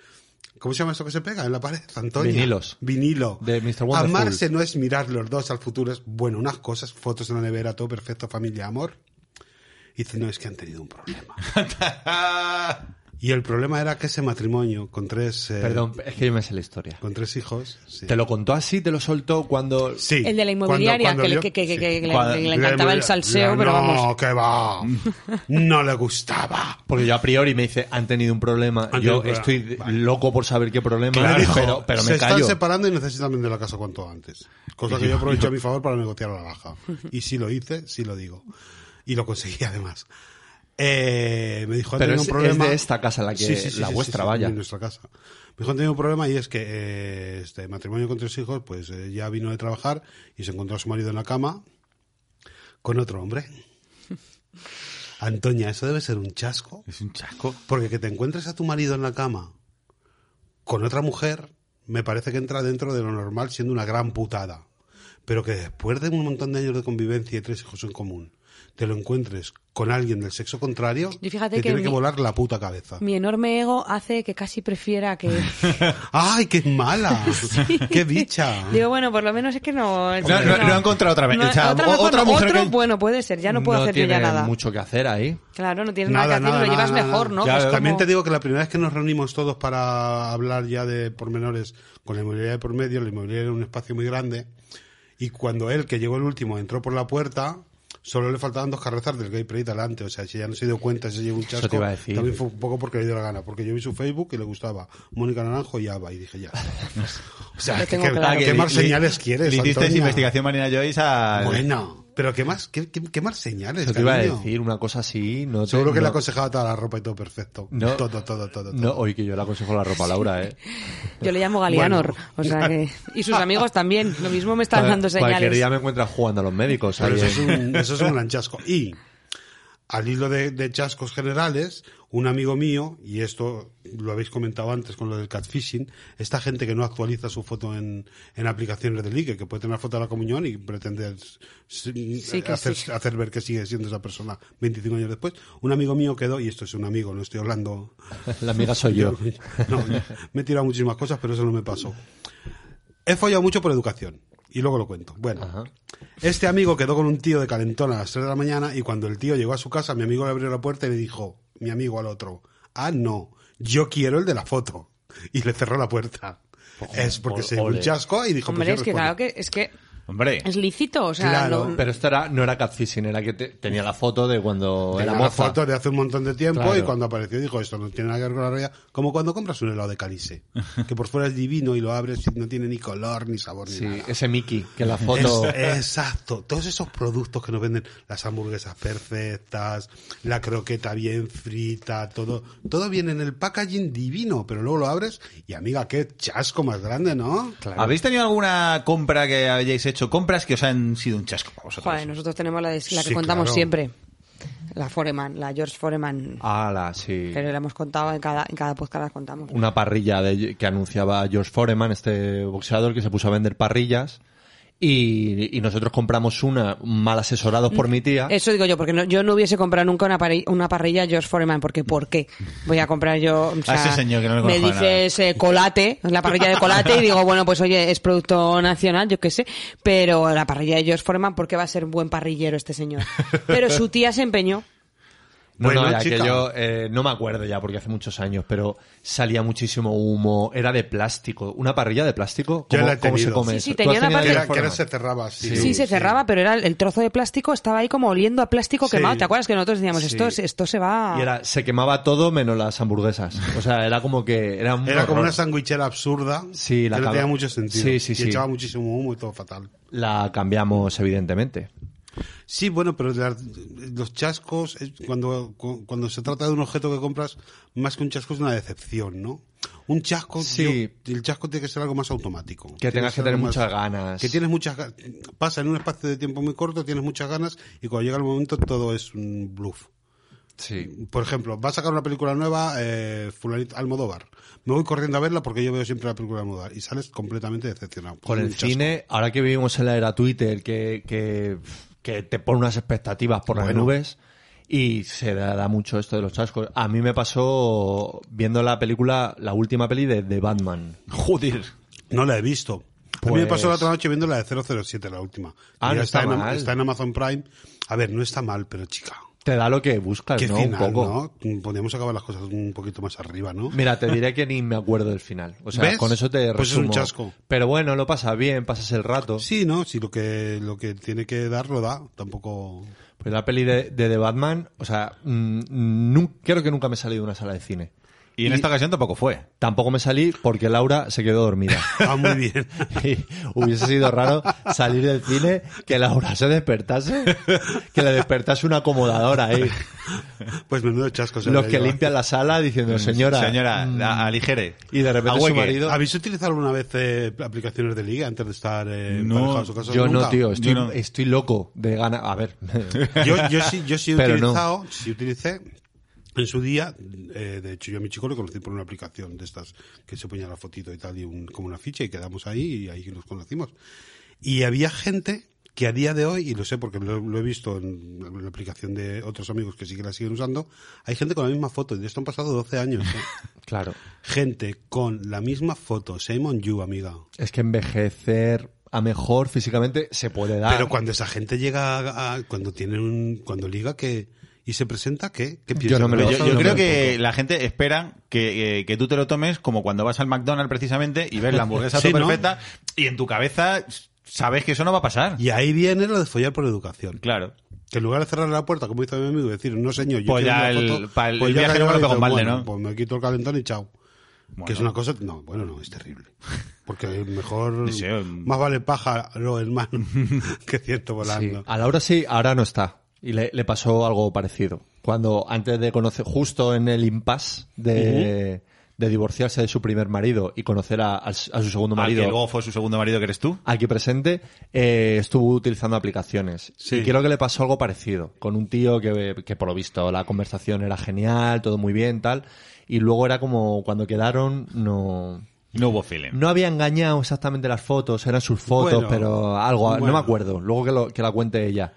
Speaker 6: ¿Cómo se llama esto que se pega en la pared? Antonio.
Speaker 7: Vinilos.
Speaker 6: Vinilo.
Speaker 7: De Mr. Wonderful.
Speaker 6: Amarse no es mirar los dos al futuro, es bueno, unas cosas, fotos en la nevera, todo perfecto, familia, amor. Y dice, no, es que han tenido
Speaker 7: (laughs)
Speaker 6: un problema. y el problema era que ese matrimonio con tres. eh,
Speaker 7: Perdón, es que yo me sé la historia.
Speaker 5: Pues
Speaker 6: Con tres hijos. sí.
Speaker 7: ¿Te lo contó así? ¿Te lo soltó cuando...?
Speaker 6: Sí.
Speaker 4: El de la
Speaker 6: Cuando-
Speaker 4: inmobiliaria,
Speaker 6: cuando
Speaker 4: que, le-
Speaker 6: vio-
Speaker 4: que, que- que-
Speaker 6: sí.
Speaker 4: que le-
Speaker 5: Cuando-
Speaker 4: que le encantaba el salseo, pero
Speaker 6: no,
Speaker 4: vamos.
Speaker 6: que
Speaker 4: (laughs)
Speaker 6: va. No le gustaba.
Speaker 7: Porque yo a priori me dice, han tenido un problema.
Speaker 6: Han tenido
Speaker 7: yo
Speaker 6: un problema.
Speaker 7: estoy de- loco por saber qué problema,
Speaker 6: Le dijo,
Speaker 7: pero, pero
Speaker 6: se
Speaker 7: me callo.
Speaker 6: están separando y necesitan vender la casa cuanto antes. Cosa que yo aprovecho a mi favor para negociar a la baja. Y si lo hice, sí lo digo. Y lo conseguí (laughs) además. Eh, me dijo, han
Speaker 7: Pero
Speaker 6: tenido
Speaker 7: es-
Speaker 6: un problema.
Speaker 7: es de esta casa la que- la vuestra, vaya.
Speaker 6: de nuestra casa. Me dijo, han tenido un problema y es que eh, este matrimonio con tres hijos, pues eh, ya vino de trabajar y se encontró a su marido en la cama con otro hombre. Antonia, eso debe ser un chasco.
Speaker 5: Es un chasco.
Speaker 6: Porque que te encuentres a tu marido en la cama con otra mujer, me parece que entra dentro de lo normal siendo una gran putada. Pero que después de un montón de años de convivencia y tres hijos en común, te lo encuentres con alguien del sexo contrario,
Speaker 4: Y fíjate
Speaker 6: te
Speaker 4: que
Speaker 6: tiene que
Speaker 4: mi-
Speaker 6: volar la puta cabeza.
Speaker 4: Mi enorme ego hace que casi prefiera
Speaker 6: (laughs)
Speaker 4: que...
Speaker 6: ¡Ay, qué
Speaker 4: (laughs)
Speaker 6: mala! ¡Qué bicha!
Speaker 4: Digo, bueno, por lo menos es que no... es
Speaker 5: No,
Speaker 4: que
Speaker 5: no- no he encontrado otra vez.
Speaker 4: No,
Speaker 5: O sea,
Speaker 4: otra,
Speaker 5: o-
Speaker 4: mejor
Speaker 5: otra
Speaker 4: no.
Speaker 5: mujer
Speaker 4: Otro,
Speaker 5: que-
Speaker 4: bueno, puede ser, ya no puedo hacer yo ya
Speaker 7: tiene
Speaker 4: nada.
Speaker 7: mucho que hacer ahí.
Speaker 4: Claro, no tienes nada, que hacer, lo llevas
Speaker 6: nada,
Speaker 4: mejor,
Speaker 6: nada.
Speaker 4: ¿no?
Speaker 6: Claro,
Speaker 4: Que es
Speaker 6: También
Speaker 4: como-
Speaker 6: te digo que la primera vez que nos reunimos todos para hablar ya de pormenores con la inmobiliaria de por medio, la inmobiliaria era un espacio muy grande, y cuando él, que llegó el último, entró por la puerta, solo le faltaban dos carrozas del Gay Pride delante, o sea, si ya no se dio cuenta, se llevó un chasco,
Speaker 7: te iba a decir.
Speaker 6: también fue un poco porque le dio la gana, porque yo vi su Facebook y le gustaba Mónica Naranjo y Ava, y dije ya. o sea,
Speaker 4: Lo
Speaker 6: ¿qué,
Speaker 4: tengo claro.
Speaker 6: qué- qué
Speaker 5: le-
Speaker 6: más
Speaker 5: le-
Speaker 6: señales quieres,
Speaker 5: Le hiciste
Speaker 6: Antonia?
Speaker 5: investigación Marina Joyce a...
Speaker 6: Bueno, pero qué más, qué, qué- qué más señales,
Speaker 7: Yo te iba a
Speaker 6: cariño?
Speaker 7: decir una cosa así, no te-
Speaker 6: Seguro que le
Speaker 7: no-
Speaker 6: aconsejaba toda la ropa y todo perfecto.
Speaker 7: No.
Speaker 6: Todo, todo, todo. todo.
Speaker 7: No, hoy que yo le aconsejo la ropa a Laura, ¿eh?
Speaker 4: Yo le llamo Galeanor,
Speaker 6: Bueno.
Speaker 4: o sea
Speaker 6: (laughs)
Speaker 4: que... Y sus amigos también, lo mismo me (laughs) están
Speaker 7: Cual-
Speaker 4: dando
Speaker 7: Cualquier día
Speaker 4: señales.
Speaker 7: me encuentras jugando a los médicos.
Speaker 6: Pero
Speaker 7: ahí
Speaker 6: eso,
Speaker 7: en-
Speaker 6: es un, eso es un gran chasco. Y al hilo de, de chascos generales, un amigo mío, y esto lo habéis comentado antes con lo del catfishing, esta gente que no actualiza su foto en, en aplicaciones de ligue, que puede tener foto de la comunión y pretender sí,
Speaker 4: que
Speaker 6: hacer,
Speaker 4: sí.
Speaker 6: hacer ver que sigue siendo esa persona 25 años después. Un amigo mío quedó, y esto es un amigo, no estoy hablando
Speaker 7: La amiga soy
Speaker 6: (laughs)
Speaker 7: yo.
Speaker 6: No, me he tirado muchísimas cosas, pero eso no me pasó. He follado mucho por educación. Y luego lo cuento. Bueno, este amigo quedó con un tío de calentón a las 3 de la mañana y cuando el tío llegó a su casa, mi amigo le abrió la puerta y le dijo, mi amigo al otro, ah, no, yo quiero el de la foto. Y le cerró la puerta. es porque se dio un
Speaker 7: ole.
Speaker 6: chasco y dijo,
Speaker 4: Hombre,
Speaker 6: pues
Speaker 4: es
Speaker 6: yo
Speaker 4: que claro
Speaker 6: respondo.
Speaker 4: que... Es que
Speaker 5: Hombre,
Speaker 4: es lícito, o sea...
Speaker 6: Claro,
Speaker 4: no-
Speaker 7: Pero esto era, no era catfishing, era que te- tenía la foto de cuando
Speaker 6: Tenía
Speaker 7: era
Speaker 6: la
Speaker 7: moza.
Speaker 6: foto de hace un montón de tiempo
Speaker 7: Claro.
Speaker 6: y cuando apareció dijo esto no tiene nada que ver con la realidad como cuando compras un helado de
Speaker 7: (laughs)
Speaker 6: calice que por fuera es divino y lo abres y no tiene ni color ni sabor ni
Speaker 7: Sí,
Speaker 6: nada
Speaker 7: ese Mickey, que la foto...
Speaker 6: Es- exacto todos esos productos que nos venden las hamburguesas perfectas la croqueta bien frita todo todo viene en el packaging divino pero luego lo abres y amiga qué chasco más grande no
Speaker 5: ¿habéis tenido alguna compra que hayáis hecho? Compras que os han sido un chasco para vosotros.
Speaker 4: Joder, nosotros tenemos la, de- la que
Speaker 6: Sí,
Speaker 4: contamos
Speaker 6: claro.
Speaker 4: siempre. La Foreman, la George Foreman.
Speaker 7: Ala, sí.
Speaker 4: Pero la hemos contado en cada, en cada podcast, la contamos.
Speaker 7: Una parrilla de, que anunciaba George Foreman, este boxeador que se puso a vender parrillas. Y, y nosotros compramos una mal asesorados por mi tía.
Speaker 4: Eso digo yo, porque no- yo no hubiese comprado nunca una, parri- una parrilla George Foreman, porque ¿por qué? Voy a comprar yo... o sea,
Speaker 5: ese señor que no le
Speaker 4: Me
Speaker 5: conozco de
Speaker 4: dices eh, colate, la parrilla de colate, y digo, bueno, pues oye, es producto nacional, yo qué sé, pero la parrilla de George Foreman, ¿por qué va a ser buen parrillero este señor? Pero su tía se empeñó.
Speaker 7: No,
Speaker 6: Bueno,
Speaker 7: no, ya
Speaker 6: chica.
Speaker 7: que yo eh, no me acuerdo ya porque hace muchos años, pero salía muchísimo humo, era de plástico, una parrilla de plástico.
Speaker 6: Yo
Speaker 7: ¿Cómo,
Speaker 6: la he
Speaker 7: cómo se
Speaker 6: tenido.
Speaker 7: come
Speaker 4: Sí,
Speaker 7: eso?
Speaker 4: sí,
Speaker 7: ¿Tú
Speaker 4: tenía
Speaker 7: has
Speaker 4: una
Speaker 7: tenido
Speaker 6: que
Speaker 4: parrilla-
Speaker 7: de
Speaker 6: era,
Speaker 7: la
Speaker 6: que era-
Speaker 7: forma?
Speaker 6: se cerraba así
Speaker 4: Sí, se cerraba, pero era el trozo de plástico estaba ahí como oliendo a plástico
Speaker 6: Sí.
Speaker 4: quemado. ¿Te acuerdas que nosotros decíamos,
Speaker 7: Sí.
Speaker 4: esto, es- esto se va... a-
Speaker 7: Y era, se quemaba todo menos las hamburguesas. O sea, era como que era un
Speaker 6: era como
Speaker 7: horror.
Speaker 6: una sandwichera absurda
Speaker 7: Sí, la
Speaker 6: que no
Speaker 7: acaba-
Speaker 6: tenía mucho sentido
Speaker 7: Sí, sí,
Speaker 6: y
Speaker 7: sí.
Speaker 6: echaba muchísimo humo y todo fatal
Speaker 7: La cambiamos, evidentemente.
Speaker 6: Sí, bueno, pero la- los chascos, eh, cuando, cu- cuando se trata de un objeto que compras, más que un chasco es una decepción, ¿no? Un chasco,
Speaker 7: Sí.
Speaker 6: tío, el chasco tiene que ser algo más automático. Tiene
Speaker 7: tengas que
Speaker 6: ser
Speaker 7: tener
Speaker 6: algo
Speaker 7: muchas ganas.
Speaker 6: Que tienes muchas ga- Pasa en un espacio de tiempo muy corto, tienes muchas ganas y cuando llega el momento todo es un bluff.
Speaker 7: Sí.
Speaker 6: Por ejemplo, va a sacar una película nueva, eh, Fulanito Almodóvar. Me voy corriendo a verla porque yo veo siempre la película de Almodóvar y sales completamente decepcionado.
Speaker 7: Con el
Speaker 6: Un chasco.
Speaker 7: cine, ahora que vivimos en la era Twitter, que, que, que te pone unas expectativas por las
Speaker 6: Bueno.
Speaker 7: nubes, y se da, da mucho esto de los chascos. A mí me pasó viendo la película, la última peli de, de Batman.
Speaker 5: Joder.
Speaker 6: No la he visto. A mí me
Speaker 7: Pues-
Speaker 6: pasó la otra noche viendo la de 007, la última.
Speaker 7: Ah,
Speaker 6: Ya
Speaker 7: no está
Speaker 6: en, Am-
Speaker 7: mal.
Speaker 6: está en Amazon Prime. A ver, no está mal, pero chica.
Speaker 7: Te da lo que buscas,
Speaker 6: Qué
Speaker 7: Ah, ¿no?
Speaker 6: final,
Speaker 7: Un poco.
Speaker 6: ¿no? Mm, Podríamos acabar las cosas un poquito más arriba, ¿no?
Speaker 7: Mira, te diré que ni me acuerdo del final. O sea,
Speaker 6: ¿Ves?
Speaker 7: con eso te resumo.
Speaker 6: Pues es un chasco.
Speaker 7: Pero bueno, lo pasas bien, pasas el rato.
Speaker 6: Sí, ¿no? Sí, lo que, lo que tiene que dar, lo da. Tampoco...
Speaker 7: Pues la peli de, de The Batman, o sea, mm, mm, nun- creo que nunca me he salido de una sala de cine.
Speaker 5: Y en esta ocasión tampoco fue.
Speaker 7: Tampoco me salí porque Laura se quedó
Speaker 6: (laughs)
Speaker 7: dormida. (laughs)
Speaker 6: Ah, muy bien.
Speaker 7: Y hubiese sido raro salir del cine, que Laura se despertase, que le despertase una acomodadora
Speaker 5: (laughs)
Speaker 7: ahí.
Speaker 6: Pues menudo chasco. se
Speaker 7: Los
Speaker 6: habrá
Speaker 7: que
Speaker 6: llevado.
Speaker 7: limpian la sala diciendo, señora.
Speaker 5: Señora,
Speaker 7: mm,
Speaker 5: a- aligere.
Speaker 7: y de repente su
Speaker 5: Ahueque.
Speaker 7: marido.
Speaker 6: ¿Habéis utilizado alguna vez eh, aplicaciones de liga antes de estar eh,
Speaker 5: No,
Speaker 6: emparejados o casados?
Speaker 7: Yo no,
Speaker 6: Nunca.
Speaker 7: tío, estoy,
Speaker 5: Yo no.
Speaker 7: estoy loco de ganas. A
Speaker 5: (laughs)
Speaker 7: ver.
Speaker 6: Yo, yo sí, yo sí he
Speaker 7: Pero no.
Speaker 6: utilizado, sí utilicé en su día, eh, de hecho yo a mi chico lo conocí por una aplicación de estas que se ponía la fotito y tal, y un- como una ficha, y quedamos ahí y ahí nos conocimos. Y había gente que a día de hoy, y lo sé porque lo, lo he visto en, la aplicación de otros amigos que sí que la siguen usando, hay gente con la misma foto, y de esto han pasado 12 años. ¿eh?
Speaker 7: (laughs) claro.
Speaker 6: gente con la misma foto, same on you, amiga.
Speaker 7: Es que envejecer a mejor físicamente se puede dar.
Speaker 6: Pero cuando esa gente llega a, a- cuando tiene un, cuando liga que y se presenta, ¿qué? ¿Qué piensa?
Speaker 7: no me lo-
Speaker 5: Pero yo, yo
Speaker 7: no me
Speaker 5: creo
Speaker 7: lo
Speaker 5: que la gente espera que, eh, que tú te lo tomes como cuando vas al McDonald's precisamente y ves la hamburguesa
Speaker 6: (laughs) Sí,
Speaker 5: todo
Speaker 6: ¿no?
Speaker 5: perfecta y en tu cabeza sabes que eso no va a pasar.
Speaker 6: Y ahí viene lo de follar por educación.
Speaker 5: Claro.
Speaker 6: Que en lugar de cerrar la puerta, como hizo mi amigo, y decir, no señor, yo
Speaker 5: Pues
Speaker 6: quiero
Speaker 5: ya
Speaker 6: una
Speaker 5: el-
Speaker 6: foto",
Speaker 5: pa' el-
Speaker 6: pues
Speaker 5: el
Speaker 6: ya
Speaker 5: viaje no me lo
Speaker 6: acababa
Speaker 5: pego
Speaker 6: y dices,
Speaker 5: mal,
Speaker 6: "Bueno,
Speaker 5: ¿no?".
Speaker 6: Pues me quito el calentón y chao. Que es una cosa, no, bueno, no, es terrible. Porque mejor,
Speaker 5: Sí, um,
Speaker 6: más vale pájaro,
Speaker 5: (laughs)
Speaker 6: hermano, que cierto
Speaker 7: Sí.
Speaker 6: volando.
Speaker 7: A Laura sí, ahora no está. Y le, le pasó algo parecido. Cuando antes de conocer, justo en el impasse de, de divorciarse de su primer marido y conocer a, a su a su segundo
Speaker 5: Al Ah, que
Speaker 7: marido
Speaker 5: luego fue su segundo marido que eres tú.
Speaker 7: aquí presente, eh, estuvo utilizando aplicaciones.
Speaker 6: Sí.
Speaker 7: Y creo que le pasó algo parecido. Con un tío que, que por lo visto la conversación era genial, todo muy bien, tal. Y luego era como cuando quedaron, no.
Speaker 5: No hubo feeling.
Speaker 7: No había engañado exactamente las fotos, eran sus fotos,
Speaker 6: Bueno,
Speaker 7: pero algo, no
Speaker 6: bueno.
Speaker 7: me acuerdo. Luego que, lo- que la cuente ella.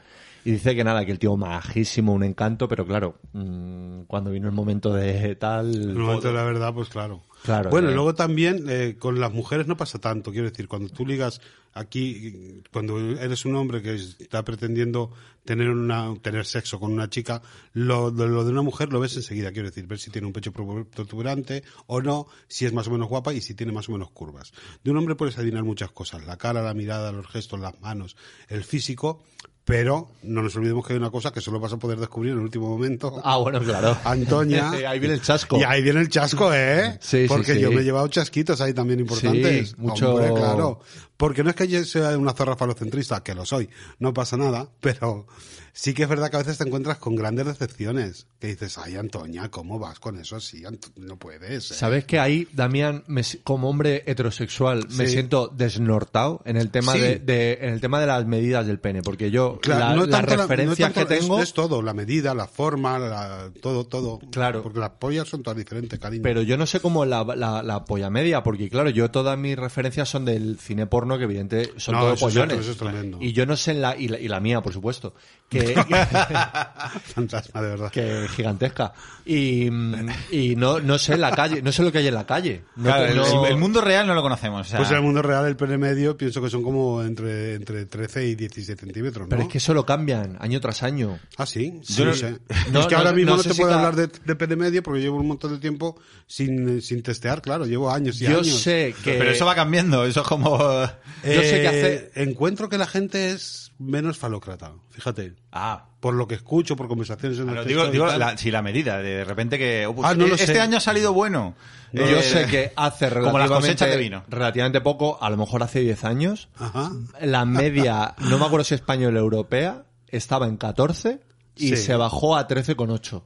Speaker 7: Y dice que nada, que el tío majísimo, un encanto, pero claro, mm, cuando vino el momento de tal.
Speaker 6: En el momento de la verdad, pues claro.
Speaker 7: Claro,
Speaker 6: bueno,
Speaker 7: claro.
Speaker 6: luego también eh, con las mujeres no pasa tanto. Quiero decir, cuando tú ligas aquí, cuando eres un hombre que está pretendiendo tener una tener sexo con una chica, lo, lo- lo de una mujer lo ves enseguida. Quiero decir, ver si tiene un pecho protuberante o no, si es más o menos guapa y si tiene más o menos curvas. De un hombre puedes adivinar muchas cosas: la cara, la mirada, los gestos, las manos, el físico. Pero no nos olvidemos que hay una cosa que solo vas a poder descubrir en el último momento.
Speaker 7: Ah, bueno, claro. (laughs)
Speaker 6: Antonia.
Speaker 7: ahí viene el chasco.
Speaker 6: Y ahí viene el chasco, ¿eh?
Speaker 7: Sí, sí,
Speaker 6: Porque
Speaker 7: sí.
Speaker 6: yo me he llevado chasquitos ahí también importantes.
Speaker 7: Sí, mucho-
Speaker 6: Hombre, claro. Porque no es que yo sea una zorra falocentrista, que lo soy, no pasa nada, pero sí que es verdad que a veces te encuentras con grandes decepciones. Que dices, ay, Antonia, ¿cómo vas con eso así? Anto- No puedes. ¿eh?".
Speaker 7: ¿Sabes que ahí, Damián, me si- como hombre heterosexual, me
Speaker 6: Sí.
Speaker 7: siento desnortado en el tema
Speaker 6: Sí.
Speaker 7: de, de- en el tema de las medidas del pene? Porque yo,
Speaker 6: Claro,
Speaker 7: la-
Speaker 6: no
Speaker 7: las
Speaker 6: tanto la- no
Speaker 7: referencias
Speaker 6: tanto-
Speaker 7: que
Speaker 6: es-
Speaker 7: tengo,
Speaker 6: Es, todo, la medida, la forma, la- todo, todo.
Speaker 7: Claro.
Speaker 6: Porque las pollas son todas diferentes, cariño.
Speaker 7: Pero yo no sé cómo la, la, la polla media, porque claro, yo todas mis referencias son del cine porno, que evidente son
Speaker 6: No,
Speaker 7: todos
Speaker 6: eso es
Speaker 7: pollones.
Speaker 6: cierto, eso es tremendo.
Speaker 7: y yo no sé en la y, la, y la mía, por supuesto,
Speaker 6: (laughs)
Speaker 7: que,
Speaker 6: (laughs) Fantasma, de verdad.
Speaker 7: que es gigantesca. Y, mm, y no, no sé en la calle, no sé lo que hay en la calle. No-
Speaker 5: Claro, el-
Speaker 7: no-
Speaker 5: el, mundo real no lo conocemos. o sea,
Speaker 6: Pues en el mundo real el pene medio pienso que son como entre, entre 13 y 16 centímetros, ¿no?
Speaker 7: Pero es que eso lo cambian año tras año.
Speaker 6: Ah, sí, sí,
Speaker 5: Yo no-
Speaker 6: no sé.
Speaker 7: no-
Speaker 6: es que
Speaker 7: no-
Speaker 6: ahora mismo
Speaker 7: no
Speaker 6: no,
Speaker 7: sé
Speaker 6: te
Speaker 7: si
Speaker 6: puedo
Speaker 7: ca-
Speaker 6: hablar de, de pene medio porque llevo un montón de tiempo sin, sin testear, claro, llevo años y
Speaker 7: Yo
Speaker 6: años.
Speaker 7: sé que.
Speaker 5: Pero eso va cambiando. Eso
Speaker 6: (laughs)
Speaker 5: es como.
Speaker 7: yo sé que
Speaker 6: Eh,
Speaker 7: hace-
Speaker 6: Encuentro que la gente es menos falócrata, fíjate.
Speaker 5: Ah.
Speaker 6: Por lo que escucho, por conversaciones en
Speaker 5: Ah,
Speaker 6: el
Speaker 5: no,
Speaker 6: texto
Speaker 5: digo,
Speaker 6: y
Speaker 5: digo
Speaker 6: Pues tal.
Speaker 5: la- si la medida, de repente que... oh, pues,
Speaker 6: Ah, no lo
Speaker 5: este
Speaker 6: sé.
Speaker 5: año ha salido bueno.
Speaker 7: Yo
Speaker 5: Eh,
Speaker 7: sé
Speaker 5: (laughs)
Speaker 7: que hace
Speaker 5: como las
Speaker 7: relativamente,
Speaker 5: cosechas de vino.
Speaker 7: relativamente poco, a lo mejor hace 10 años,
Speaker 6: Ajá.
Speaker 7: la
Speaker 5: (laughs)
Speaker 7: media, no me acuerdo si española o europea, estaba en 14 y
Speaker 6: Sí.
Speaker 7: se bajó a 13,8.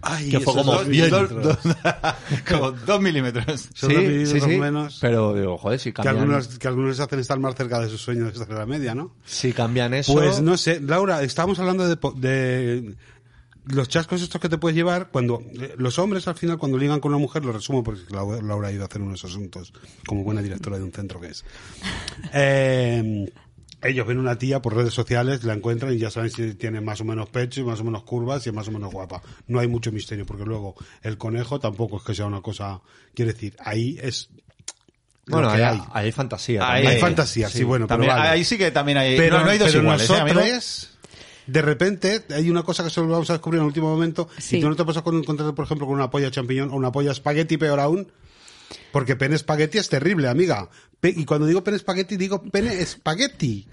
Speaker 6: Ay,
Speaker 7: que fue
Speaker 6: esos
Speaker 7: como
Speaker 6: dos
Speaker 7: bien.
Speaker 6: milímetros.
Speaker 5: (laughs) como dos milímetros.
Speaker 6: Son dos milímetros menos.
Speaker 7: Pero digo, joder, si
Speaker 6: Que
Speaker 7: cambian,
Speaker 6: algunos, que algunos hacen estar más cerca de sus sueños de estar en la media, Pues ¿no?
Speaker 7: si cambian eso,
Speaker 6: Pues no sé, Laura, estábamos hablando de, po- de los chascos estos que te puedes llevar, cuando eh, los hombres al final cuando ligan con una mujer, lo resumo porque Lau- Laura ha ido a hacer unos asuntos como buena directora de un centro que es. Eh, ellos ven una tía por redes sociales, la encuentran y ya saben si tiene más o menos pecho y más o menos curvas y es más o menos guapa. No hay mucho misterio porque luego el conejo tampoco es que sea una cosa, quiere decir, ahí es lo
Speaker 7: Bueno, hay,
Speaker 6: que hay.
Speaker 7: hay eh, fantasía.
Speaker 5: Ahí-
Speaker 7: también.
Speaker 6: Hay fantasía, sí, bueno, pero
Speaker 5: También-
Speaker 6: vale.
Speaker 5: Ahí sí que también hay.
Speaker 6: Pero
Speaker 5: no, no hay dos
Speaker 6: pero
Speaker 5: iguales, ¿eh, amigo?
Speaker 6: nosotros, De repente, hay una cosa que solo vamos a descubrir en el último momento.
Speaker 4: Sí.
Speaker 6: Y tú no te pasas con encontrarte, por ejemplo, con una polla champiñón o una polla espagueti, peor aún. Porque pene espagueti es terrible, amiga. Pe- y cuando digo pene espagueti, digo pene espagueti.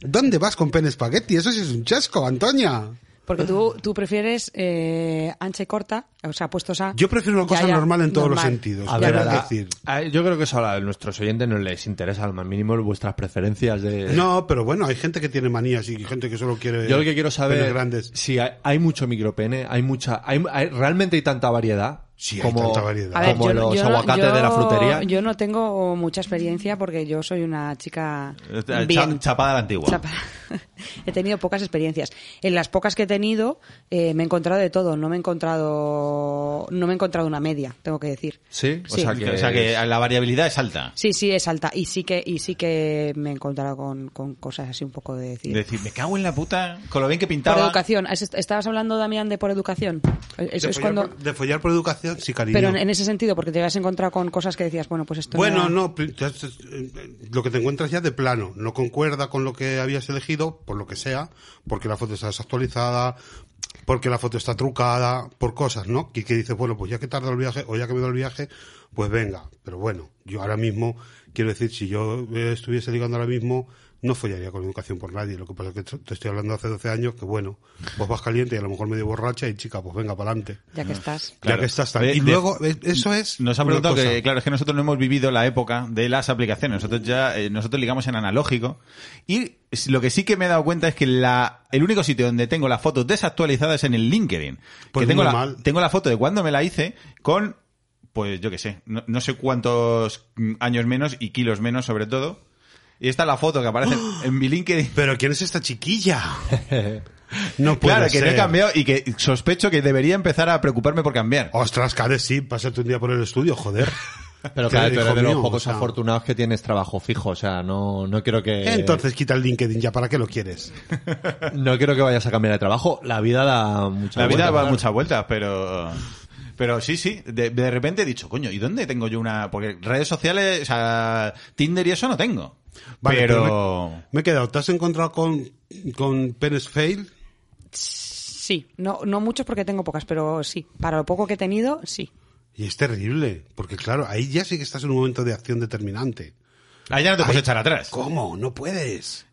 Speaker 6: ¿Dónde vas con pene espagueti? Eso sí es un chasco, Antonia.
Speaker 4: Porque tú, tú prefieres eh, ancha y corta, o sea, puestos a...
Speaker 6: Yo prefiero una
Speaker 4: Ya,
Speaker 6: cosa
Speaker 4: ya,
Speaker 6: normal en todos los
Speaker 4: normal.
Speaker 6: sentidos.
Speaker 7: A ver,
Speaker 6: quiero
Speaker 7: a-
Speaker 6: decir.
Speaker 7: a- yo creo que eso a nuestros oyentes no les interesa al más mínimo vuestras preferencias de...
Speaker 6: No, pero bueno, hay gente que tiene manías y gente que solo quiere.
Speaker 7: Eh. Yo lo que quiero
Speaker 6: penes
Speaker 7: saber
Speaker 6: grandes.
Speaker 7: si hay, hay mucho micropene, hay mucha, hay, hay- realmente hay tanta variedad
Speaker 6: Sí, hay
Speaker 7: como,
Speaker 6: tanta variedad.
Speaker 4: A ver,
Speaker 7: como
Speaker 4: yo no-
Speaker 7: los
Speaker 4: yo no-
Speaker 7: aguacates de la
Speaker 4: yo-
Speaker 7: frutería.
Speaker 4: Yo no tengo mucha experiencia porque yo soy una chica
Speaker 5: Eh, cha-
Speaker 4: bien
Speaker 5: chapada a la antigua.
Speaker 4: chapa. (laughs) He tenido pocas experiencias. En las pocas que he tenido eh, me he encontrado de todo. No me he encontrado, no me he encontrado una media, tengo que decir.
Speaker 7: Sí, o
Speaker 4: Sí.
Speaker 7: sea que,
Speaker 5: O sea que la variabilidad es alta.
Speaker 4: Sí, sí, es alta. Y sí que, y sí que me he encontrado con, con cosas así un poco de decir.
Speaker 5: Decir, me cago en la puta, con lo bien que
Speaker 4: por
Speaker 5: pintaba.
Speaker 4: educación. ¿Es- Estabas hablando, Damián, de por educación. Eso
Speaker 6: de,
Speaker 4: es
Speaker 6: follar
Speaker 4: cuando.
Speaker 6: por, de follar por educación, sí, cariño.
Speaker 4: Pero en, en ese sentido, porque te habías encontrado con cosas que decías, bueno, pues esto.
Speaker 6: Bueno,
Speaker 4: era-
Speaker 6: no, pri- te has- eh, lo que te encuentras ya de plano no concuerda con lo que habías elegido, por lo que sea, porque la foto está desactualizada, porque la foto está trucada, por cosas, ¿no? Y que dices, bueno, pues ya que tarda el viaje o ya que me da el viaje, pues venga. Pero bueno, yo ahora mismo, quiero decir, si yo eh, estuviese ligando ahora mismo, no follaría con educación por nadie. Lo que pasa es que te estoy hablando hace 12 años que, bueno, vos vas caliente y a lo mejor medio borracha y chica, pues venga, para adelante.
Speaker 4: Ya que estás.
Speaker 5: Claro.
Speaker 6: Ya que estás tan...
Speaker 5: De-
Speaker 6: y
Speaker 5: de-
Speaker 6: luego, eh, eso es...
Speaker 5: Nos han
Speaker 6: una
Speaker 5: preguntado
Speaker 6: cosa.
Speaker 5: que, claro, es que nosotros no hemos vivido la época de las aplicaciones. Nosotros ya, eh, nosotros ligamos en analógico. Y s- lo que sí que me he dado cuenta es que la, el único sitio donde tengo las fotos desactualizadas es en el LinkedIn.
Speaker 6: Pues
Speaker 5: que tengo la,
Speaker 6: normal.
Speaker 5: tengo la foto de cuando me la hice con, pues yo qué sé, no, no sé cuántos mm, años menos y kilos menos sobre todo. Y esta es la foto que
Speaker 6: (gasps)
Speaker 5: aparece en mi LinkedIn.
Speaker 6: ¿Pero quién es
Speaker 7: (laughs)
Speaker 6: esta chiquilla? No puede
Speaker 5: Claro, que no he
Speaker 6: ser.
Speaker 5: cambiado y que sospecho que debería empezar a preocuparme por cambiar.
Speaker 6: Ostras, Cade, sí, pásate un día por el estudio, joder.
Speaker 7: (laughs) Pero
Speaker 6: Te lo
Speaker 7: claro, tú
Speaker 6: dijo
Speaker 7: eres de los
Speaker 6: mío,
Speaker 7: pocos
Speaker 6: o sea.
Speaker 7: afortunados que tienes trabajo fijo, o sea, no, no quiero que...
Speaker 6: Entonces quita el LinkedIn ya, ¿para qué lo quieres?
Speaker 7: No quiero que vayas a cambiar de trabajo. La vida da mucha
Speaker 5: La vida
Speaker 7: vuelta,
Speaker 5: va
Speaker 7: claro.
Speaker 5: muchas vueltas, pero. Pero sí, sí, de, de repente he dicho, coño, ¿y dónde tengo yo una.? Porque redes sociales, o sea, Tinder y eso no tengo.
Speaker 6: Vale,
Speaker 5: pero.
Speaker 6: me, me he quedado, ¿te has encontrado con, con Penes Fail?
Speaker 4: Sí, no, no muchos porque tengo pocas, pero sí. Para lo poco que he tenido, sí.
Speaker 6: Y es terrible, porque claro, ahí ya sí que estás en un momento de acción determinante.
Speaker 5: Ahí ya no te puedes
Speaker 6: Ay,
Speaker 5: echar atrás.
Speaker 6: ¿Cómo? No puedes.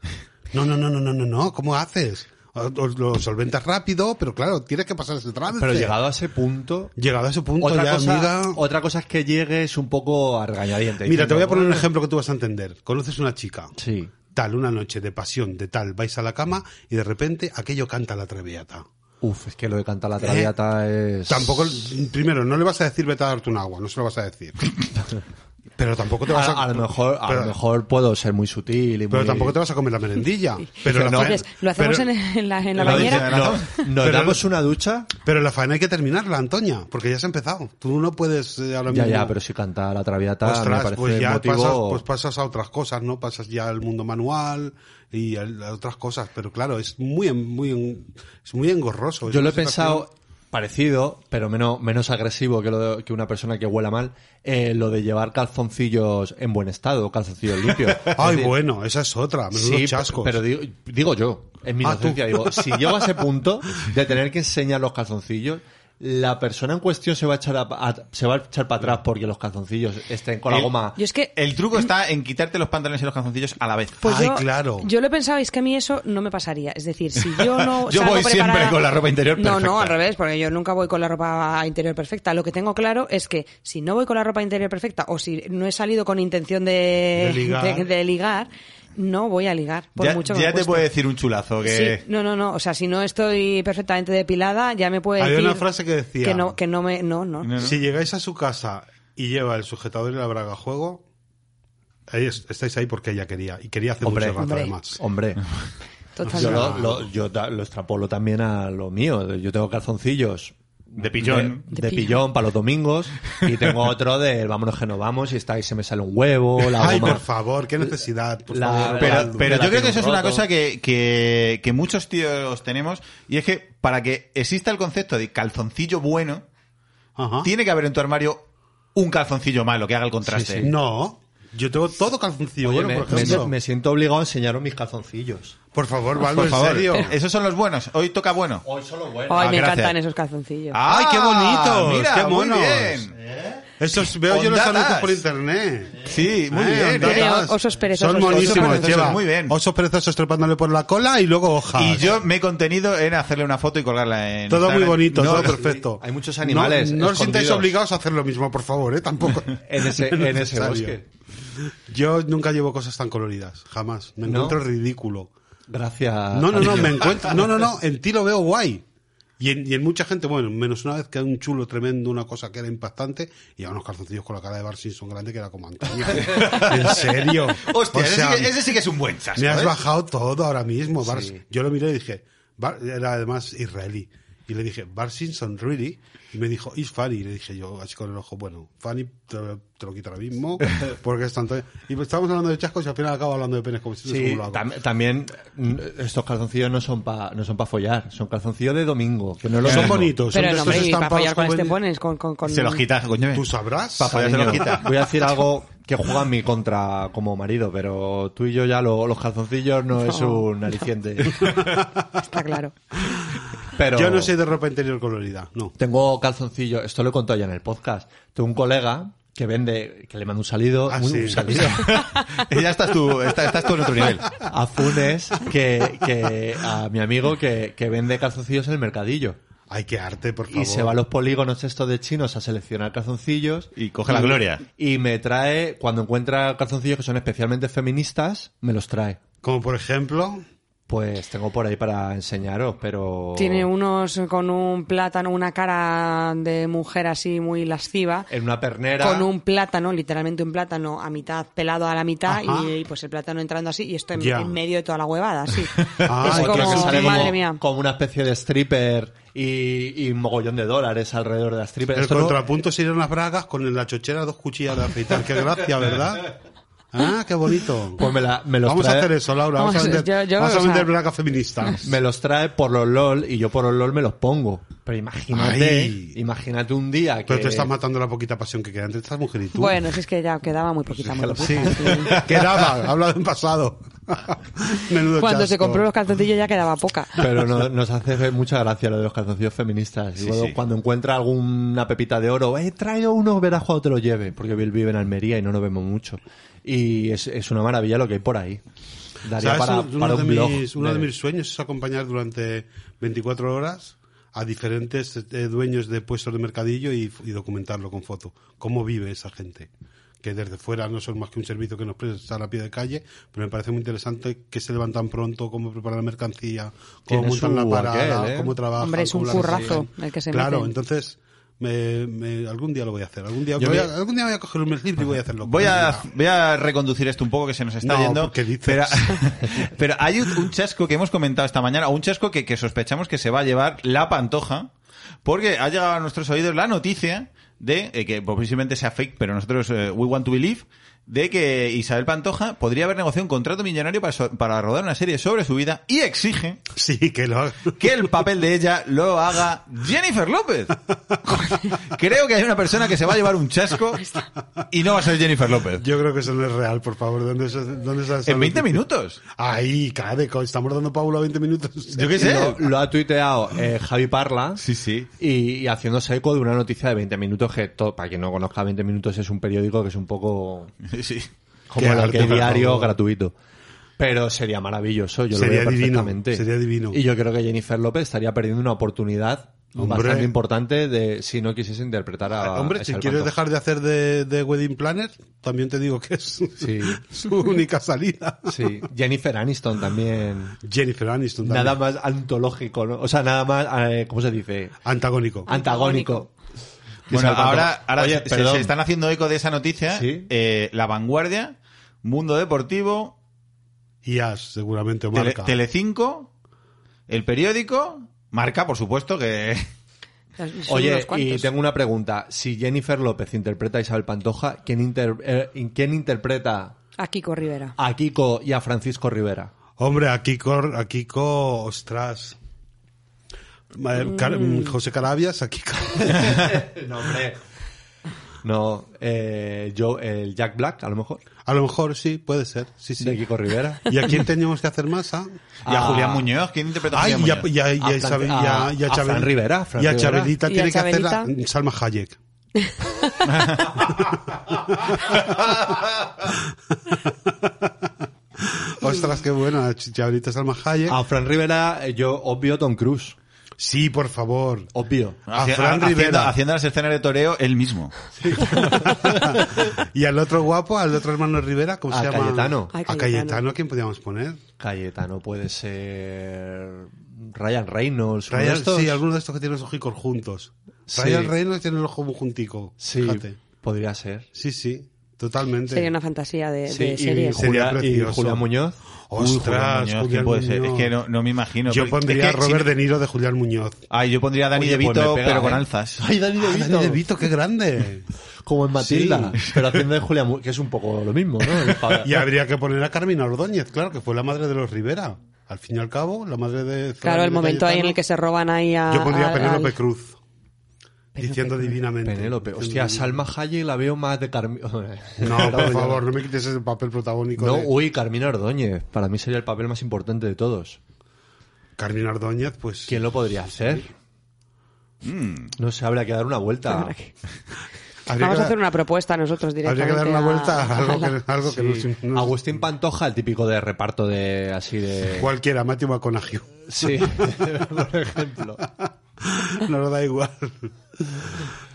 Speaker 6: No, no, no, no, no, no, no, ¿cómo haces? O- o Lo solventas rápido, pero claro, tienes que pasar ese trámite.
Speaker 7: Pero llegado a ese punto...
Speaker 6: Llegado a ese punto
Speaker 7: Otra,
Speaker 6: ya,
Speaker 7: cosa,
Speaker 6: amiga...
Speaker 7: otra cosa es que llegues un poco a regañadientes.
Speaker 6: Mira, te
Speaker 7: diciendo,
Speaker 6: voy a poner un
Speaker 7: "Bueno".
Speaker 6: ejemplo que tú vas a entender. Conoces una chica.
Speaker 7: Sí.
Speaker 6: Tal, una noche de pasión, de tal, vais a la cama y de repente aquello canta la traviata.
Speaker 7: Uf, es que lo de cantar la traviata es...
Speaker 6: Eh, Tampoco, primero, no le vas a decir vete a darte un agua, no se lo vas a decir. Pero tampoco Pues te vas a.
Speaker 7: A, a lo mejor, a
Speaker 6: pero,
Speaker 7: lo mejor puedo ser muy sutil y
Speaker 6: pero
Speaker 7: muy-
Speaker 6: tampoco te vas a comer la merendilla. Pero, la,
Speaker 7: No.
Speaker 6: faena,
Speaker 4: Entonces, lo hacemos
Speaker 6: pero-
Speaker 4: en, en la, en la
Speaker 5: Lo dice
Speaker 4: bañera.
Speaker 5: Ana.
Speaker 7: No, nos
Speaker 6: Pero-
Speaker 7: damos una ducha.
Speaker 6: pero la faena hay que terminarla, Antonia, porque ya se ha empezado. Tú no puedes eh, ahora
Speaker 7: Ya,
Speaker 6: mismo.
Speaker 7: ya, pero si canta la traviata me
Speaker 6: Ostras,
Speaker 7: parece
Speaker 6: pues ya
Speaker 7: motivo...
Speaker 6: pasas, pues pasas a otras cosas, ¿no? Pasas ya al mundo manual y al- a otras cosas, pero claro, es muy, en- muy, en- es muy engorroso. Es
Speaker 7: Yo lo
Speaker 6: una
Speaker 7: he pensado parecido, pero menos, menos agresivo que, lo de- que una persona que huela mal, eh, lo de llevar calzoncillos en buen estado, calzoncillos limpios.
Speaker 6: (laughs) situación-
Speaker 7: Es
Speaker 6: Ay,
Speaker 7: decir,
Speaker 6: bueno, esa es otra, menudo
Speaker 7: Sí,
Speaker 6: chascos.
Speaker 7: pero digo, digo yo, en mi
Speaker 6: Ah,
Speaker 7: inocencia,
Speaker 6: tú.
Speaker 7: digo, si llego a ese punto de tener que enseñar los calzoncillos, la persona en cuestión se va a echar, a- a- se va a echar para atrás porque los calzoncillos estén con la
Speaker 6: Eh,
Speaker 5: El-
Speaker 7: goma.
Speaker 4: Yo es que.
Speaker 5: El truco está en quitarte los pantalones y los calzoncillos a la vez.
Speaker 4: Pues
Speaker 6: Ay,
Speaker 4: yo,
Speaker 6: claro.
Speaker 4: Yo lo pensaba, y es que a mí eso no me pasaría. Es decir, si yo
Speaker 5: (laughs)
Speaker 4: no.
Speaker 5: Yo
Speaker 4: salgo
Speaker 5: voy siempre
Speaker 4: preparada-
Speaker 5: con la ropa interior
Speaker 4: No, no,
Speaker 5: perfecta.
Speaker 4: al revés, porque yo nunca voy con la ropa interior perfecta. Lo que tengo claro es que si no voy con la ropa interior perfecta o si no he salido con intención de,
Speaker 6: De ligar.
Speaker 4: de- de ligar, no voy a ligar. Por
Speaker 5: ya
Speaker 4: mucho que
Speaker 5: ya
Speaker 4: me
Speaker 5: te
Speaker 4: cueste.
Speaker 5: puede decir un chulazo que.
Speaker 4: Sí, no, no, no. O sea, si no estoy perfectamente depilada, ya me puede
Speaker 6: Había
Speaker 4: decir
Speaker 6: una frase que decía-
Speaker 4: que no, que no me, no, no.
Speaker 5: No, no.
Speaker 6: Si llegáis a su casa y lleva el sujetador y la braga a juego, ahí es- estáis ahí porque ella quería, y quería hace
Speaker 7: Hombre,
Speaker 6: mucho rato
Speaker 4: hombre.
Speaker 6: además.
Speaker 7: Hombre, Yo
Speaker 4: Totalmente.
Speaker 7: lo, lo- yo da- lo extrapolo también a lo mío. Yo tengo calzoncillos.
Speaker 5: De pillón.
Speaker 7: De,
Speaker 4: De
Speaker 7: de
Speaker 4: pillón.
Speaker 7: pillón para los domingos. Y tengo otro de vámonos que nos vamos y está ahí se me sale un huevo, la
Speaker 6: Ay,
Speaker 7: goma.
Speaker 6: por favor, qué necesidad. por
Speaker 7: La-
Speaker 6: favor,
Speaker 5: Pero,
Speaker 7: Aldo.
Speaker 5: pero
Speaker 7: Del
Speaker 5: yo creo que
Speaker 7: latino
Speaker 5: eso es una
Speaker 7: roto.
Speaker 5: cosa que, que, que muchos tíos tenemos y es que para que exista el concepto de calzoncillo bueno,
Speaker 6: Ajá.
Speaker 5: tiene que haber en tu armario un calzoncillo malo que haga el contraste.
Speaker 7: Sí, sí.
Speaker 6: No, yo tengo todo calzoncillo.
Speaker 7: Oye,
Speaker 6: bueno,
Speaker 7: me,
Speaker 6: por
Speaker 7: me-
Speaker 6: ejemplo.
Speaker 7: me siento obligado a enseñaros mis calzoncillos.
Speaker 6: Por favor, Valdo,
Speaker 5: Por
Speaker 6: en
Speaker 5: favor,
Speaker 6: serio.
Speaker 5: esos son los buenos. Hoy toca bueno.
Speaker 7: Hoy solo bueno.
Speaker 4: Ay,
Speaker 5: Ah,
Speaker 4: me
Speaker 5: gracias. Ah,
Speaker 4: encantan esos calzoncillos.
Speaker 6: ¡Ay, qué bonitos!
Speaker 5: Mira,
Speaker 6: ¡Qué
Speaker 5: muy
Speaker 6: monos!
Speaker 5: bien.
Speaker 6: Esos veo yo los
Speaker 5: Ondatas.
Speaker 6: anuncios por internet.
Speaker 5: Sí, muy
Speaker 6: Eh,
Speaker 5: bien.
Speaker 6: ondatas.
Speaker 5: ¿eh?
Speaker 4: Tiene osos perezosos.
Speaker 6: Son
Speaker 5: Osos
Speaker 6: monísimos,
Speaker 5: perezosos,
Speaker 6: lleva.
Speaker 5: muy bien.
Speaker 6: Osos perezosos trepándole por la cola y luego hojas.
Speaker 5: Y yo me he contenido en hacerle una foto y colgarla en
Speaker 6: Todo muy
Speaker 5: Instagram.
Speaker 6: bonito,
Speaker 5: No,
Speaker 6: todo perfecto.
Speaker 7: Hay muchos animales
Speaker 6: No, no os sintáis
Speaker 7: escondidos.
Speaker 6: obligados a hacer lo mismo, por favor, ¿eh? Tampoco.
Speaker 7: En
Speaker 6: (laughs)
Speaker 7: ese, en ese
Speaker 6: necesario.
Speaker 7: bosque.
Speaker 6: Yo nunca llevo cosas tan coloridas, jamás. Me
Speaker 7: ¿No?
Speaker 6: encuentro ridículo.
Speaker 7: Gracias.
Speaker 6: No, no, no,
Speaker 7: Antonio.
Speaker 6: me encuentro. No, no,
Speaker 5: (laughs)
Speaker 6: no, en ti lo veo guay. Y en, y en mucha gente, bueno, menos una vez que hay un chulo tremendo, una cosa que era impactante, y a unos calzoncillos con la cara de Bar Simpson grande que era como
Speaker 5: (laughs)
Speaker 6: Antonio. en serio.
Speaker 5: Hostia,
Speaker 6: O
Speaker 5: ese,
Speaker 6: sea,
Speaker 5: sí que, ese sí que es un buen chasco.
Speaker 6: me has
Speaker 5: ¿eh?
Speaker 6: bajado todo ahora mismo, Bar-
Speaker 7: Sí.
Speaker 6: Yo lo miré y dije, Bar- era además israelí. Y le dije, Bar Simpson, really? Y me dijo, it's funny. Y le dije yo, así con el ojo, bueno, funny, te, lo- te lo quito ahora mismo,
Speaker 5: (laughs)
Speaker 6: porque es tanto. Y pues estábamos hablando de chascos y al final acabo hablando de penes como si no sé
Speaker 7: Sí,
Speaker 6: cómo lo hago.
Speaker 7: tam- también mm, estos calzoncillos no son para no son pa follar, son calzoncillos de domingo, que no es lo
Speaker 6: Son
Speaker 7: mismo.
Speaker 6: bonitos, son
Speaker 4: Pero
Speaker 6: de
Speaker 4: no,
Speaker 6: estos
Speaker 4: hombre, y para
Speaker 6: estampados
Speaker 4: follar con
Speaker 6: que
Speaker 4: este
Speaker 6: venden-
Speaker 4: pones, con, con, con...
Speaker 5: Se los quitas, coño. eh.
Speaker 6: Tú sabrás.
Speaker 5: Pa' follar. Ya se lo
Speaker 7: Cariño,
Speaker 5: quita.
Speaker 7: (laughs) Voy a decir algo que juega en mi contra como marido, pero tú y yo ya lo- los calzoncillos no, es
Speaker 4: No.
Speaker 7: un
Speaker 6: (laughs)
Speaker 7: aliciente.
Speaker 4: Está claro.
Speaker 7: Pero
Speaker 6: Yo no soy de ropa interior colorida, no.
Speaker 7: tengo calzoncillos, esto lo he contado ya en el podcast. Tengo un colega que vende, que le manda un salido,
Speaker 6: Ah,
Speaker 7: un-
Speaker 6: sí.
Speaker 7: un salido.
Speaker 5: (laughs) ya estás tú, está- estás tú en
Speaker 6: (laughs)
Speaker 5: otro nivel.
Speaker 7: (laughs) a Funes, que, que a mi amigo que, que vende calzoncillos en el mercadillo.
Speaker 6: Ay, qué arte, por favor.
Speaker 7: Y se va a los polígonos estos de chinos a seleccionar calzoncillos.
Speaker 5: Y coge la gloria.
Speaker 7: Y me trae, cuando encuentra calzoncillos que son especialmente feministas, me los trae.
Speaker 6: Como por ejemplo,
Speaker 7: Pues tengo por ahí para enseñaros, pero...
Speaker 4: Tiene unos con un plátano, una cara de mujer así muy lasciva.
Speaker 7: En una pernera.
Speaker 4: Con un plátano, literalmente un plátano a mitad, pelado a la mitad,
Speaker 6: Ajá.
Speaker 4: y, pues el plátano entrando así, y esto en,
Speaker 6: Ya.
Speaker 4: en medio de toda la huevada,
Speaker 6: (laughs)
Speaker 4: así.
Speaker 6: Ah,
Speaker 4: es
Speaker 6: y creo
Speaker 4: como,
Speaker 6: que sale
Speaker 4: madre
Speaker 7: como,
Speaker 4: mía.
Speaker 7: como una especie de stripper y, y un mogollón de dólares alrededor de la stripper.
Speaker 6: el
Speaker 7: Esto no-
Speaker 6: contrapunto serían las bragas con la chochera, dos cuchillas de afeitar. Qué gracia, ¿verdad? Ah, qué bonito.
Speaker 7: Pues me la- me los
Speaker 6: vamos a
Speaker 7: trae-
Speaker 6: hacer eso, Laura. Vamos,
Speaker 4: Vamos,
Speaker 6: a vender,
Speaker 4: yo- yo-
Speaker 6: vamos a
Speaker 4: o sea-
Speaker 6: vender bragas
Speaker 7: (laughs)
Speaker 6: feministas.
Speaker 7: me los trae por los LOL y yo por los LOL me los pongo. Pero imagínate,
Speaker 6: Ay.
Speaker 7: imagínate un día que...
Speaker 6: Pero tú estás matando la poquita pasión que queda entre estas mujeres y tú.
Speaker 4: Bueno, si es que ya quedaba muy poquita, muy poquita.
Speaker 6: Sí,
Speaker 4: sí.
Speaker 6: (laughs) quedaba, hablado en pasado. (laughs) Menudo
Speaker 4: Cuando se
Speaker 6: chasco.
Speaker 4: compró los calzoncillos ya quedaba poca.
Speaker 7: Pero no- nos hace fe- mucha gracia lo de los calzoncillos feministas. Y
Speaker 5: Sí,
Speaker 7: luego
Speaker 5: sí.
Speaker 7: cuando encuentra alguna pepita de oro, eh, traigo uno, verás cuando te lo lleve. Porque Bill vive en Almería y no nos vemos mucho. Y es, es una maravilla lo que hay por ahí. Daría
Speaker 6: ¿Sabes?
Speaker 7: para,
Speaker 6: uno
Speaker 7: para
Speaker 6: de
Speaker 7: un blog.
Speaker 6: mis, uno de
Speaker 7: de-
Speaker 6: mis sueños es acompañar durante 24 horas a diferentes eh, dueños de puestos de mercadillo y, y documentarlo con foto. Cómo vive esa gente. Que desde fuera no son más que un servicio que nos presta a la pie de calle, pero me parece muy interesante que se levantan pronto, cómo preparan la mercancía, cómo
Speaker 7: Tiene
Speaker 6: montan
Speaker 7: su
Speaker 6: la parada,
Speaker 7: aquel, ¿eh?
Speaker 6: cómo trabajan.
Speaker 4: Hombre, es
Speaker 6: cómo
Speaker 4: un
Speaker 6: la
Speaker 4: currazo
Speaker 6: reciben.
Speaker 4: el que se
Speaker 6: Claro,
Speaker 4: meten.
Speaker 6: entonces me- me- algún día lo voy a hacer. Algún día,
Speaker 7: Yo
Speaker 6: voy
Speaker 7: me-
Speaker 6: a, algún día voy a coger un mercadillo y voy a hacerlo.
Speaker 5: Voy a,
Speaker 7: (laughs)
Speaker 6: Venga.
Speaker 5: voy a reconducir esto un poco que se nos está
Speaker 6: No,
Speaker 5: yendo.
Speaker 6: ¿qué dices?
Speaker 5: Pero, (laughs) pero hay un un chasco que hemos comentado esta mañana, un chasco que, que sospechamos que se va a llevar la pantoja, porque ha llegado a nuestros oídos la noticia de eh, que posiblemente sea fake, pero nosotros eh, we want to believe de que Isabel Pantoja podría haber negociado un contrato millonario para, so- para rodar una serie sobre su vida y exige
Speaker 6: Sí, que lo haga.
Speaker 5: que el papel de ella lo haga
Speaker 6: (laughs)
Speaker 5: Jennifer López. Creo que hay una persona que se va a llevar un chasco y no va a ser Jennifer López.
Speaker 6: Yo creo que eso no es real, por favor. ¿Dónde, se- dónde se ha salido?
Speaker 5: En
Speaker 6: (laughs)
Speaker 5: 20 minutos.
Speaker 6: Ahí, cadeco, estamos dando Paula 20 minutos.
Speaker 5: Yo qué sé.
Speaker 7: Lo, lo ha tuiteado eh, Javi Parla.
Speaker 5: Sí, sí.
Speaker 7: Y, y haciéndose eco de una noticia de 20 minutos que, to- para quien no conozca, 20 minutos es un periódico que es un poco
Speaker 5: Sí.
Speaker 7: como
Speaker 6: Qué
Speaker 7: el
Speaker 6: arte,
Speaker 7: que
Speaker 6: por
Speaker 7: diario
Speaker 6: favor.
Speaker 7: gratuito. Pero sería maravilloso, yo
Speaker 6: Sería
Speaker 7: lo veo
Speaker 6: divino,
Speaker 7: perfectamente.
Speaker 6: sería divino.
Speaker 7: Y yo creo que Jennifer López estaría perdiendo una oportunidad
Speaker 6: Hombre.
Speaker 7: bastante importante de si no quisiese interpretar a.
Speaker 6: Ah, Hombre,
Speaker 7: a
Speaker 6: si
Speaker 7: Isabel
Speaker 6: quieres
Speaker 7: Pantoja.
Speaker 6: dejar de hacer de, de wedding planner, también te digo que es
Speaker 7: Sí.
Speaker 6: (laughs) su única salida.
Speaker 7: Sí, Jennifer Aniston también.
Speaker 6: Jennifer Aniston también.
Speaker 7: Nada más antológico, ¿no? O sea, nada más. eh, ¿Cómo se dice?
Speaker 6: Antagónico.
Speaker 7: Antagónico.
Speaker 5: Bueno,
Speaker 7: Isabel Pantoja.
Speaker 5: ahora, ahora
Speaker 7: Oye,
Speaker 5: se- se,
Speaker 7: perdón.
Speaker 5: se están haciendo eco de esa noticia.
Speaker 7: Sí.
Speaker 5: Eh, la vanguardia, mundo deportivo.
Speaker 6: y As, seguramente, o
Speaker 5: Tele-
Speaker 6: Marca.
Speaker 5: Telecinco, el periódico, marca, por supuesto, que (laughs)
Speaker 4: Son
Speaker 7: Oye,
Speaker 4: unos
Speaker 7: y
Speaker 4: cuantos.
Speaker 7: tengo una pregunta. Si Jennifer López interpreta a Isabel Pantoja, ¿quién, inter- eh, ¿quién interpreta
Speaker 4: A Kiko Rivera.
Speaker 7: a Kiko y a Francisco Rivera?
Speaker 6: Hombre, a Kiko, a Kiko, ostras. Madre- Car- mm, José Carabias, a Kiko.
Speaker 7: No, hombre. No, eh, yo, el Jack Black, a lo mejor,
Speaker 6: (laughs) A lo mejor sí, puede ser. Sí,
Speaker 7: de
Speaker 6: sí.
Speaker 7: Kiko
Speaker 6: (laughs)
Speaker 7: Rivera.
Speaker 6: ¿Y a quién teníamos que hacer más? ah?
Speaker 5: Y a
Speaker 7: Ah.
Speaker 5: Julián Muñoz, ¿quién interpreta a
Speaker 6: Ay,
Speaker 5: Julián
Speaker 6: y a,
Speaker 5: Muñoz?
Speaker 6: y a- y a
Speaker 7: A
Speaker 6: Isabel-
Speaker 7: Fran-
Speaker 6: y a- y a
Speaker 7: a Fran
Speaker 6: Chabel-
Speaker 7: Rivera, Fran
Speaker 6: y a
Speaker 7: Rivera.
Speaker 6: Chabelita
Speaker 4: Y a
Speaker 6: tiene que hacer la-
Speaker 4: Chabelita.
Speaker 6: Salma
Speaker 4: (laughs)
Speaker 6: Hayek. Ostras, qué buena, Ch- Chabelita Salma Hayek.
Speaker 7: A Fran Rivera, eh, yo obvio Tom Cruise.
Speaker 6: Sí, por favor.
Speaker 7: Obvio.
Speaker 6: a
Speaker 5: Haci-
Speaker 6: Fran
Speaker 5: haciendo-
Speaker 6: Rivera.
Speaker 5: Haciendo las escenas de toreo él mismo.
Speaker 6: y al otro guapo, al otro hermano Rivera, ¿cómo
Speaker 7: A
Speaker 6: se llama?
Speaker 7: Cayetano.
Speaker 4: Ay,
Speaker 6: A Cayetano,
Speaker 4: Cayetano,
Speaker 6: ¿quién podíamos poner?
Speaker 7: Cayetano puede ser Ryan Reynolds. uno de
Speaker 6: Ryan-
Speaker 7: estos.
Speaker 6: sí, alguno de estos que tiene los ojicos juntos.
Speaker 7: Sí.
Speaker 6: Ryan Reynolds tiene el ojo muy juntico.
Speaker 7: Sí,
Speaker 6: Fíjate.
Speaker 7: podría ser.
Speaker 6: Sí, sí, totalmente.
Speaker 4: Sería una fantasía de,
Speaker 7: Sí,
Speaker 4: de
Speaker 7: y
Speaker 4: serie.
Speaker 6: Ju- Sería
Speaker 7: Julia- y
Speaker 6: precioso.
Speaker 7: Julia Muñoz.
Speaker 6: Ostras,
Speaker 5: Uy, Julián Muñoz,
Speaker 6: Julián
Speaker 5: ¿quién puede ser?
Speaker 6: Muñoz.
Speaker 5: Es que no, no me imagino.
Speaker 6: Yo
Speaker 5: pero- es
Speaker 6: pondría
Speaker 5: que
Speaker 6: a Robert
Speaker 5: si no-
Speaker 6: De Niro de Julián Muñoz.
Speaker 5: Ay, yo pondría a Dani
Speaker 7: Oye, pues
Speaker 5: DeVito,
Speaker 7: me pega,
Speaker 5: pero
Speaker 7: ¿eh?
Speaker 5: con alzas.
Speaker 7: (laughs) Ay, Dani
Speaker 6: Ah,
Speaker 7: DeVito.
Speaker 6: Dani DeVito, qué grande.
Speaker 7: Como en Matilda.
Speaker 6: Sí.
Speaker 7: (laughs) Pero haciendo de Julia Mu- que es un poco lo mismo,
Speaker 6: (laughs)
Speaker 7: ¿no? El pa-
Speaker 6: y habría que poner a Carmina Ordóñez, claro, que fue la madre de los Rivera. Al fin y al cabo, la madre de...
Speaker 4: Claro, el momento ahí en el que se roban ahí a...
Speaker 6: Yo pondría a
Speaker 4: al-
Speaker 6: Penélope
Speaker 4: al-
Speaker 6: Cruz. diciendo divinamente.
Speaker 7: Penélope.
Speaker 6: Diciendo
Speaker 7: Hostia, Salma Hayek la veo más de (laughs) Carmina.
Speaker 6: No, por favor, no me quites ese papel protagónico
Speaker 7: No,
Speaker 6: de
Speaker 7: uy, Carmina Ordóñez. Para mí sería el papel más importante de todos.
Speaker 6: Carmina Ordóñez, pues...
Speaker 7: ¿Quién lo podría hacer? No sé, habrá que dar una vuelta.
Speaker 6: habría
Speaker 4: Vamos
Speaker 6: que
Speaker 4: a hacer
Speaker 6: dar-
Speaker 4: una propuesta nosotros directamente.
Speaker 6: Habría que dar una
Speaker 4: a-
Speaker 6: vuelta a algo
Speaker 4: la-
Speaker 6: que, algo que no
Speaker 7: Sí.
Speaker 6: se- no-
Speaker 7: Agustín Pantoja, el típico de reparto de así de.
Speaker 6: Cualquiera, Matthew McConaughey.
Speaker 7: (laughs) Sí, por ejemplo.
Speaker 6: (laughs) No lo da igual.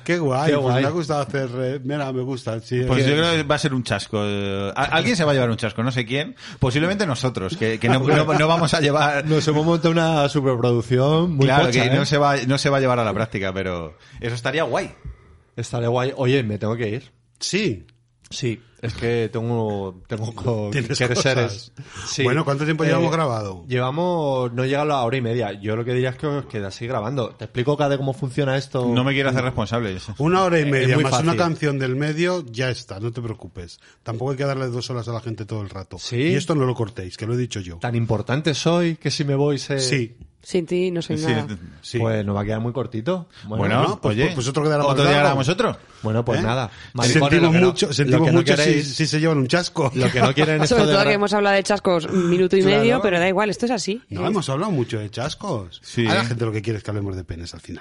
Speaker 6: Qué guay,
Speaker 7: Qué
Speaker 6: pues
Speaker 7: guay.
Speaker 6: me ha gustado hacer... eh, mira, me gusta. Sí,
Speaker 5: Pues
Speaker 6: eh,
Speaker 5: yo creo que va a ser un chasco. Eh, a- Alguien se va a llevar un chasco, no sé quién. Posiblemente nosotros, que, que no, no- no vamos
Speaker 6: (laughs)
Speaker 5: a llevar.
Speaker 7: Nos hemos montado una superproducción muy
Speaker 5: claro,
Speaker 7: pocha,
Speaker 5: que
Speaker 7: ¿eh?
Speaker 5: no, se va, no se va a llevar a la práctica, pero eso estaría guay.
Speaker 7: Estaré guay. Oye, me tengo que ir.
Speaker 6: Sí.
Speaker 7: Sí, es que tengo (laughs) tengo co-
Speaker 6: Tienes
Speaker 7: que
Speaker 6: cosas.
Speaker 7: seres. Sí. Eh,
Speaker 6: Bueno, ¿cuánto tiempo llevamos grabado?
Speaker 7: Llevamos no llega a la hora y media. Yo lo que diría es que os quedáis grabando. Te explico cada cómo funciona esto.
Speaker 5: No me quiero hacer responsable.
Speaker 6: Una hora y
Speaker 7: eh, Es
Speaker 6: media
Speaker 7: muy
Speaker 6: más una
Speaker 7: fácil.
Speaker 6: canción del medio, ya está, no te preocupes. Tampoco hay que darle dos horas a la gente todo el rato.
Speaker 7: Sí.
Speaker 6: Y esto no lo cortéis, que lo he dicho yo.
Speaker 7: tan importante soy que si me voy se
Speaker 6: Sí,
Speaker 4: Sin ti no soy
Speaker 5: Sí,
Speaker 4: nada.
Speaker 6: sí.
Speaker 7: Pues nos va a quedar muy cortito.
Speaker 5: Bueno,
Speaker 6: no, pues-
Speaker 5: oye,
Speaker 6: pues- pues otro quedará más
Speaker 5: día
Speaker 6: largo.
Speaker 5: grabamos otro.
Speaker 7: bueno, pues
Speaker 6: ¿Eh?
Speaker 7: nada. Maricones,
Speaker 6: Sentimos
Speaker 7: lo que no-
Speaker 6: mucho,
Speaker 7: lo
Speaker 6: sentimos
Speaker 7: que no
Speaker 6: mucho si,
Speaker 7: queréis-
Speaker 6: si se llevan un chasco.
Speaker 7: Lo que no
Speaker 6: (laughs)
Speaker 7: quieren esto
Speaker 4: Sobre
Speaker 7: de
Speaker 4: todo
Speaker 7: gra-
Speaker 4: que hemos hablado de chascos un minuto y
Speaker 7: Claro.
Speaker 4: medio, pero da igual, esto es así.
Speaker 6: No, hemos hablado mucho de chascos.
Speaker 5: Sí.
Speaker 6: A la gente lo que quiere es que hablemos de penes
Speaker 7: (laughs)
Speaker 6: al final.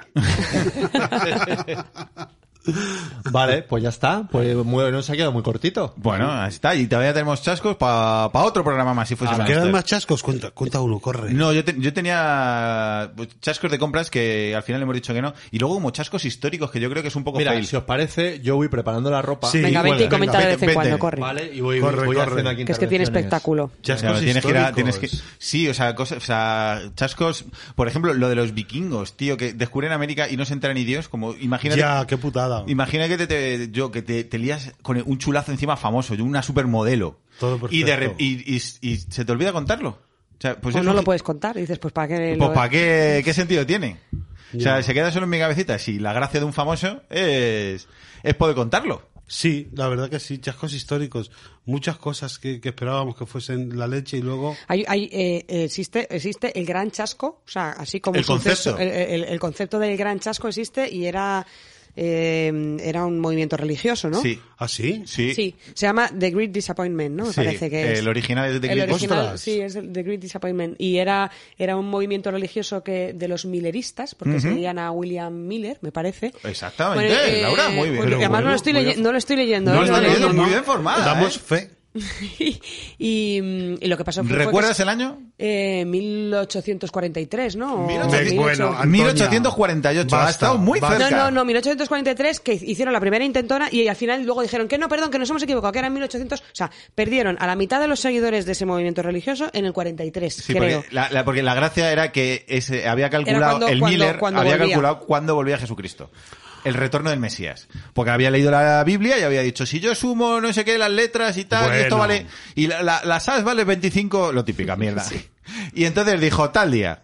Speaker 7: Vale, pues ya está. Pues muy, no se ha quedado muy cortito.
Speaker 5: Bueno, ahí está. Y todavía tenemos chascos para otro programa más, si fuese más.
Speaker 6: Ah, ¿Quedan más chascos? Cuenta, cuenta uno, corre.
Speaker 5: Pues No, yo, te- yo tenía pues, chascos de compras que al final hemos dicho que no. Y luego como chascos históricos, que yo creo que es un poco
Speaker 7: Mira,
Speaker 5: fail.
Speaker 7: si os parece, yo voy preparando la ropa.
Speaker 6: Sí,
Speaker 4: Venga, vente y
Speaker 6: venga,
Speaker 4: comenta de
Speaker 5: vente,
Speaker 4: vez en
Speaker 5: vente.
Speaker 4: cuando, corre.
Speaker 7: Vale, y voy,
Speaker 6: Corre,
Speaker 7: voy
Speaker 6: corre.
Speaker 7: haciendo aquí
Speaker 4: Que es que tiene
Speaker 7: intervenciones.
Speaker 4: espectáculo.
Speaker 6: Chascos
Speaker 5: Claro, tienes que ir a-
Speaker 6: históricos.
Speaker 5: tienes que- sí, o sea, cosas, o sea, chascos, por ejemplo, lo de los vikingos, tío, que descubren América y no se entera ni Dios, como imagínate
Speaker 6: Ya, qué putada.
Speaker 5: Imagina que te, te- yo que te, te lías con un chulazo encima famoso, yo una supermodelo.
Speaker 6: Todo
Speaker 5: y, de re-
Speaker 6: perfecto.
Speaker 5: y, y- y se te olvida contarlo. O sea, pues
Speaker 4: O
Speaker 5: eso
Speaker 4: no lo
Speaker 5: que-
Speaker 4: puedes contar, dices, pues para qué...
Speaker 5: Pues
Speaker 4: lo-
Speaker 5: ¿para qué, qué sentido tiene? O sea, se queda solo en mi cabecita. Si la gracia de un famoso es, es poder contarlo.
Speaker 6: Sí, la verdad que sí, chascos históricos. Muchas cosas que, que esperábamos que fuesen la leche y luego...
Speaker 4: Hay, hay, eh, existe, existe el gran chasco, o sea, así como
Speaker 5: El
Speaker 4: suceso-
Speaker 5: concepto.
Speaker 4: el, el- el concepto del gran chasco existe y era, eh, era un movimiento religioso, ¿no?
Speaker 5: Sí,
Speaker 6: ¿Ah, sí?
Speaker 5: sí.
Speaker 4: Sí, se llama The Great Disappointment, ¿no? Me
Speaker 5: Sí, eh,
Speaker 4: parece que es.
Speaker 5: el original es The
Speaker 4: El
Speaker 5: Great-
Speaker 4: original,
Speaker 6: Ostras.
Speaker 4: sí, es el- The Great Disappointment. Y era, era un movimiento religioso que de los milleristas, porque seguían a William Miller, me parece.
Speaker 5: Exactamente, Laura, muy bien.
Speaker 4: eh, porque
Speaker 5: Pero
Speaker 4: además no,
Speaker 6: bueno,
Speaker 4: lo estoy
Speaker 6: muy
Speaker 4: leye-
Speaker 6: bien.
Speaker 4: no lo estoy leyendo.
Speaker 5: No
Speaker 4: ¿eh? Lo
Speaker 5: lo estoy
Speaker 4: leyendo,
Speaker 5: leyendo, muy
Speaker 4: ¿no?
Speaker 5: bien formada,
Speaker 6: Damos
Speaker 5: ¿eh?
Speaker 6: fe.
Speaker 4: y, mm, (laughs) y lo que pasó fue fue
Speaker 5: ¿Recuerdas
Speaker 4: que-
Speaker 5: el año?
Speaker 4: Eh, 1843, ¿no? O
Speaker 5: 1800.
Speaker 4: 1800.
Speaker 6: Bueno, Antonia,
Speaker 5: 1848, ha estado muy
Speaker 6: basta.
Speaker 5: cerca.
Speaker 4: No, no, no, 1843 que hicieron la primera intentona y al final luego dijeron que no, perdón, que nos hemos equivocado, que eran 1800, o sea, perdieron a la mitad de los seguidores de ese movimiento religioso en el 43,
Speaker 5: Sí,
Speaker 4: creo.
Speaker 5: porque la, la- porque la gracia era que ese, había calculado,
Speaker 4: cuando-
Speaker 5: el
Speaker 4: cuando-
Speaker 5: Miller
Speaker 4: cuando
Speaker 5: había
Speaker 4: volvía.
Speaker 5: calculado cuándo volvía Jesucristo. El retorno del Mesías. Porque había leído la Biblia y había dicho, si yo sumo no sé qué, las letras y tal, y esto
Speaker 6: Bueno.
Speaker 5: vale... Y la, la, la SAS vale 25, lo típica, mierda. Y entonces dijo, tal día,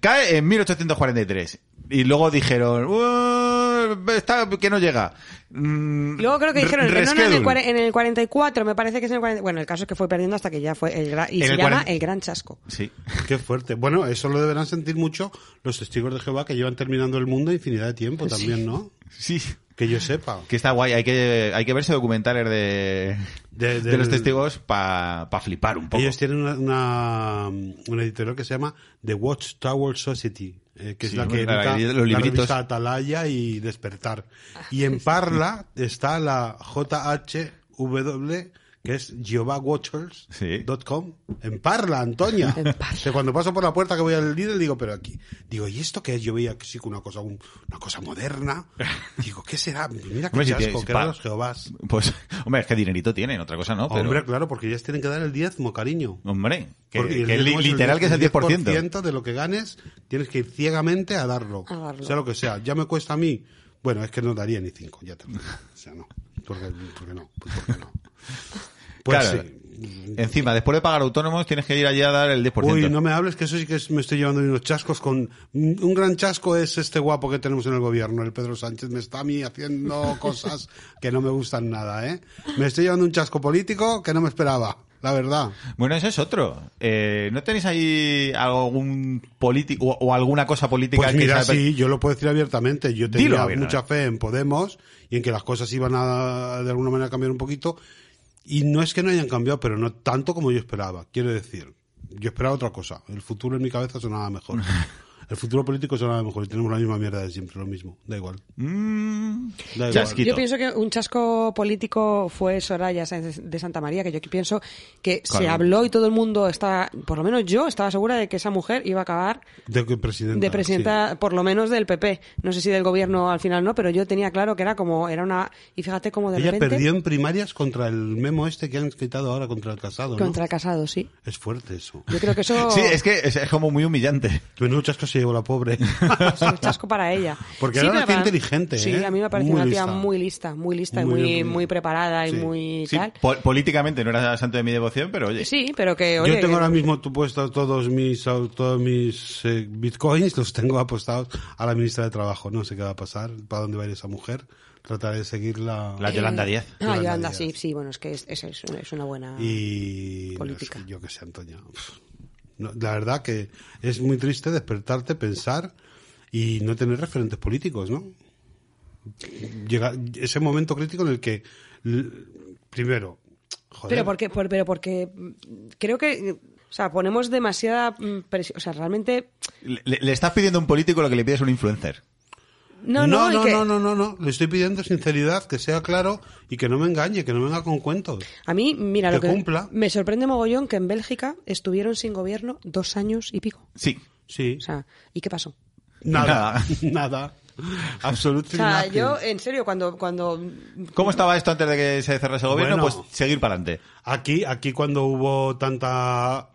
Speaker 5: cae en 1843. Y luego dijeron, "Uh, está, que no llega. Mm,
Speaker 4: Luego creo que dijeron que no, no, en el,
Speaker 5: reschedule.
Speaker 4: cuare- en el 44, me parece que es en el 44. Bueno, el caso es que fue perdiendo hasta que ya fue el gran. Y
Speaker 5: En
Speaker 4: se
Speaker 5: el
Speaker 4: llama
Speaker 5: 40.
Speaker 4: el gran chasco.
Speaker 5: Sí. (laughs)
Speaker 6: Qué fuerte. Bueno, eso lo deberán sentir mucho los testigos de Jehová que llevan terminando el mundo infinidad de tiempo también, ¿no?
Speaker 5: Sí.
Speaker 6: Que yo sepa.
Speaker 5: Que está guay, hay que, hay que verse documentales de, de,
Speaker 6: De-
Speaker 5: los
Speaker 6: del-
Speaker 5: testigos para flipar un poco.
Speaker 6: Ellos tienen una, una, mm, una editorial que se llama The Watchtower Society, eh, que
Speaker 5: Sí,
Speaker 6: es la que
Speaker 5: la- la-
Speaker 6: edita
Speaker 5: los
Speaker 6: la
Speaker 5: libritos.
Speaker 6: revista Atalaya y Despertar. Y en Parla está la JHW, que es
Speaker 5: Sí.
Speaker 6: JehovahWatchers.com. En Parla, Antonia. O sea, cuando paso por la puerta que voy al Lidl, digo, pero aquí. Digo, ¿y esto qué es? Yo veía que sí, que una cosa, un- una cosa
Speaker 5: (laughs)
Speaker 6: moderna. Digo, ¿qué será? Mira qué
Speaker 5: Hombre, si
Speaker 6: chasco,
Speaker 5: tienes-
Speaker 6: que eran
Speaker 5: pa-
Speaker 6: los Jehovás.
Speaker 5: Pues, (laughs) hombre, es que dinerito tienen, otra cosa no, pero...
Speaker 6: Hombre, claro, porque ellos tienen que dar el diezmo, cariño.
Speaker 5: hombre, que,
Speaker 6: Porque el
Speaker 5: que li-
Speaker 6: diezmo es el
Speaker 5: literal que es el 10%.
Speaker 6: 10% de lo que ganes, tienes que ir ciegamente a darlo.
Speaker 4: A darlo.
Speaker 6: Sea lo que sea. Ya me cuesta a mí. Bueno, es que no daría ni 5, ya te lo digo. O sea, no. Porque, porque no. Pues porque (laughs) no. Pues
Speaker 5: Claro.
Speaker 6: sí.
Speaker 5: Encima, después de pagar autónomos, tienes que ir allí a dar el 10%.
Speaker 6: Uy, no me hables, que eso sí que es- me estoy llevando de unos chascos con... Un gran chasco es este guapo que tenemos en el gobierno, el Pedro Sánchez. Me está a mí haciendo (laughs) cosas que no me gustan nada, ¿eh? Me estoy llevando un chasco político que no me esperaba, la verdad.
Speaker 5: Bueno, eso es otro. Eh, ¿No tenéis ahí algún político o, o alguna cosa política
Speaker 6: Pues
Speaker 5: que
Speaker 6: mira,
Speaker 5: sabe-
Speaker 6: sí, yo lo puedo decir abiertamente. Yo
Speaker 5: Dilo
Speaker 6: tenía
Speaker 5: abiertamente.
Speaker 6: mucha fe en Podemos y en que las cosas iban a de alguna manera cambiar un poquito. Y no es que no hayan cambiado, pero no tanto como yo esperaba. Quiero decir, yo esperaba otra cosa. El futuro en mi cabeza sonaba
Speaker 5: (laughs)
Speaker 6: mejor. El futuro político sonaba mejor y tenemos la misma mierda de siempre, lo mismo. Da igual.
Speaker 5: Mm,
Speaker 6: Da igual.
Speaker 5: Chasquito.
Speaker 4: Yo pienso que un chasco político fue Soraya Sáenz de Santa María, que yo pienso que se
Speaker 5: Claro.
Speaker 4: habló y todo el mundo estaba, por lo menos yo estaba segura de que esa mujer iba a acabar
Speaker 6: De que presidenta.
Speaker 4: de presidenta, por lo menos del PP. No sé si del gobierno al final no, pero yo tenía claro que era como, era una, y fíjate como
Speaker 6: sí.
Speaker 4: de
Speaker 6: Ella
Speaker 4: repente,
Speaker 6: perdió en primarias contra el memo este que han quitado ahora contra el casado. ¿no?
Speaker 4: contra el casado, sí.
Speaker 6: Es fuerte eso.
Speaker 4: Yo creo que eso
Speaker 5: (laughs) Sí, es que es, es como muy humillante.
Speaker 6: Menudo chasco se llevó la
Speaker 4: (laughs)
Speaker 6: pobre.
Speaker 4: es un chasco para ella.
Speaker 6: (laughs) Porque era una
Speaker 4: pero
Speaker 6: tía
Speaker 4: para-
Speaker 6: inteligente,
Speaker 4: Sí,
Speaker 6: ¿eh?
Speaker 4: a mí me parece
Speaker 6: Muy
Speaker 4: una tía
Speaker 6: lista.
Speaker 4: muy lista, muy lista
Speaker 6: Muy
Speaker 4: y muy,
Speaker 6: bien, muy
Speaker 4: muy
Speaker 6: bien.
Speaker 4: preparada y
Speaker 6: Sí.
Speaker 4: muy
Speaker 5: Sí,
Speaker 4: tal. Pues
Speaker 5: pol- políticamente no era santo de mi devoción, pero oye.
Speaker 4: Sí, pero que oye, eh,
Speaker 6: Yo tengo
Speaker 4: que-
Speaker 6: ahora mismo tu puesto todos mis todos mis eh, bitcoins, los tengo apostados a la ministra de Trabajo. No sé qué va a pasar, para dónde va a ir esa mujer. Trataré de seguirla.
Speaker 5: La Yolanda Díaz.
Speaker 4: Ah,
Speaker 6: Yolanda
Speaker 4: Yolanda,
Speaker 6: Díaz.
Speaker 4: sí, sí, bueno, es que es, es, es una- es una buena...
Speaker 6: Y no,
Speaker 4: Política.
Speaker 6: es que yo que sé, Antonio. Pf, no, la verdad que es muy triste despertarte, pensar y no tener referentes políticos, ¿no? Llega ese momento crítico en el que l- primero, joder,
Speaker 4: Pero porque, por- pero porque mm, creo que, o sea, ponemos demasiada mm, presión, o sea, realmente...
Speaker 5: Le, le- le estás pidiendo a un político lo que le pides a un influencer.
Speaker 4: No, no, y
Speaker 6: no,
Speaker 4: que-
Speaker 6: no, no, no, no. Le estoy pidiendo sinceridad, que sea claro y que no me engañe, que no venga con cuentos.
Speaker 4: A mí, mira, lo
Speaker 6: Que
Speaker 4: que
Speaker 6: cumpla.
Speaker 4: me sorprende mogollón que en Bélgica estuvieron sin gobierno dos años y pico.
Speaker 5: Sí.
Speaker 6: Sí.
Speaker 4: O sea, ¿y qué pasó?
Speaker 6: nada, (laughs) nada.
Speaker 4: O
Speaker 6: Absolutamente.
Speaker 4: sea, yo, en serio, cuando, cuando
Speaker 5: ¿Cómo estaba esto antes de que se cerrase el gobierno?
Speaker 6: Bueno.
Speaker 5: Pues seguir para adelante.
Speaker 6: Aquí, aquí cuando hubo tanta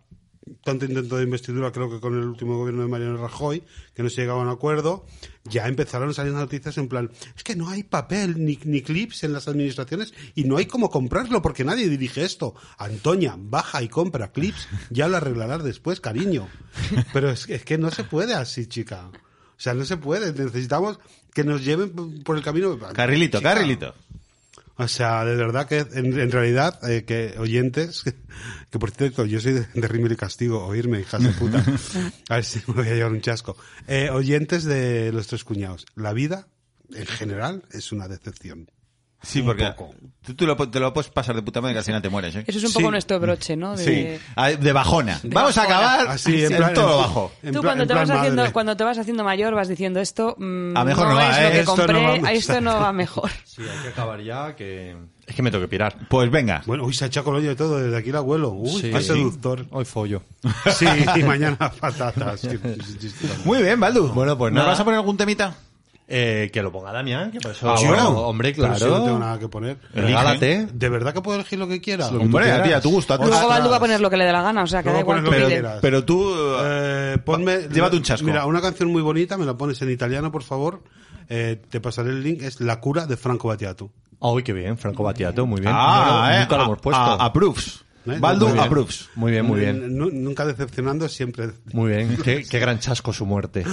Speaker 6: tanto intento de investidura, creo que con el último gobierno de Mariano Rajoy, que no se llegaba a un acuerdo, ya empezaron a salir noticias en plan, es que no hay papel ni, ni clips en las administraciones y no hay cómo comprarlo porque nadie dirige esto. Antonia, baja y compra clips, ya lo arreglarás después, cariño. Pero es, es que no se puede así, chica. O sea, no se puede. Necesitamos que nos lleven por el camino.
Speaker 5: Carrilito,
Speaker 6: Chica,
Speaker 5: carrilito.
Speaker 6: o sea, de verdad que en, en realidad, eh, que oyentes, (laughs) que, por cierto, yo soy de, de Rímel y Castigo, oírme, hijas de puta. A ver si me voy a llevar un chasco. Eh, oyentes de los tres cuñados, la vida en general es una decepción.
Speaker 5: Sí, porque
Speaker 6: poco.
Speaker 5: tú, tú lo, po- te lo puedes pasar de puta madre que al final te mueres, ¿eh?
Speaker 4: Eso es un
Speaker 6: Sí.
Speaker 4: poco nuestro broche, ¿no? De-
Speaker 5: Sí, Ah, de bajona. Vamos a acabar
Speaker 6: Así, en
Speaker 5: en
Speaker 6: plan-
Speaker 5: todo
Speaker 6: en-
Speaker 5: bajo.
Speaker 6: en
Speaker 4: Tú
Speaker 6: plan-
Speaker 4: cuando
Speaker 6: en
Speaker 4: te,
Speaker 6: plan
Speaker 4: vas haciendo,
Speaker 6: madre.
Speaker 4: cuando te vas haciendo mayor vas diciendo esto mm,
Speaker 5: A mejor no va,
Speaker 4: es
Speaker 5: ¿eh?
Speaker 4: lo que
Speaker 6: Esto no
Speaker 4: compré,
Speaker 6: va
Speaker 4: (laughs)
Speaker 6: a
Speaker 4: esto no va mejor.
Speaker 7: Sí, hay que acabar ya, que... Es que me tengo que pirar.
Speaker 5: Pues venga.
Speaker 6: Bueno, uy, se ha echado con de todo, desde aquí el abuelo. Uy,
Speaker 7: Sí.
Speaker 6: qué seductor.
Speaker 7: Hoy follo.
Speaker 6: Sí, y mañana (laughs) patatas.
Speaker 5: Muy bien, Baldu.
Speaker 7: Bueno, pues
Speaker 5: ¿Nos
Speaker 7: nada.
Speaker 5: vas a poner algún temita?
Speaker 7: eh, que lo ponga Damián, que por eso...
Speaker 6: Ah,
Speaker 7: Bueno,
Speaker 6: bueno,
Speaker 7: hombre,
Speaker 6: pero
Speaker 7: claro.
Speaker 6: si no tengo nada que poner.
Speaker 7: Regálate.
Speaker 6: ¿De verdad que puedo elegir lo que quiera?
Speaker 7: que tú
Speaker 5: Hombre, a ti, a tu gusto. a tu
Speaker 4: Luego
Speaker 5: gusto.
Speaker 4: Baldu va a poner lo que le dé la gana, o sea, que
Speaker 6: Luego
Speaker 4: da igual
Speaker 6: pones
Speaker 4: que
Speaker 6: lo que
Speaker 5: pero,
Speaker 4: pide.
Speaker 6: quieras.
Speaker 5: pero tú...
Speaker 6: Eh, ponme,
Speaker 5: Llévate un chasco.
Speaker 6: Mira, una canción muy bonita, me la pones en italiano, por favor. Eh, te pasaré el link, es La cura de Franco Battiato.
Speaker 7: Ay, qué bien, Franco Batiato, muy bien.
Speaker 5: ah,
Speaker 7: No,
Speaker 5: eh.
Speaker 7: Nunca lo hemos puesto.
Speaker 5: a- approves.
Speaker 6: ¿Eh?
Speaker 5: Baldu
Speaker 6: Muy bien.
Speaker 5: approves.
Speaker 7: muy bien, muy bien.
Speaker 6: N- nu- Nunca decepcionando, siempre.
Speaker 7: Muy bien, qué, qué gran chasco su muerte.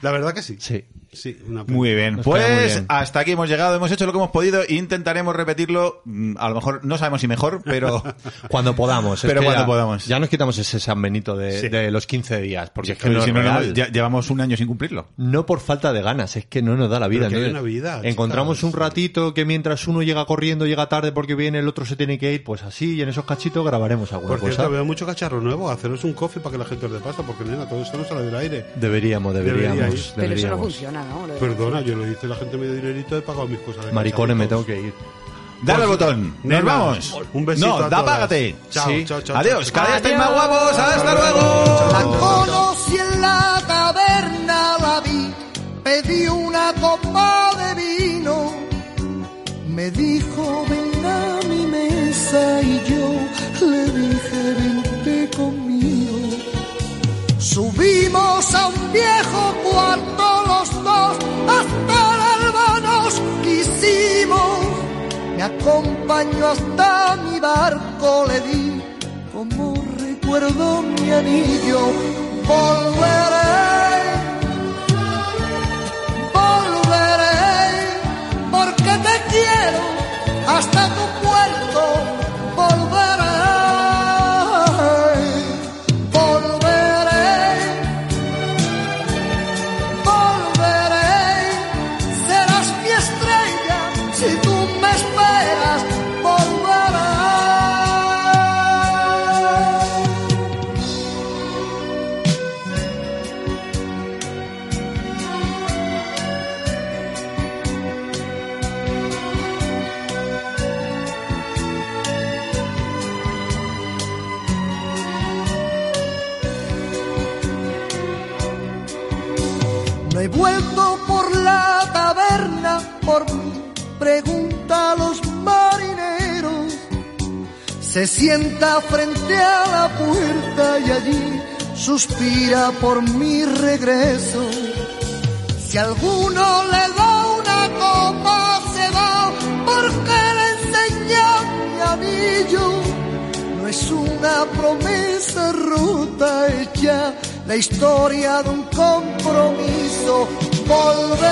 Speaker 6: La verdad que sí.
Speaker 7: Sí.
Speaker 6: Sí, una pena.
Speaker 5: Muy bien,
Speaker 7: Nos
Speaker 5: pues
Speaker 7: queda muy bien.
Speaker 5: hasta aquí hemos llegado, hemos hecho lo que hemos podido, intentaremos repetirlo, mm, a lo mejor no sabemos si mejor,
Speaker 7: (laughs)
Speaker 5: pero
Speaker 7: Cuando podamos. es
Speaker 5: Pero
Speaker 7: que
Speaker 5: cuando
Speaker 7: ya-
Speaker 5: podamos.
Speaker 7: Ya nos quitamos ese San Benito de,
Speaker 5: Sí.
Speaker 7: de los 15 días, porque es que
Speaker 5: Oye,
Speaker 7: no,
Speaker 5: si
Speaker 7: es
Speaker 5: no, no,
Speaker 7: real.
Speaker 5: ya- llevamos un año sin cumplirlo.
Speaker 7: No por falta de ganas, es que no nos da la vida.
Speaker 6: Pero que hay
Speaker 7: ¿no?
Speaker 6: una vida,
Speaker 7: Encontramos
Speaker 6: chicas.
Speaker 7: un ratito que mientras uno llega corriendo, llega tarde porque viene, el otro se tiene que ir, pues así, y en esos cachitos grabaremos alguna
Speaker 6: Por cierto,
Speaker 7: cosa.
Speaker 6: veo mucho cacharro nuevo. Haceros un coffee para que la gente os dé pasta, porque nena, todo esto no sale del aire.
Speaker 7: Deberíamos, deberíamos,
Speaker 6: Deberíais.
Speaker 4: Pero eso no
Speaker 7: deberíamos.
Speaker 4: funciona, ¿no? Lo de-
Speaker 6: Perdona, yo lo hice, la gente me dio dinerito, he pagado mis cosas. de
Speaker 7: Maricones, me tengo
Speaker 6: cacharritos.
Speaker 7: que ir.
Speaker 5: Dale al botón, nos
Speaker 6: Nena,
Speaker 5: vamos.
Speaker 6: Un besito.
Speaker 5: No,
Speaker 6: a
Speaker 5: da,
Speaker 6: todas.
Speaker 5: apágate.
Speaker 6: Chao,
Speaker 7: Sí.
Speaker 6: chao, chao.
Speaker 5: Adiós,
Speaker 6: chao,
Speaker 5: cada día estáis más
Speaker 4: Adiós.
Speaker 5: guapos, hasta luego.
Speaker 9: La conocí en la taberna, la vi, pedí una copa de vino. Me dijo, ven a mi mesa y yo le dije, vente conmigo. Subimos a un viejo cuarto los dos, hasta el alba nos quisimos. Me acompañó hasta mi barco, le di como recuerdo mi anillo. Volveré, volveré, porque te quiero hasta tu puerto. Volveré, volveré volveré, serás mi estrella si tú me esperas, volveré. No he vuelto por la taberna por mí, pregunta a los marineros. Se sienta frente a la puerta y allí suspira por mi regreso. Si alguno le da una copa se va porque le enseña mi anillo. No es una promesa rota hecha, la historia de un compromiso. Volveré,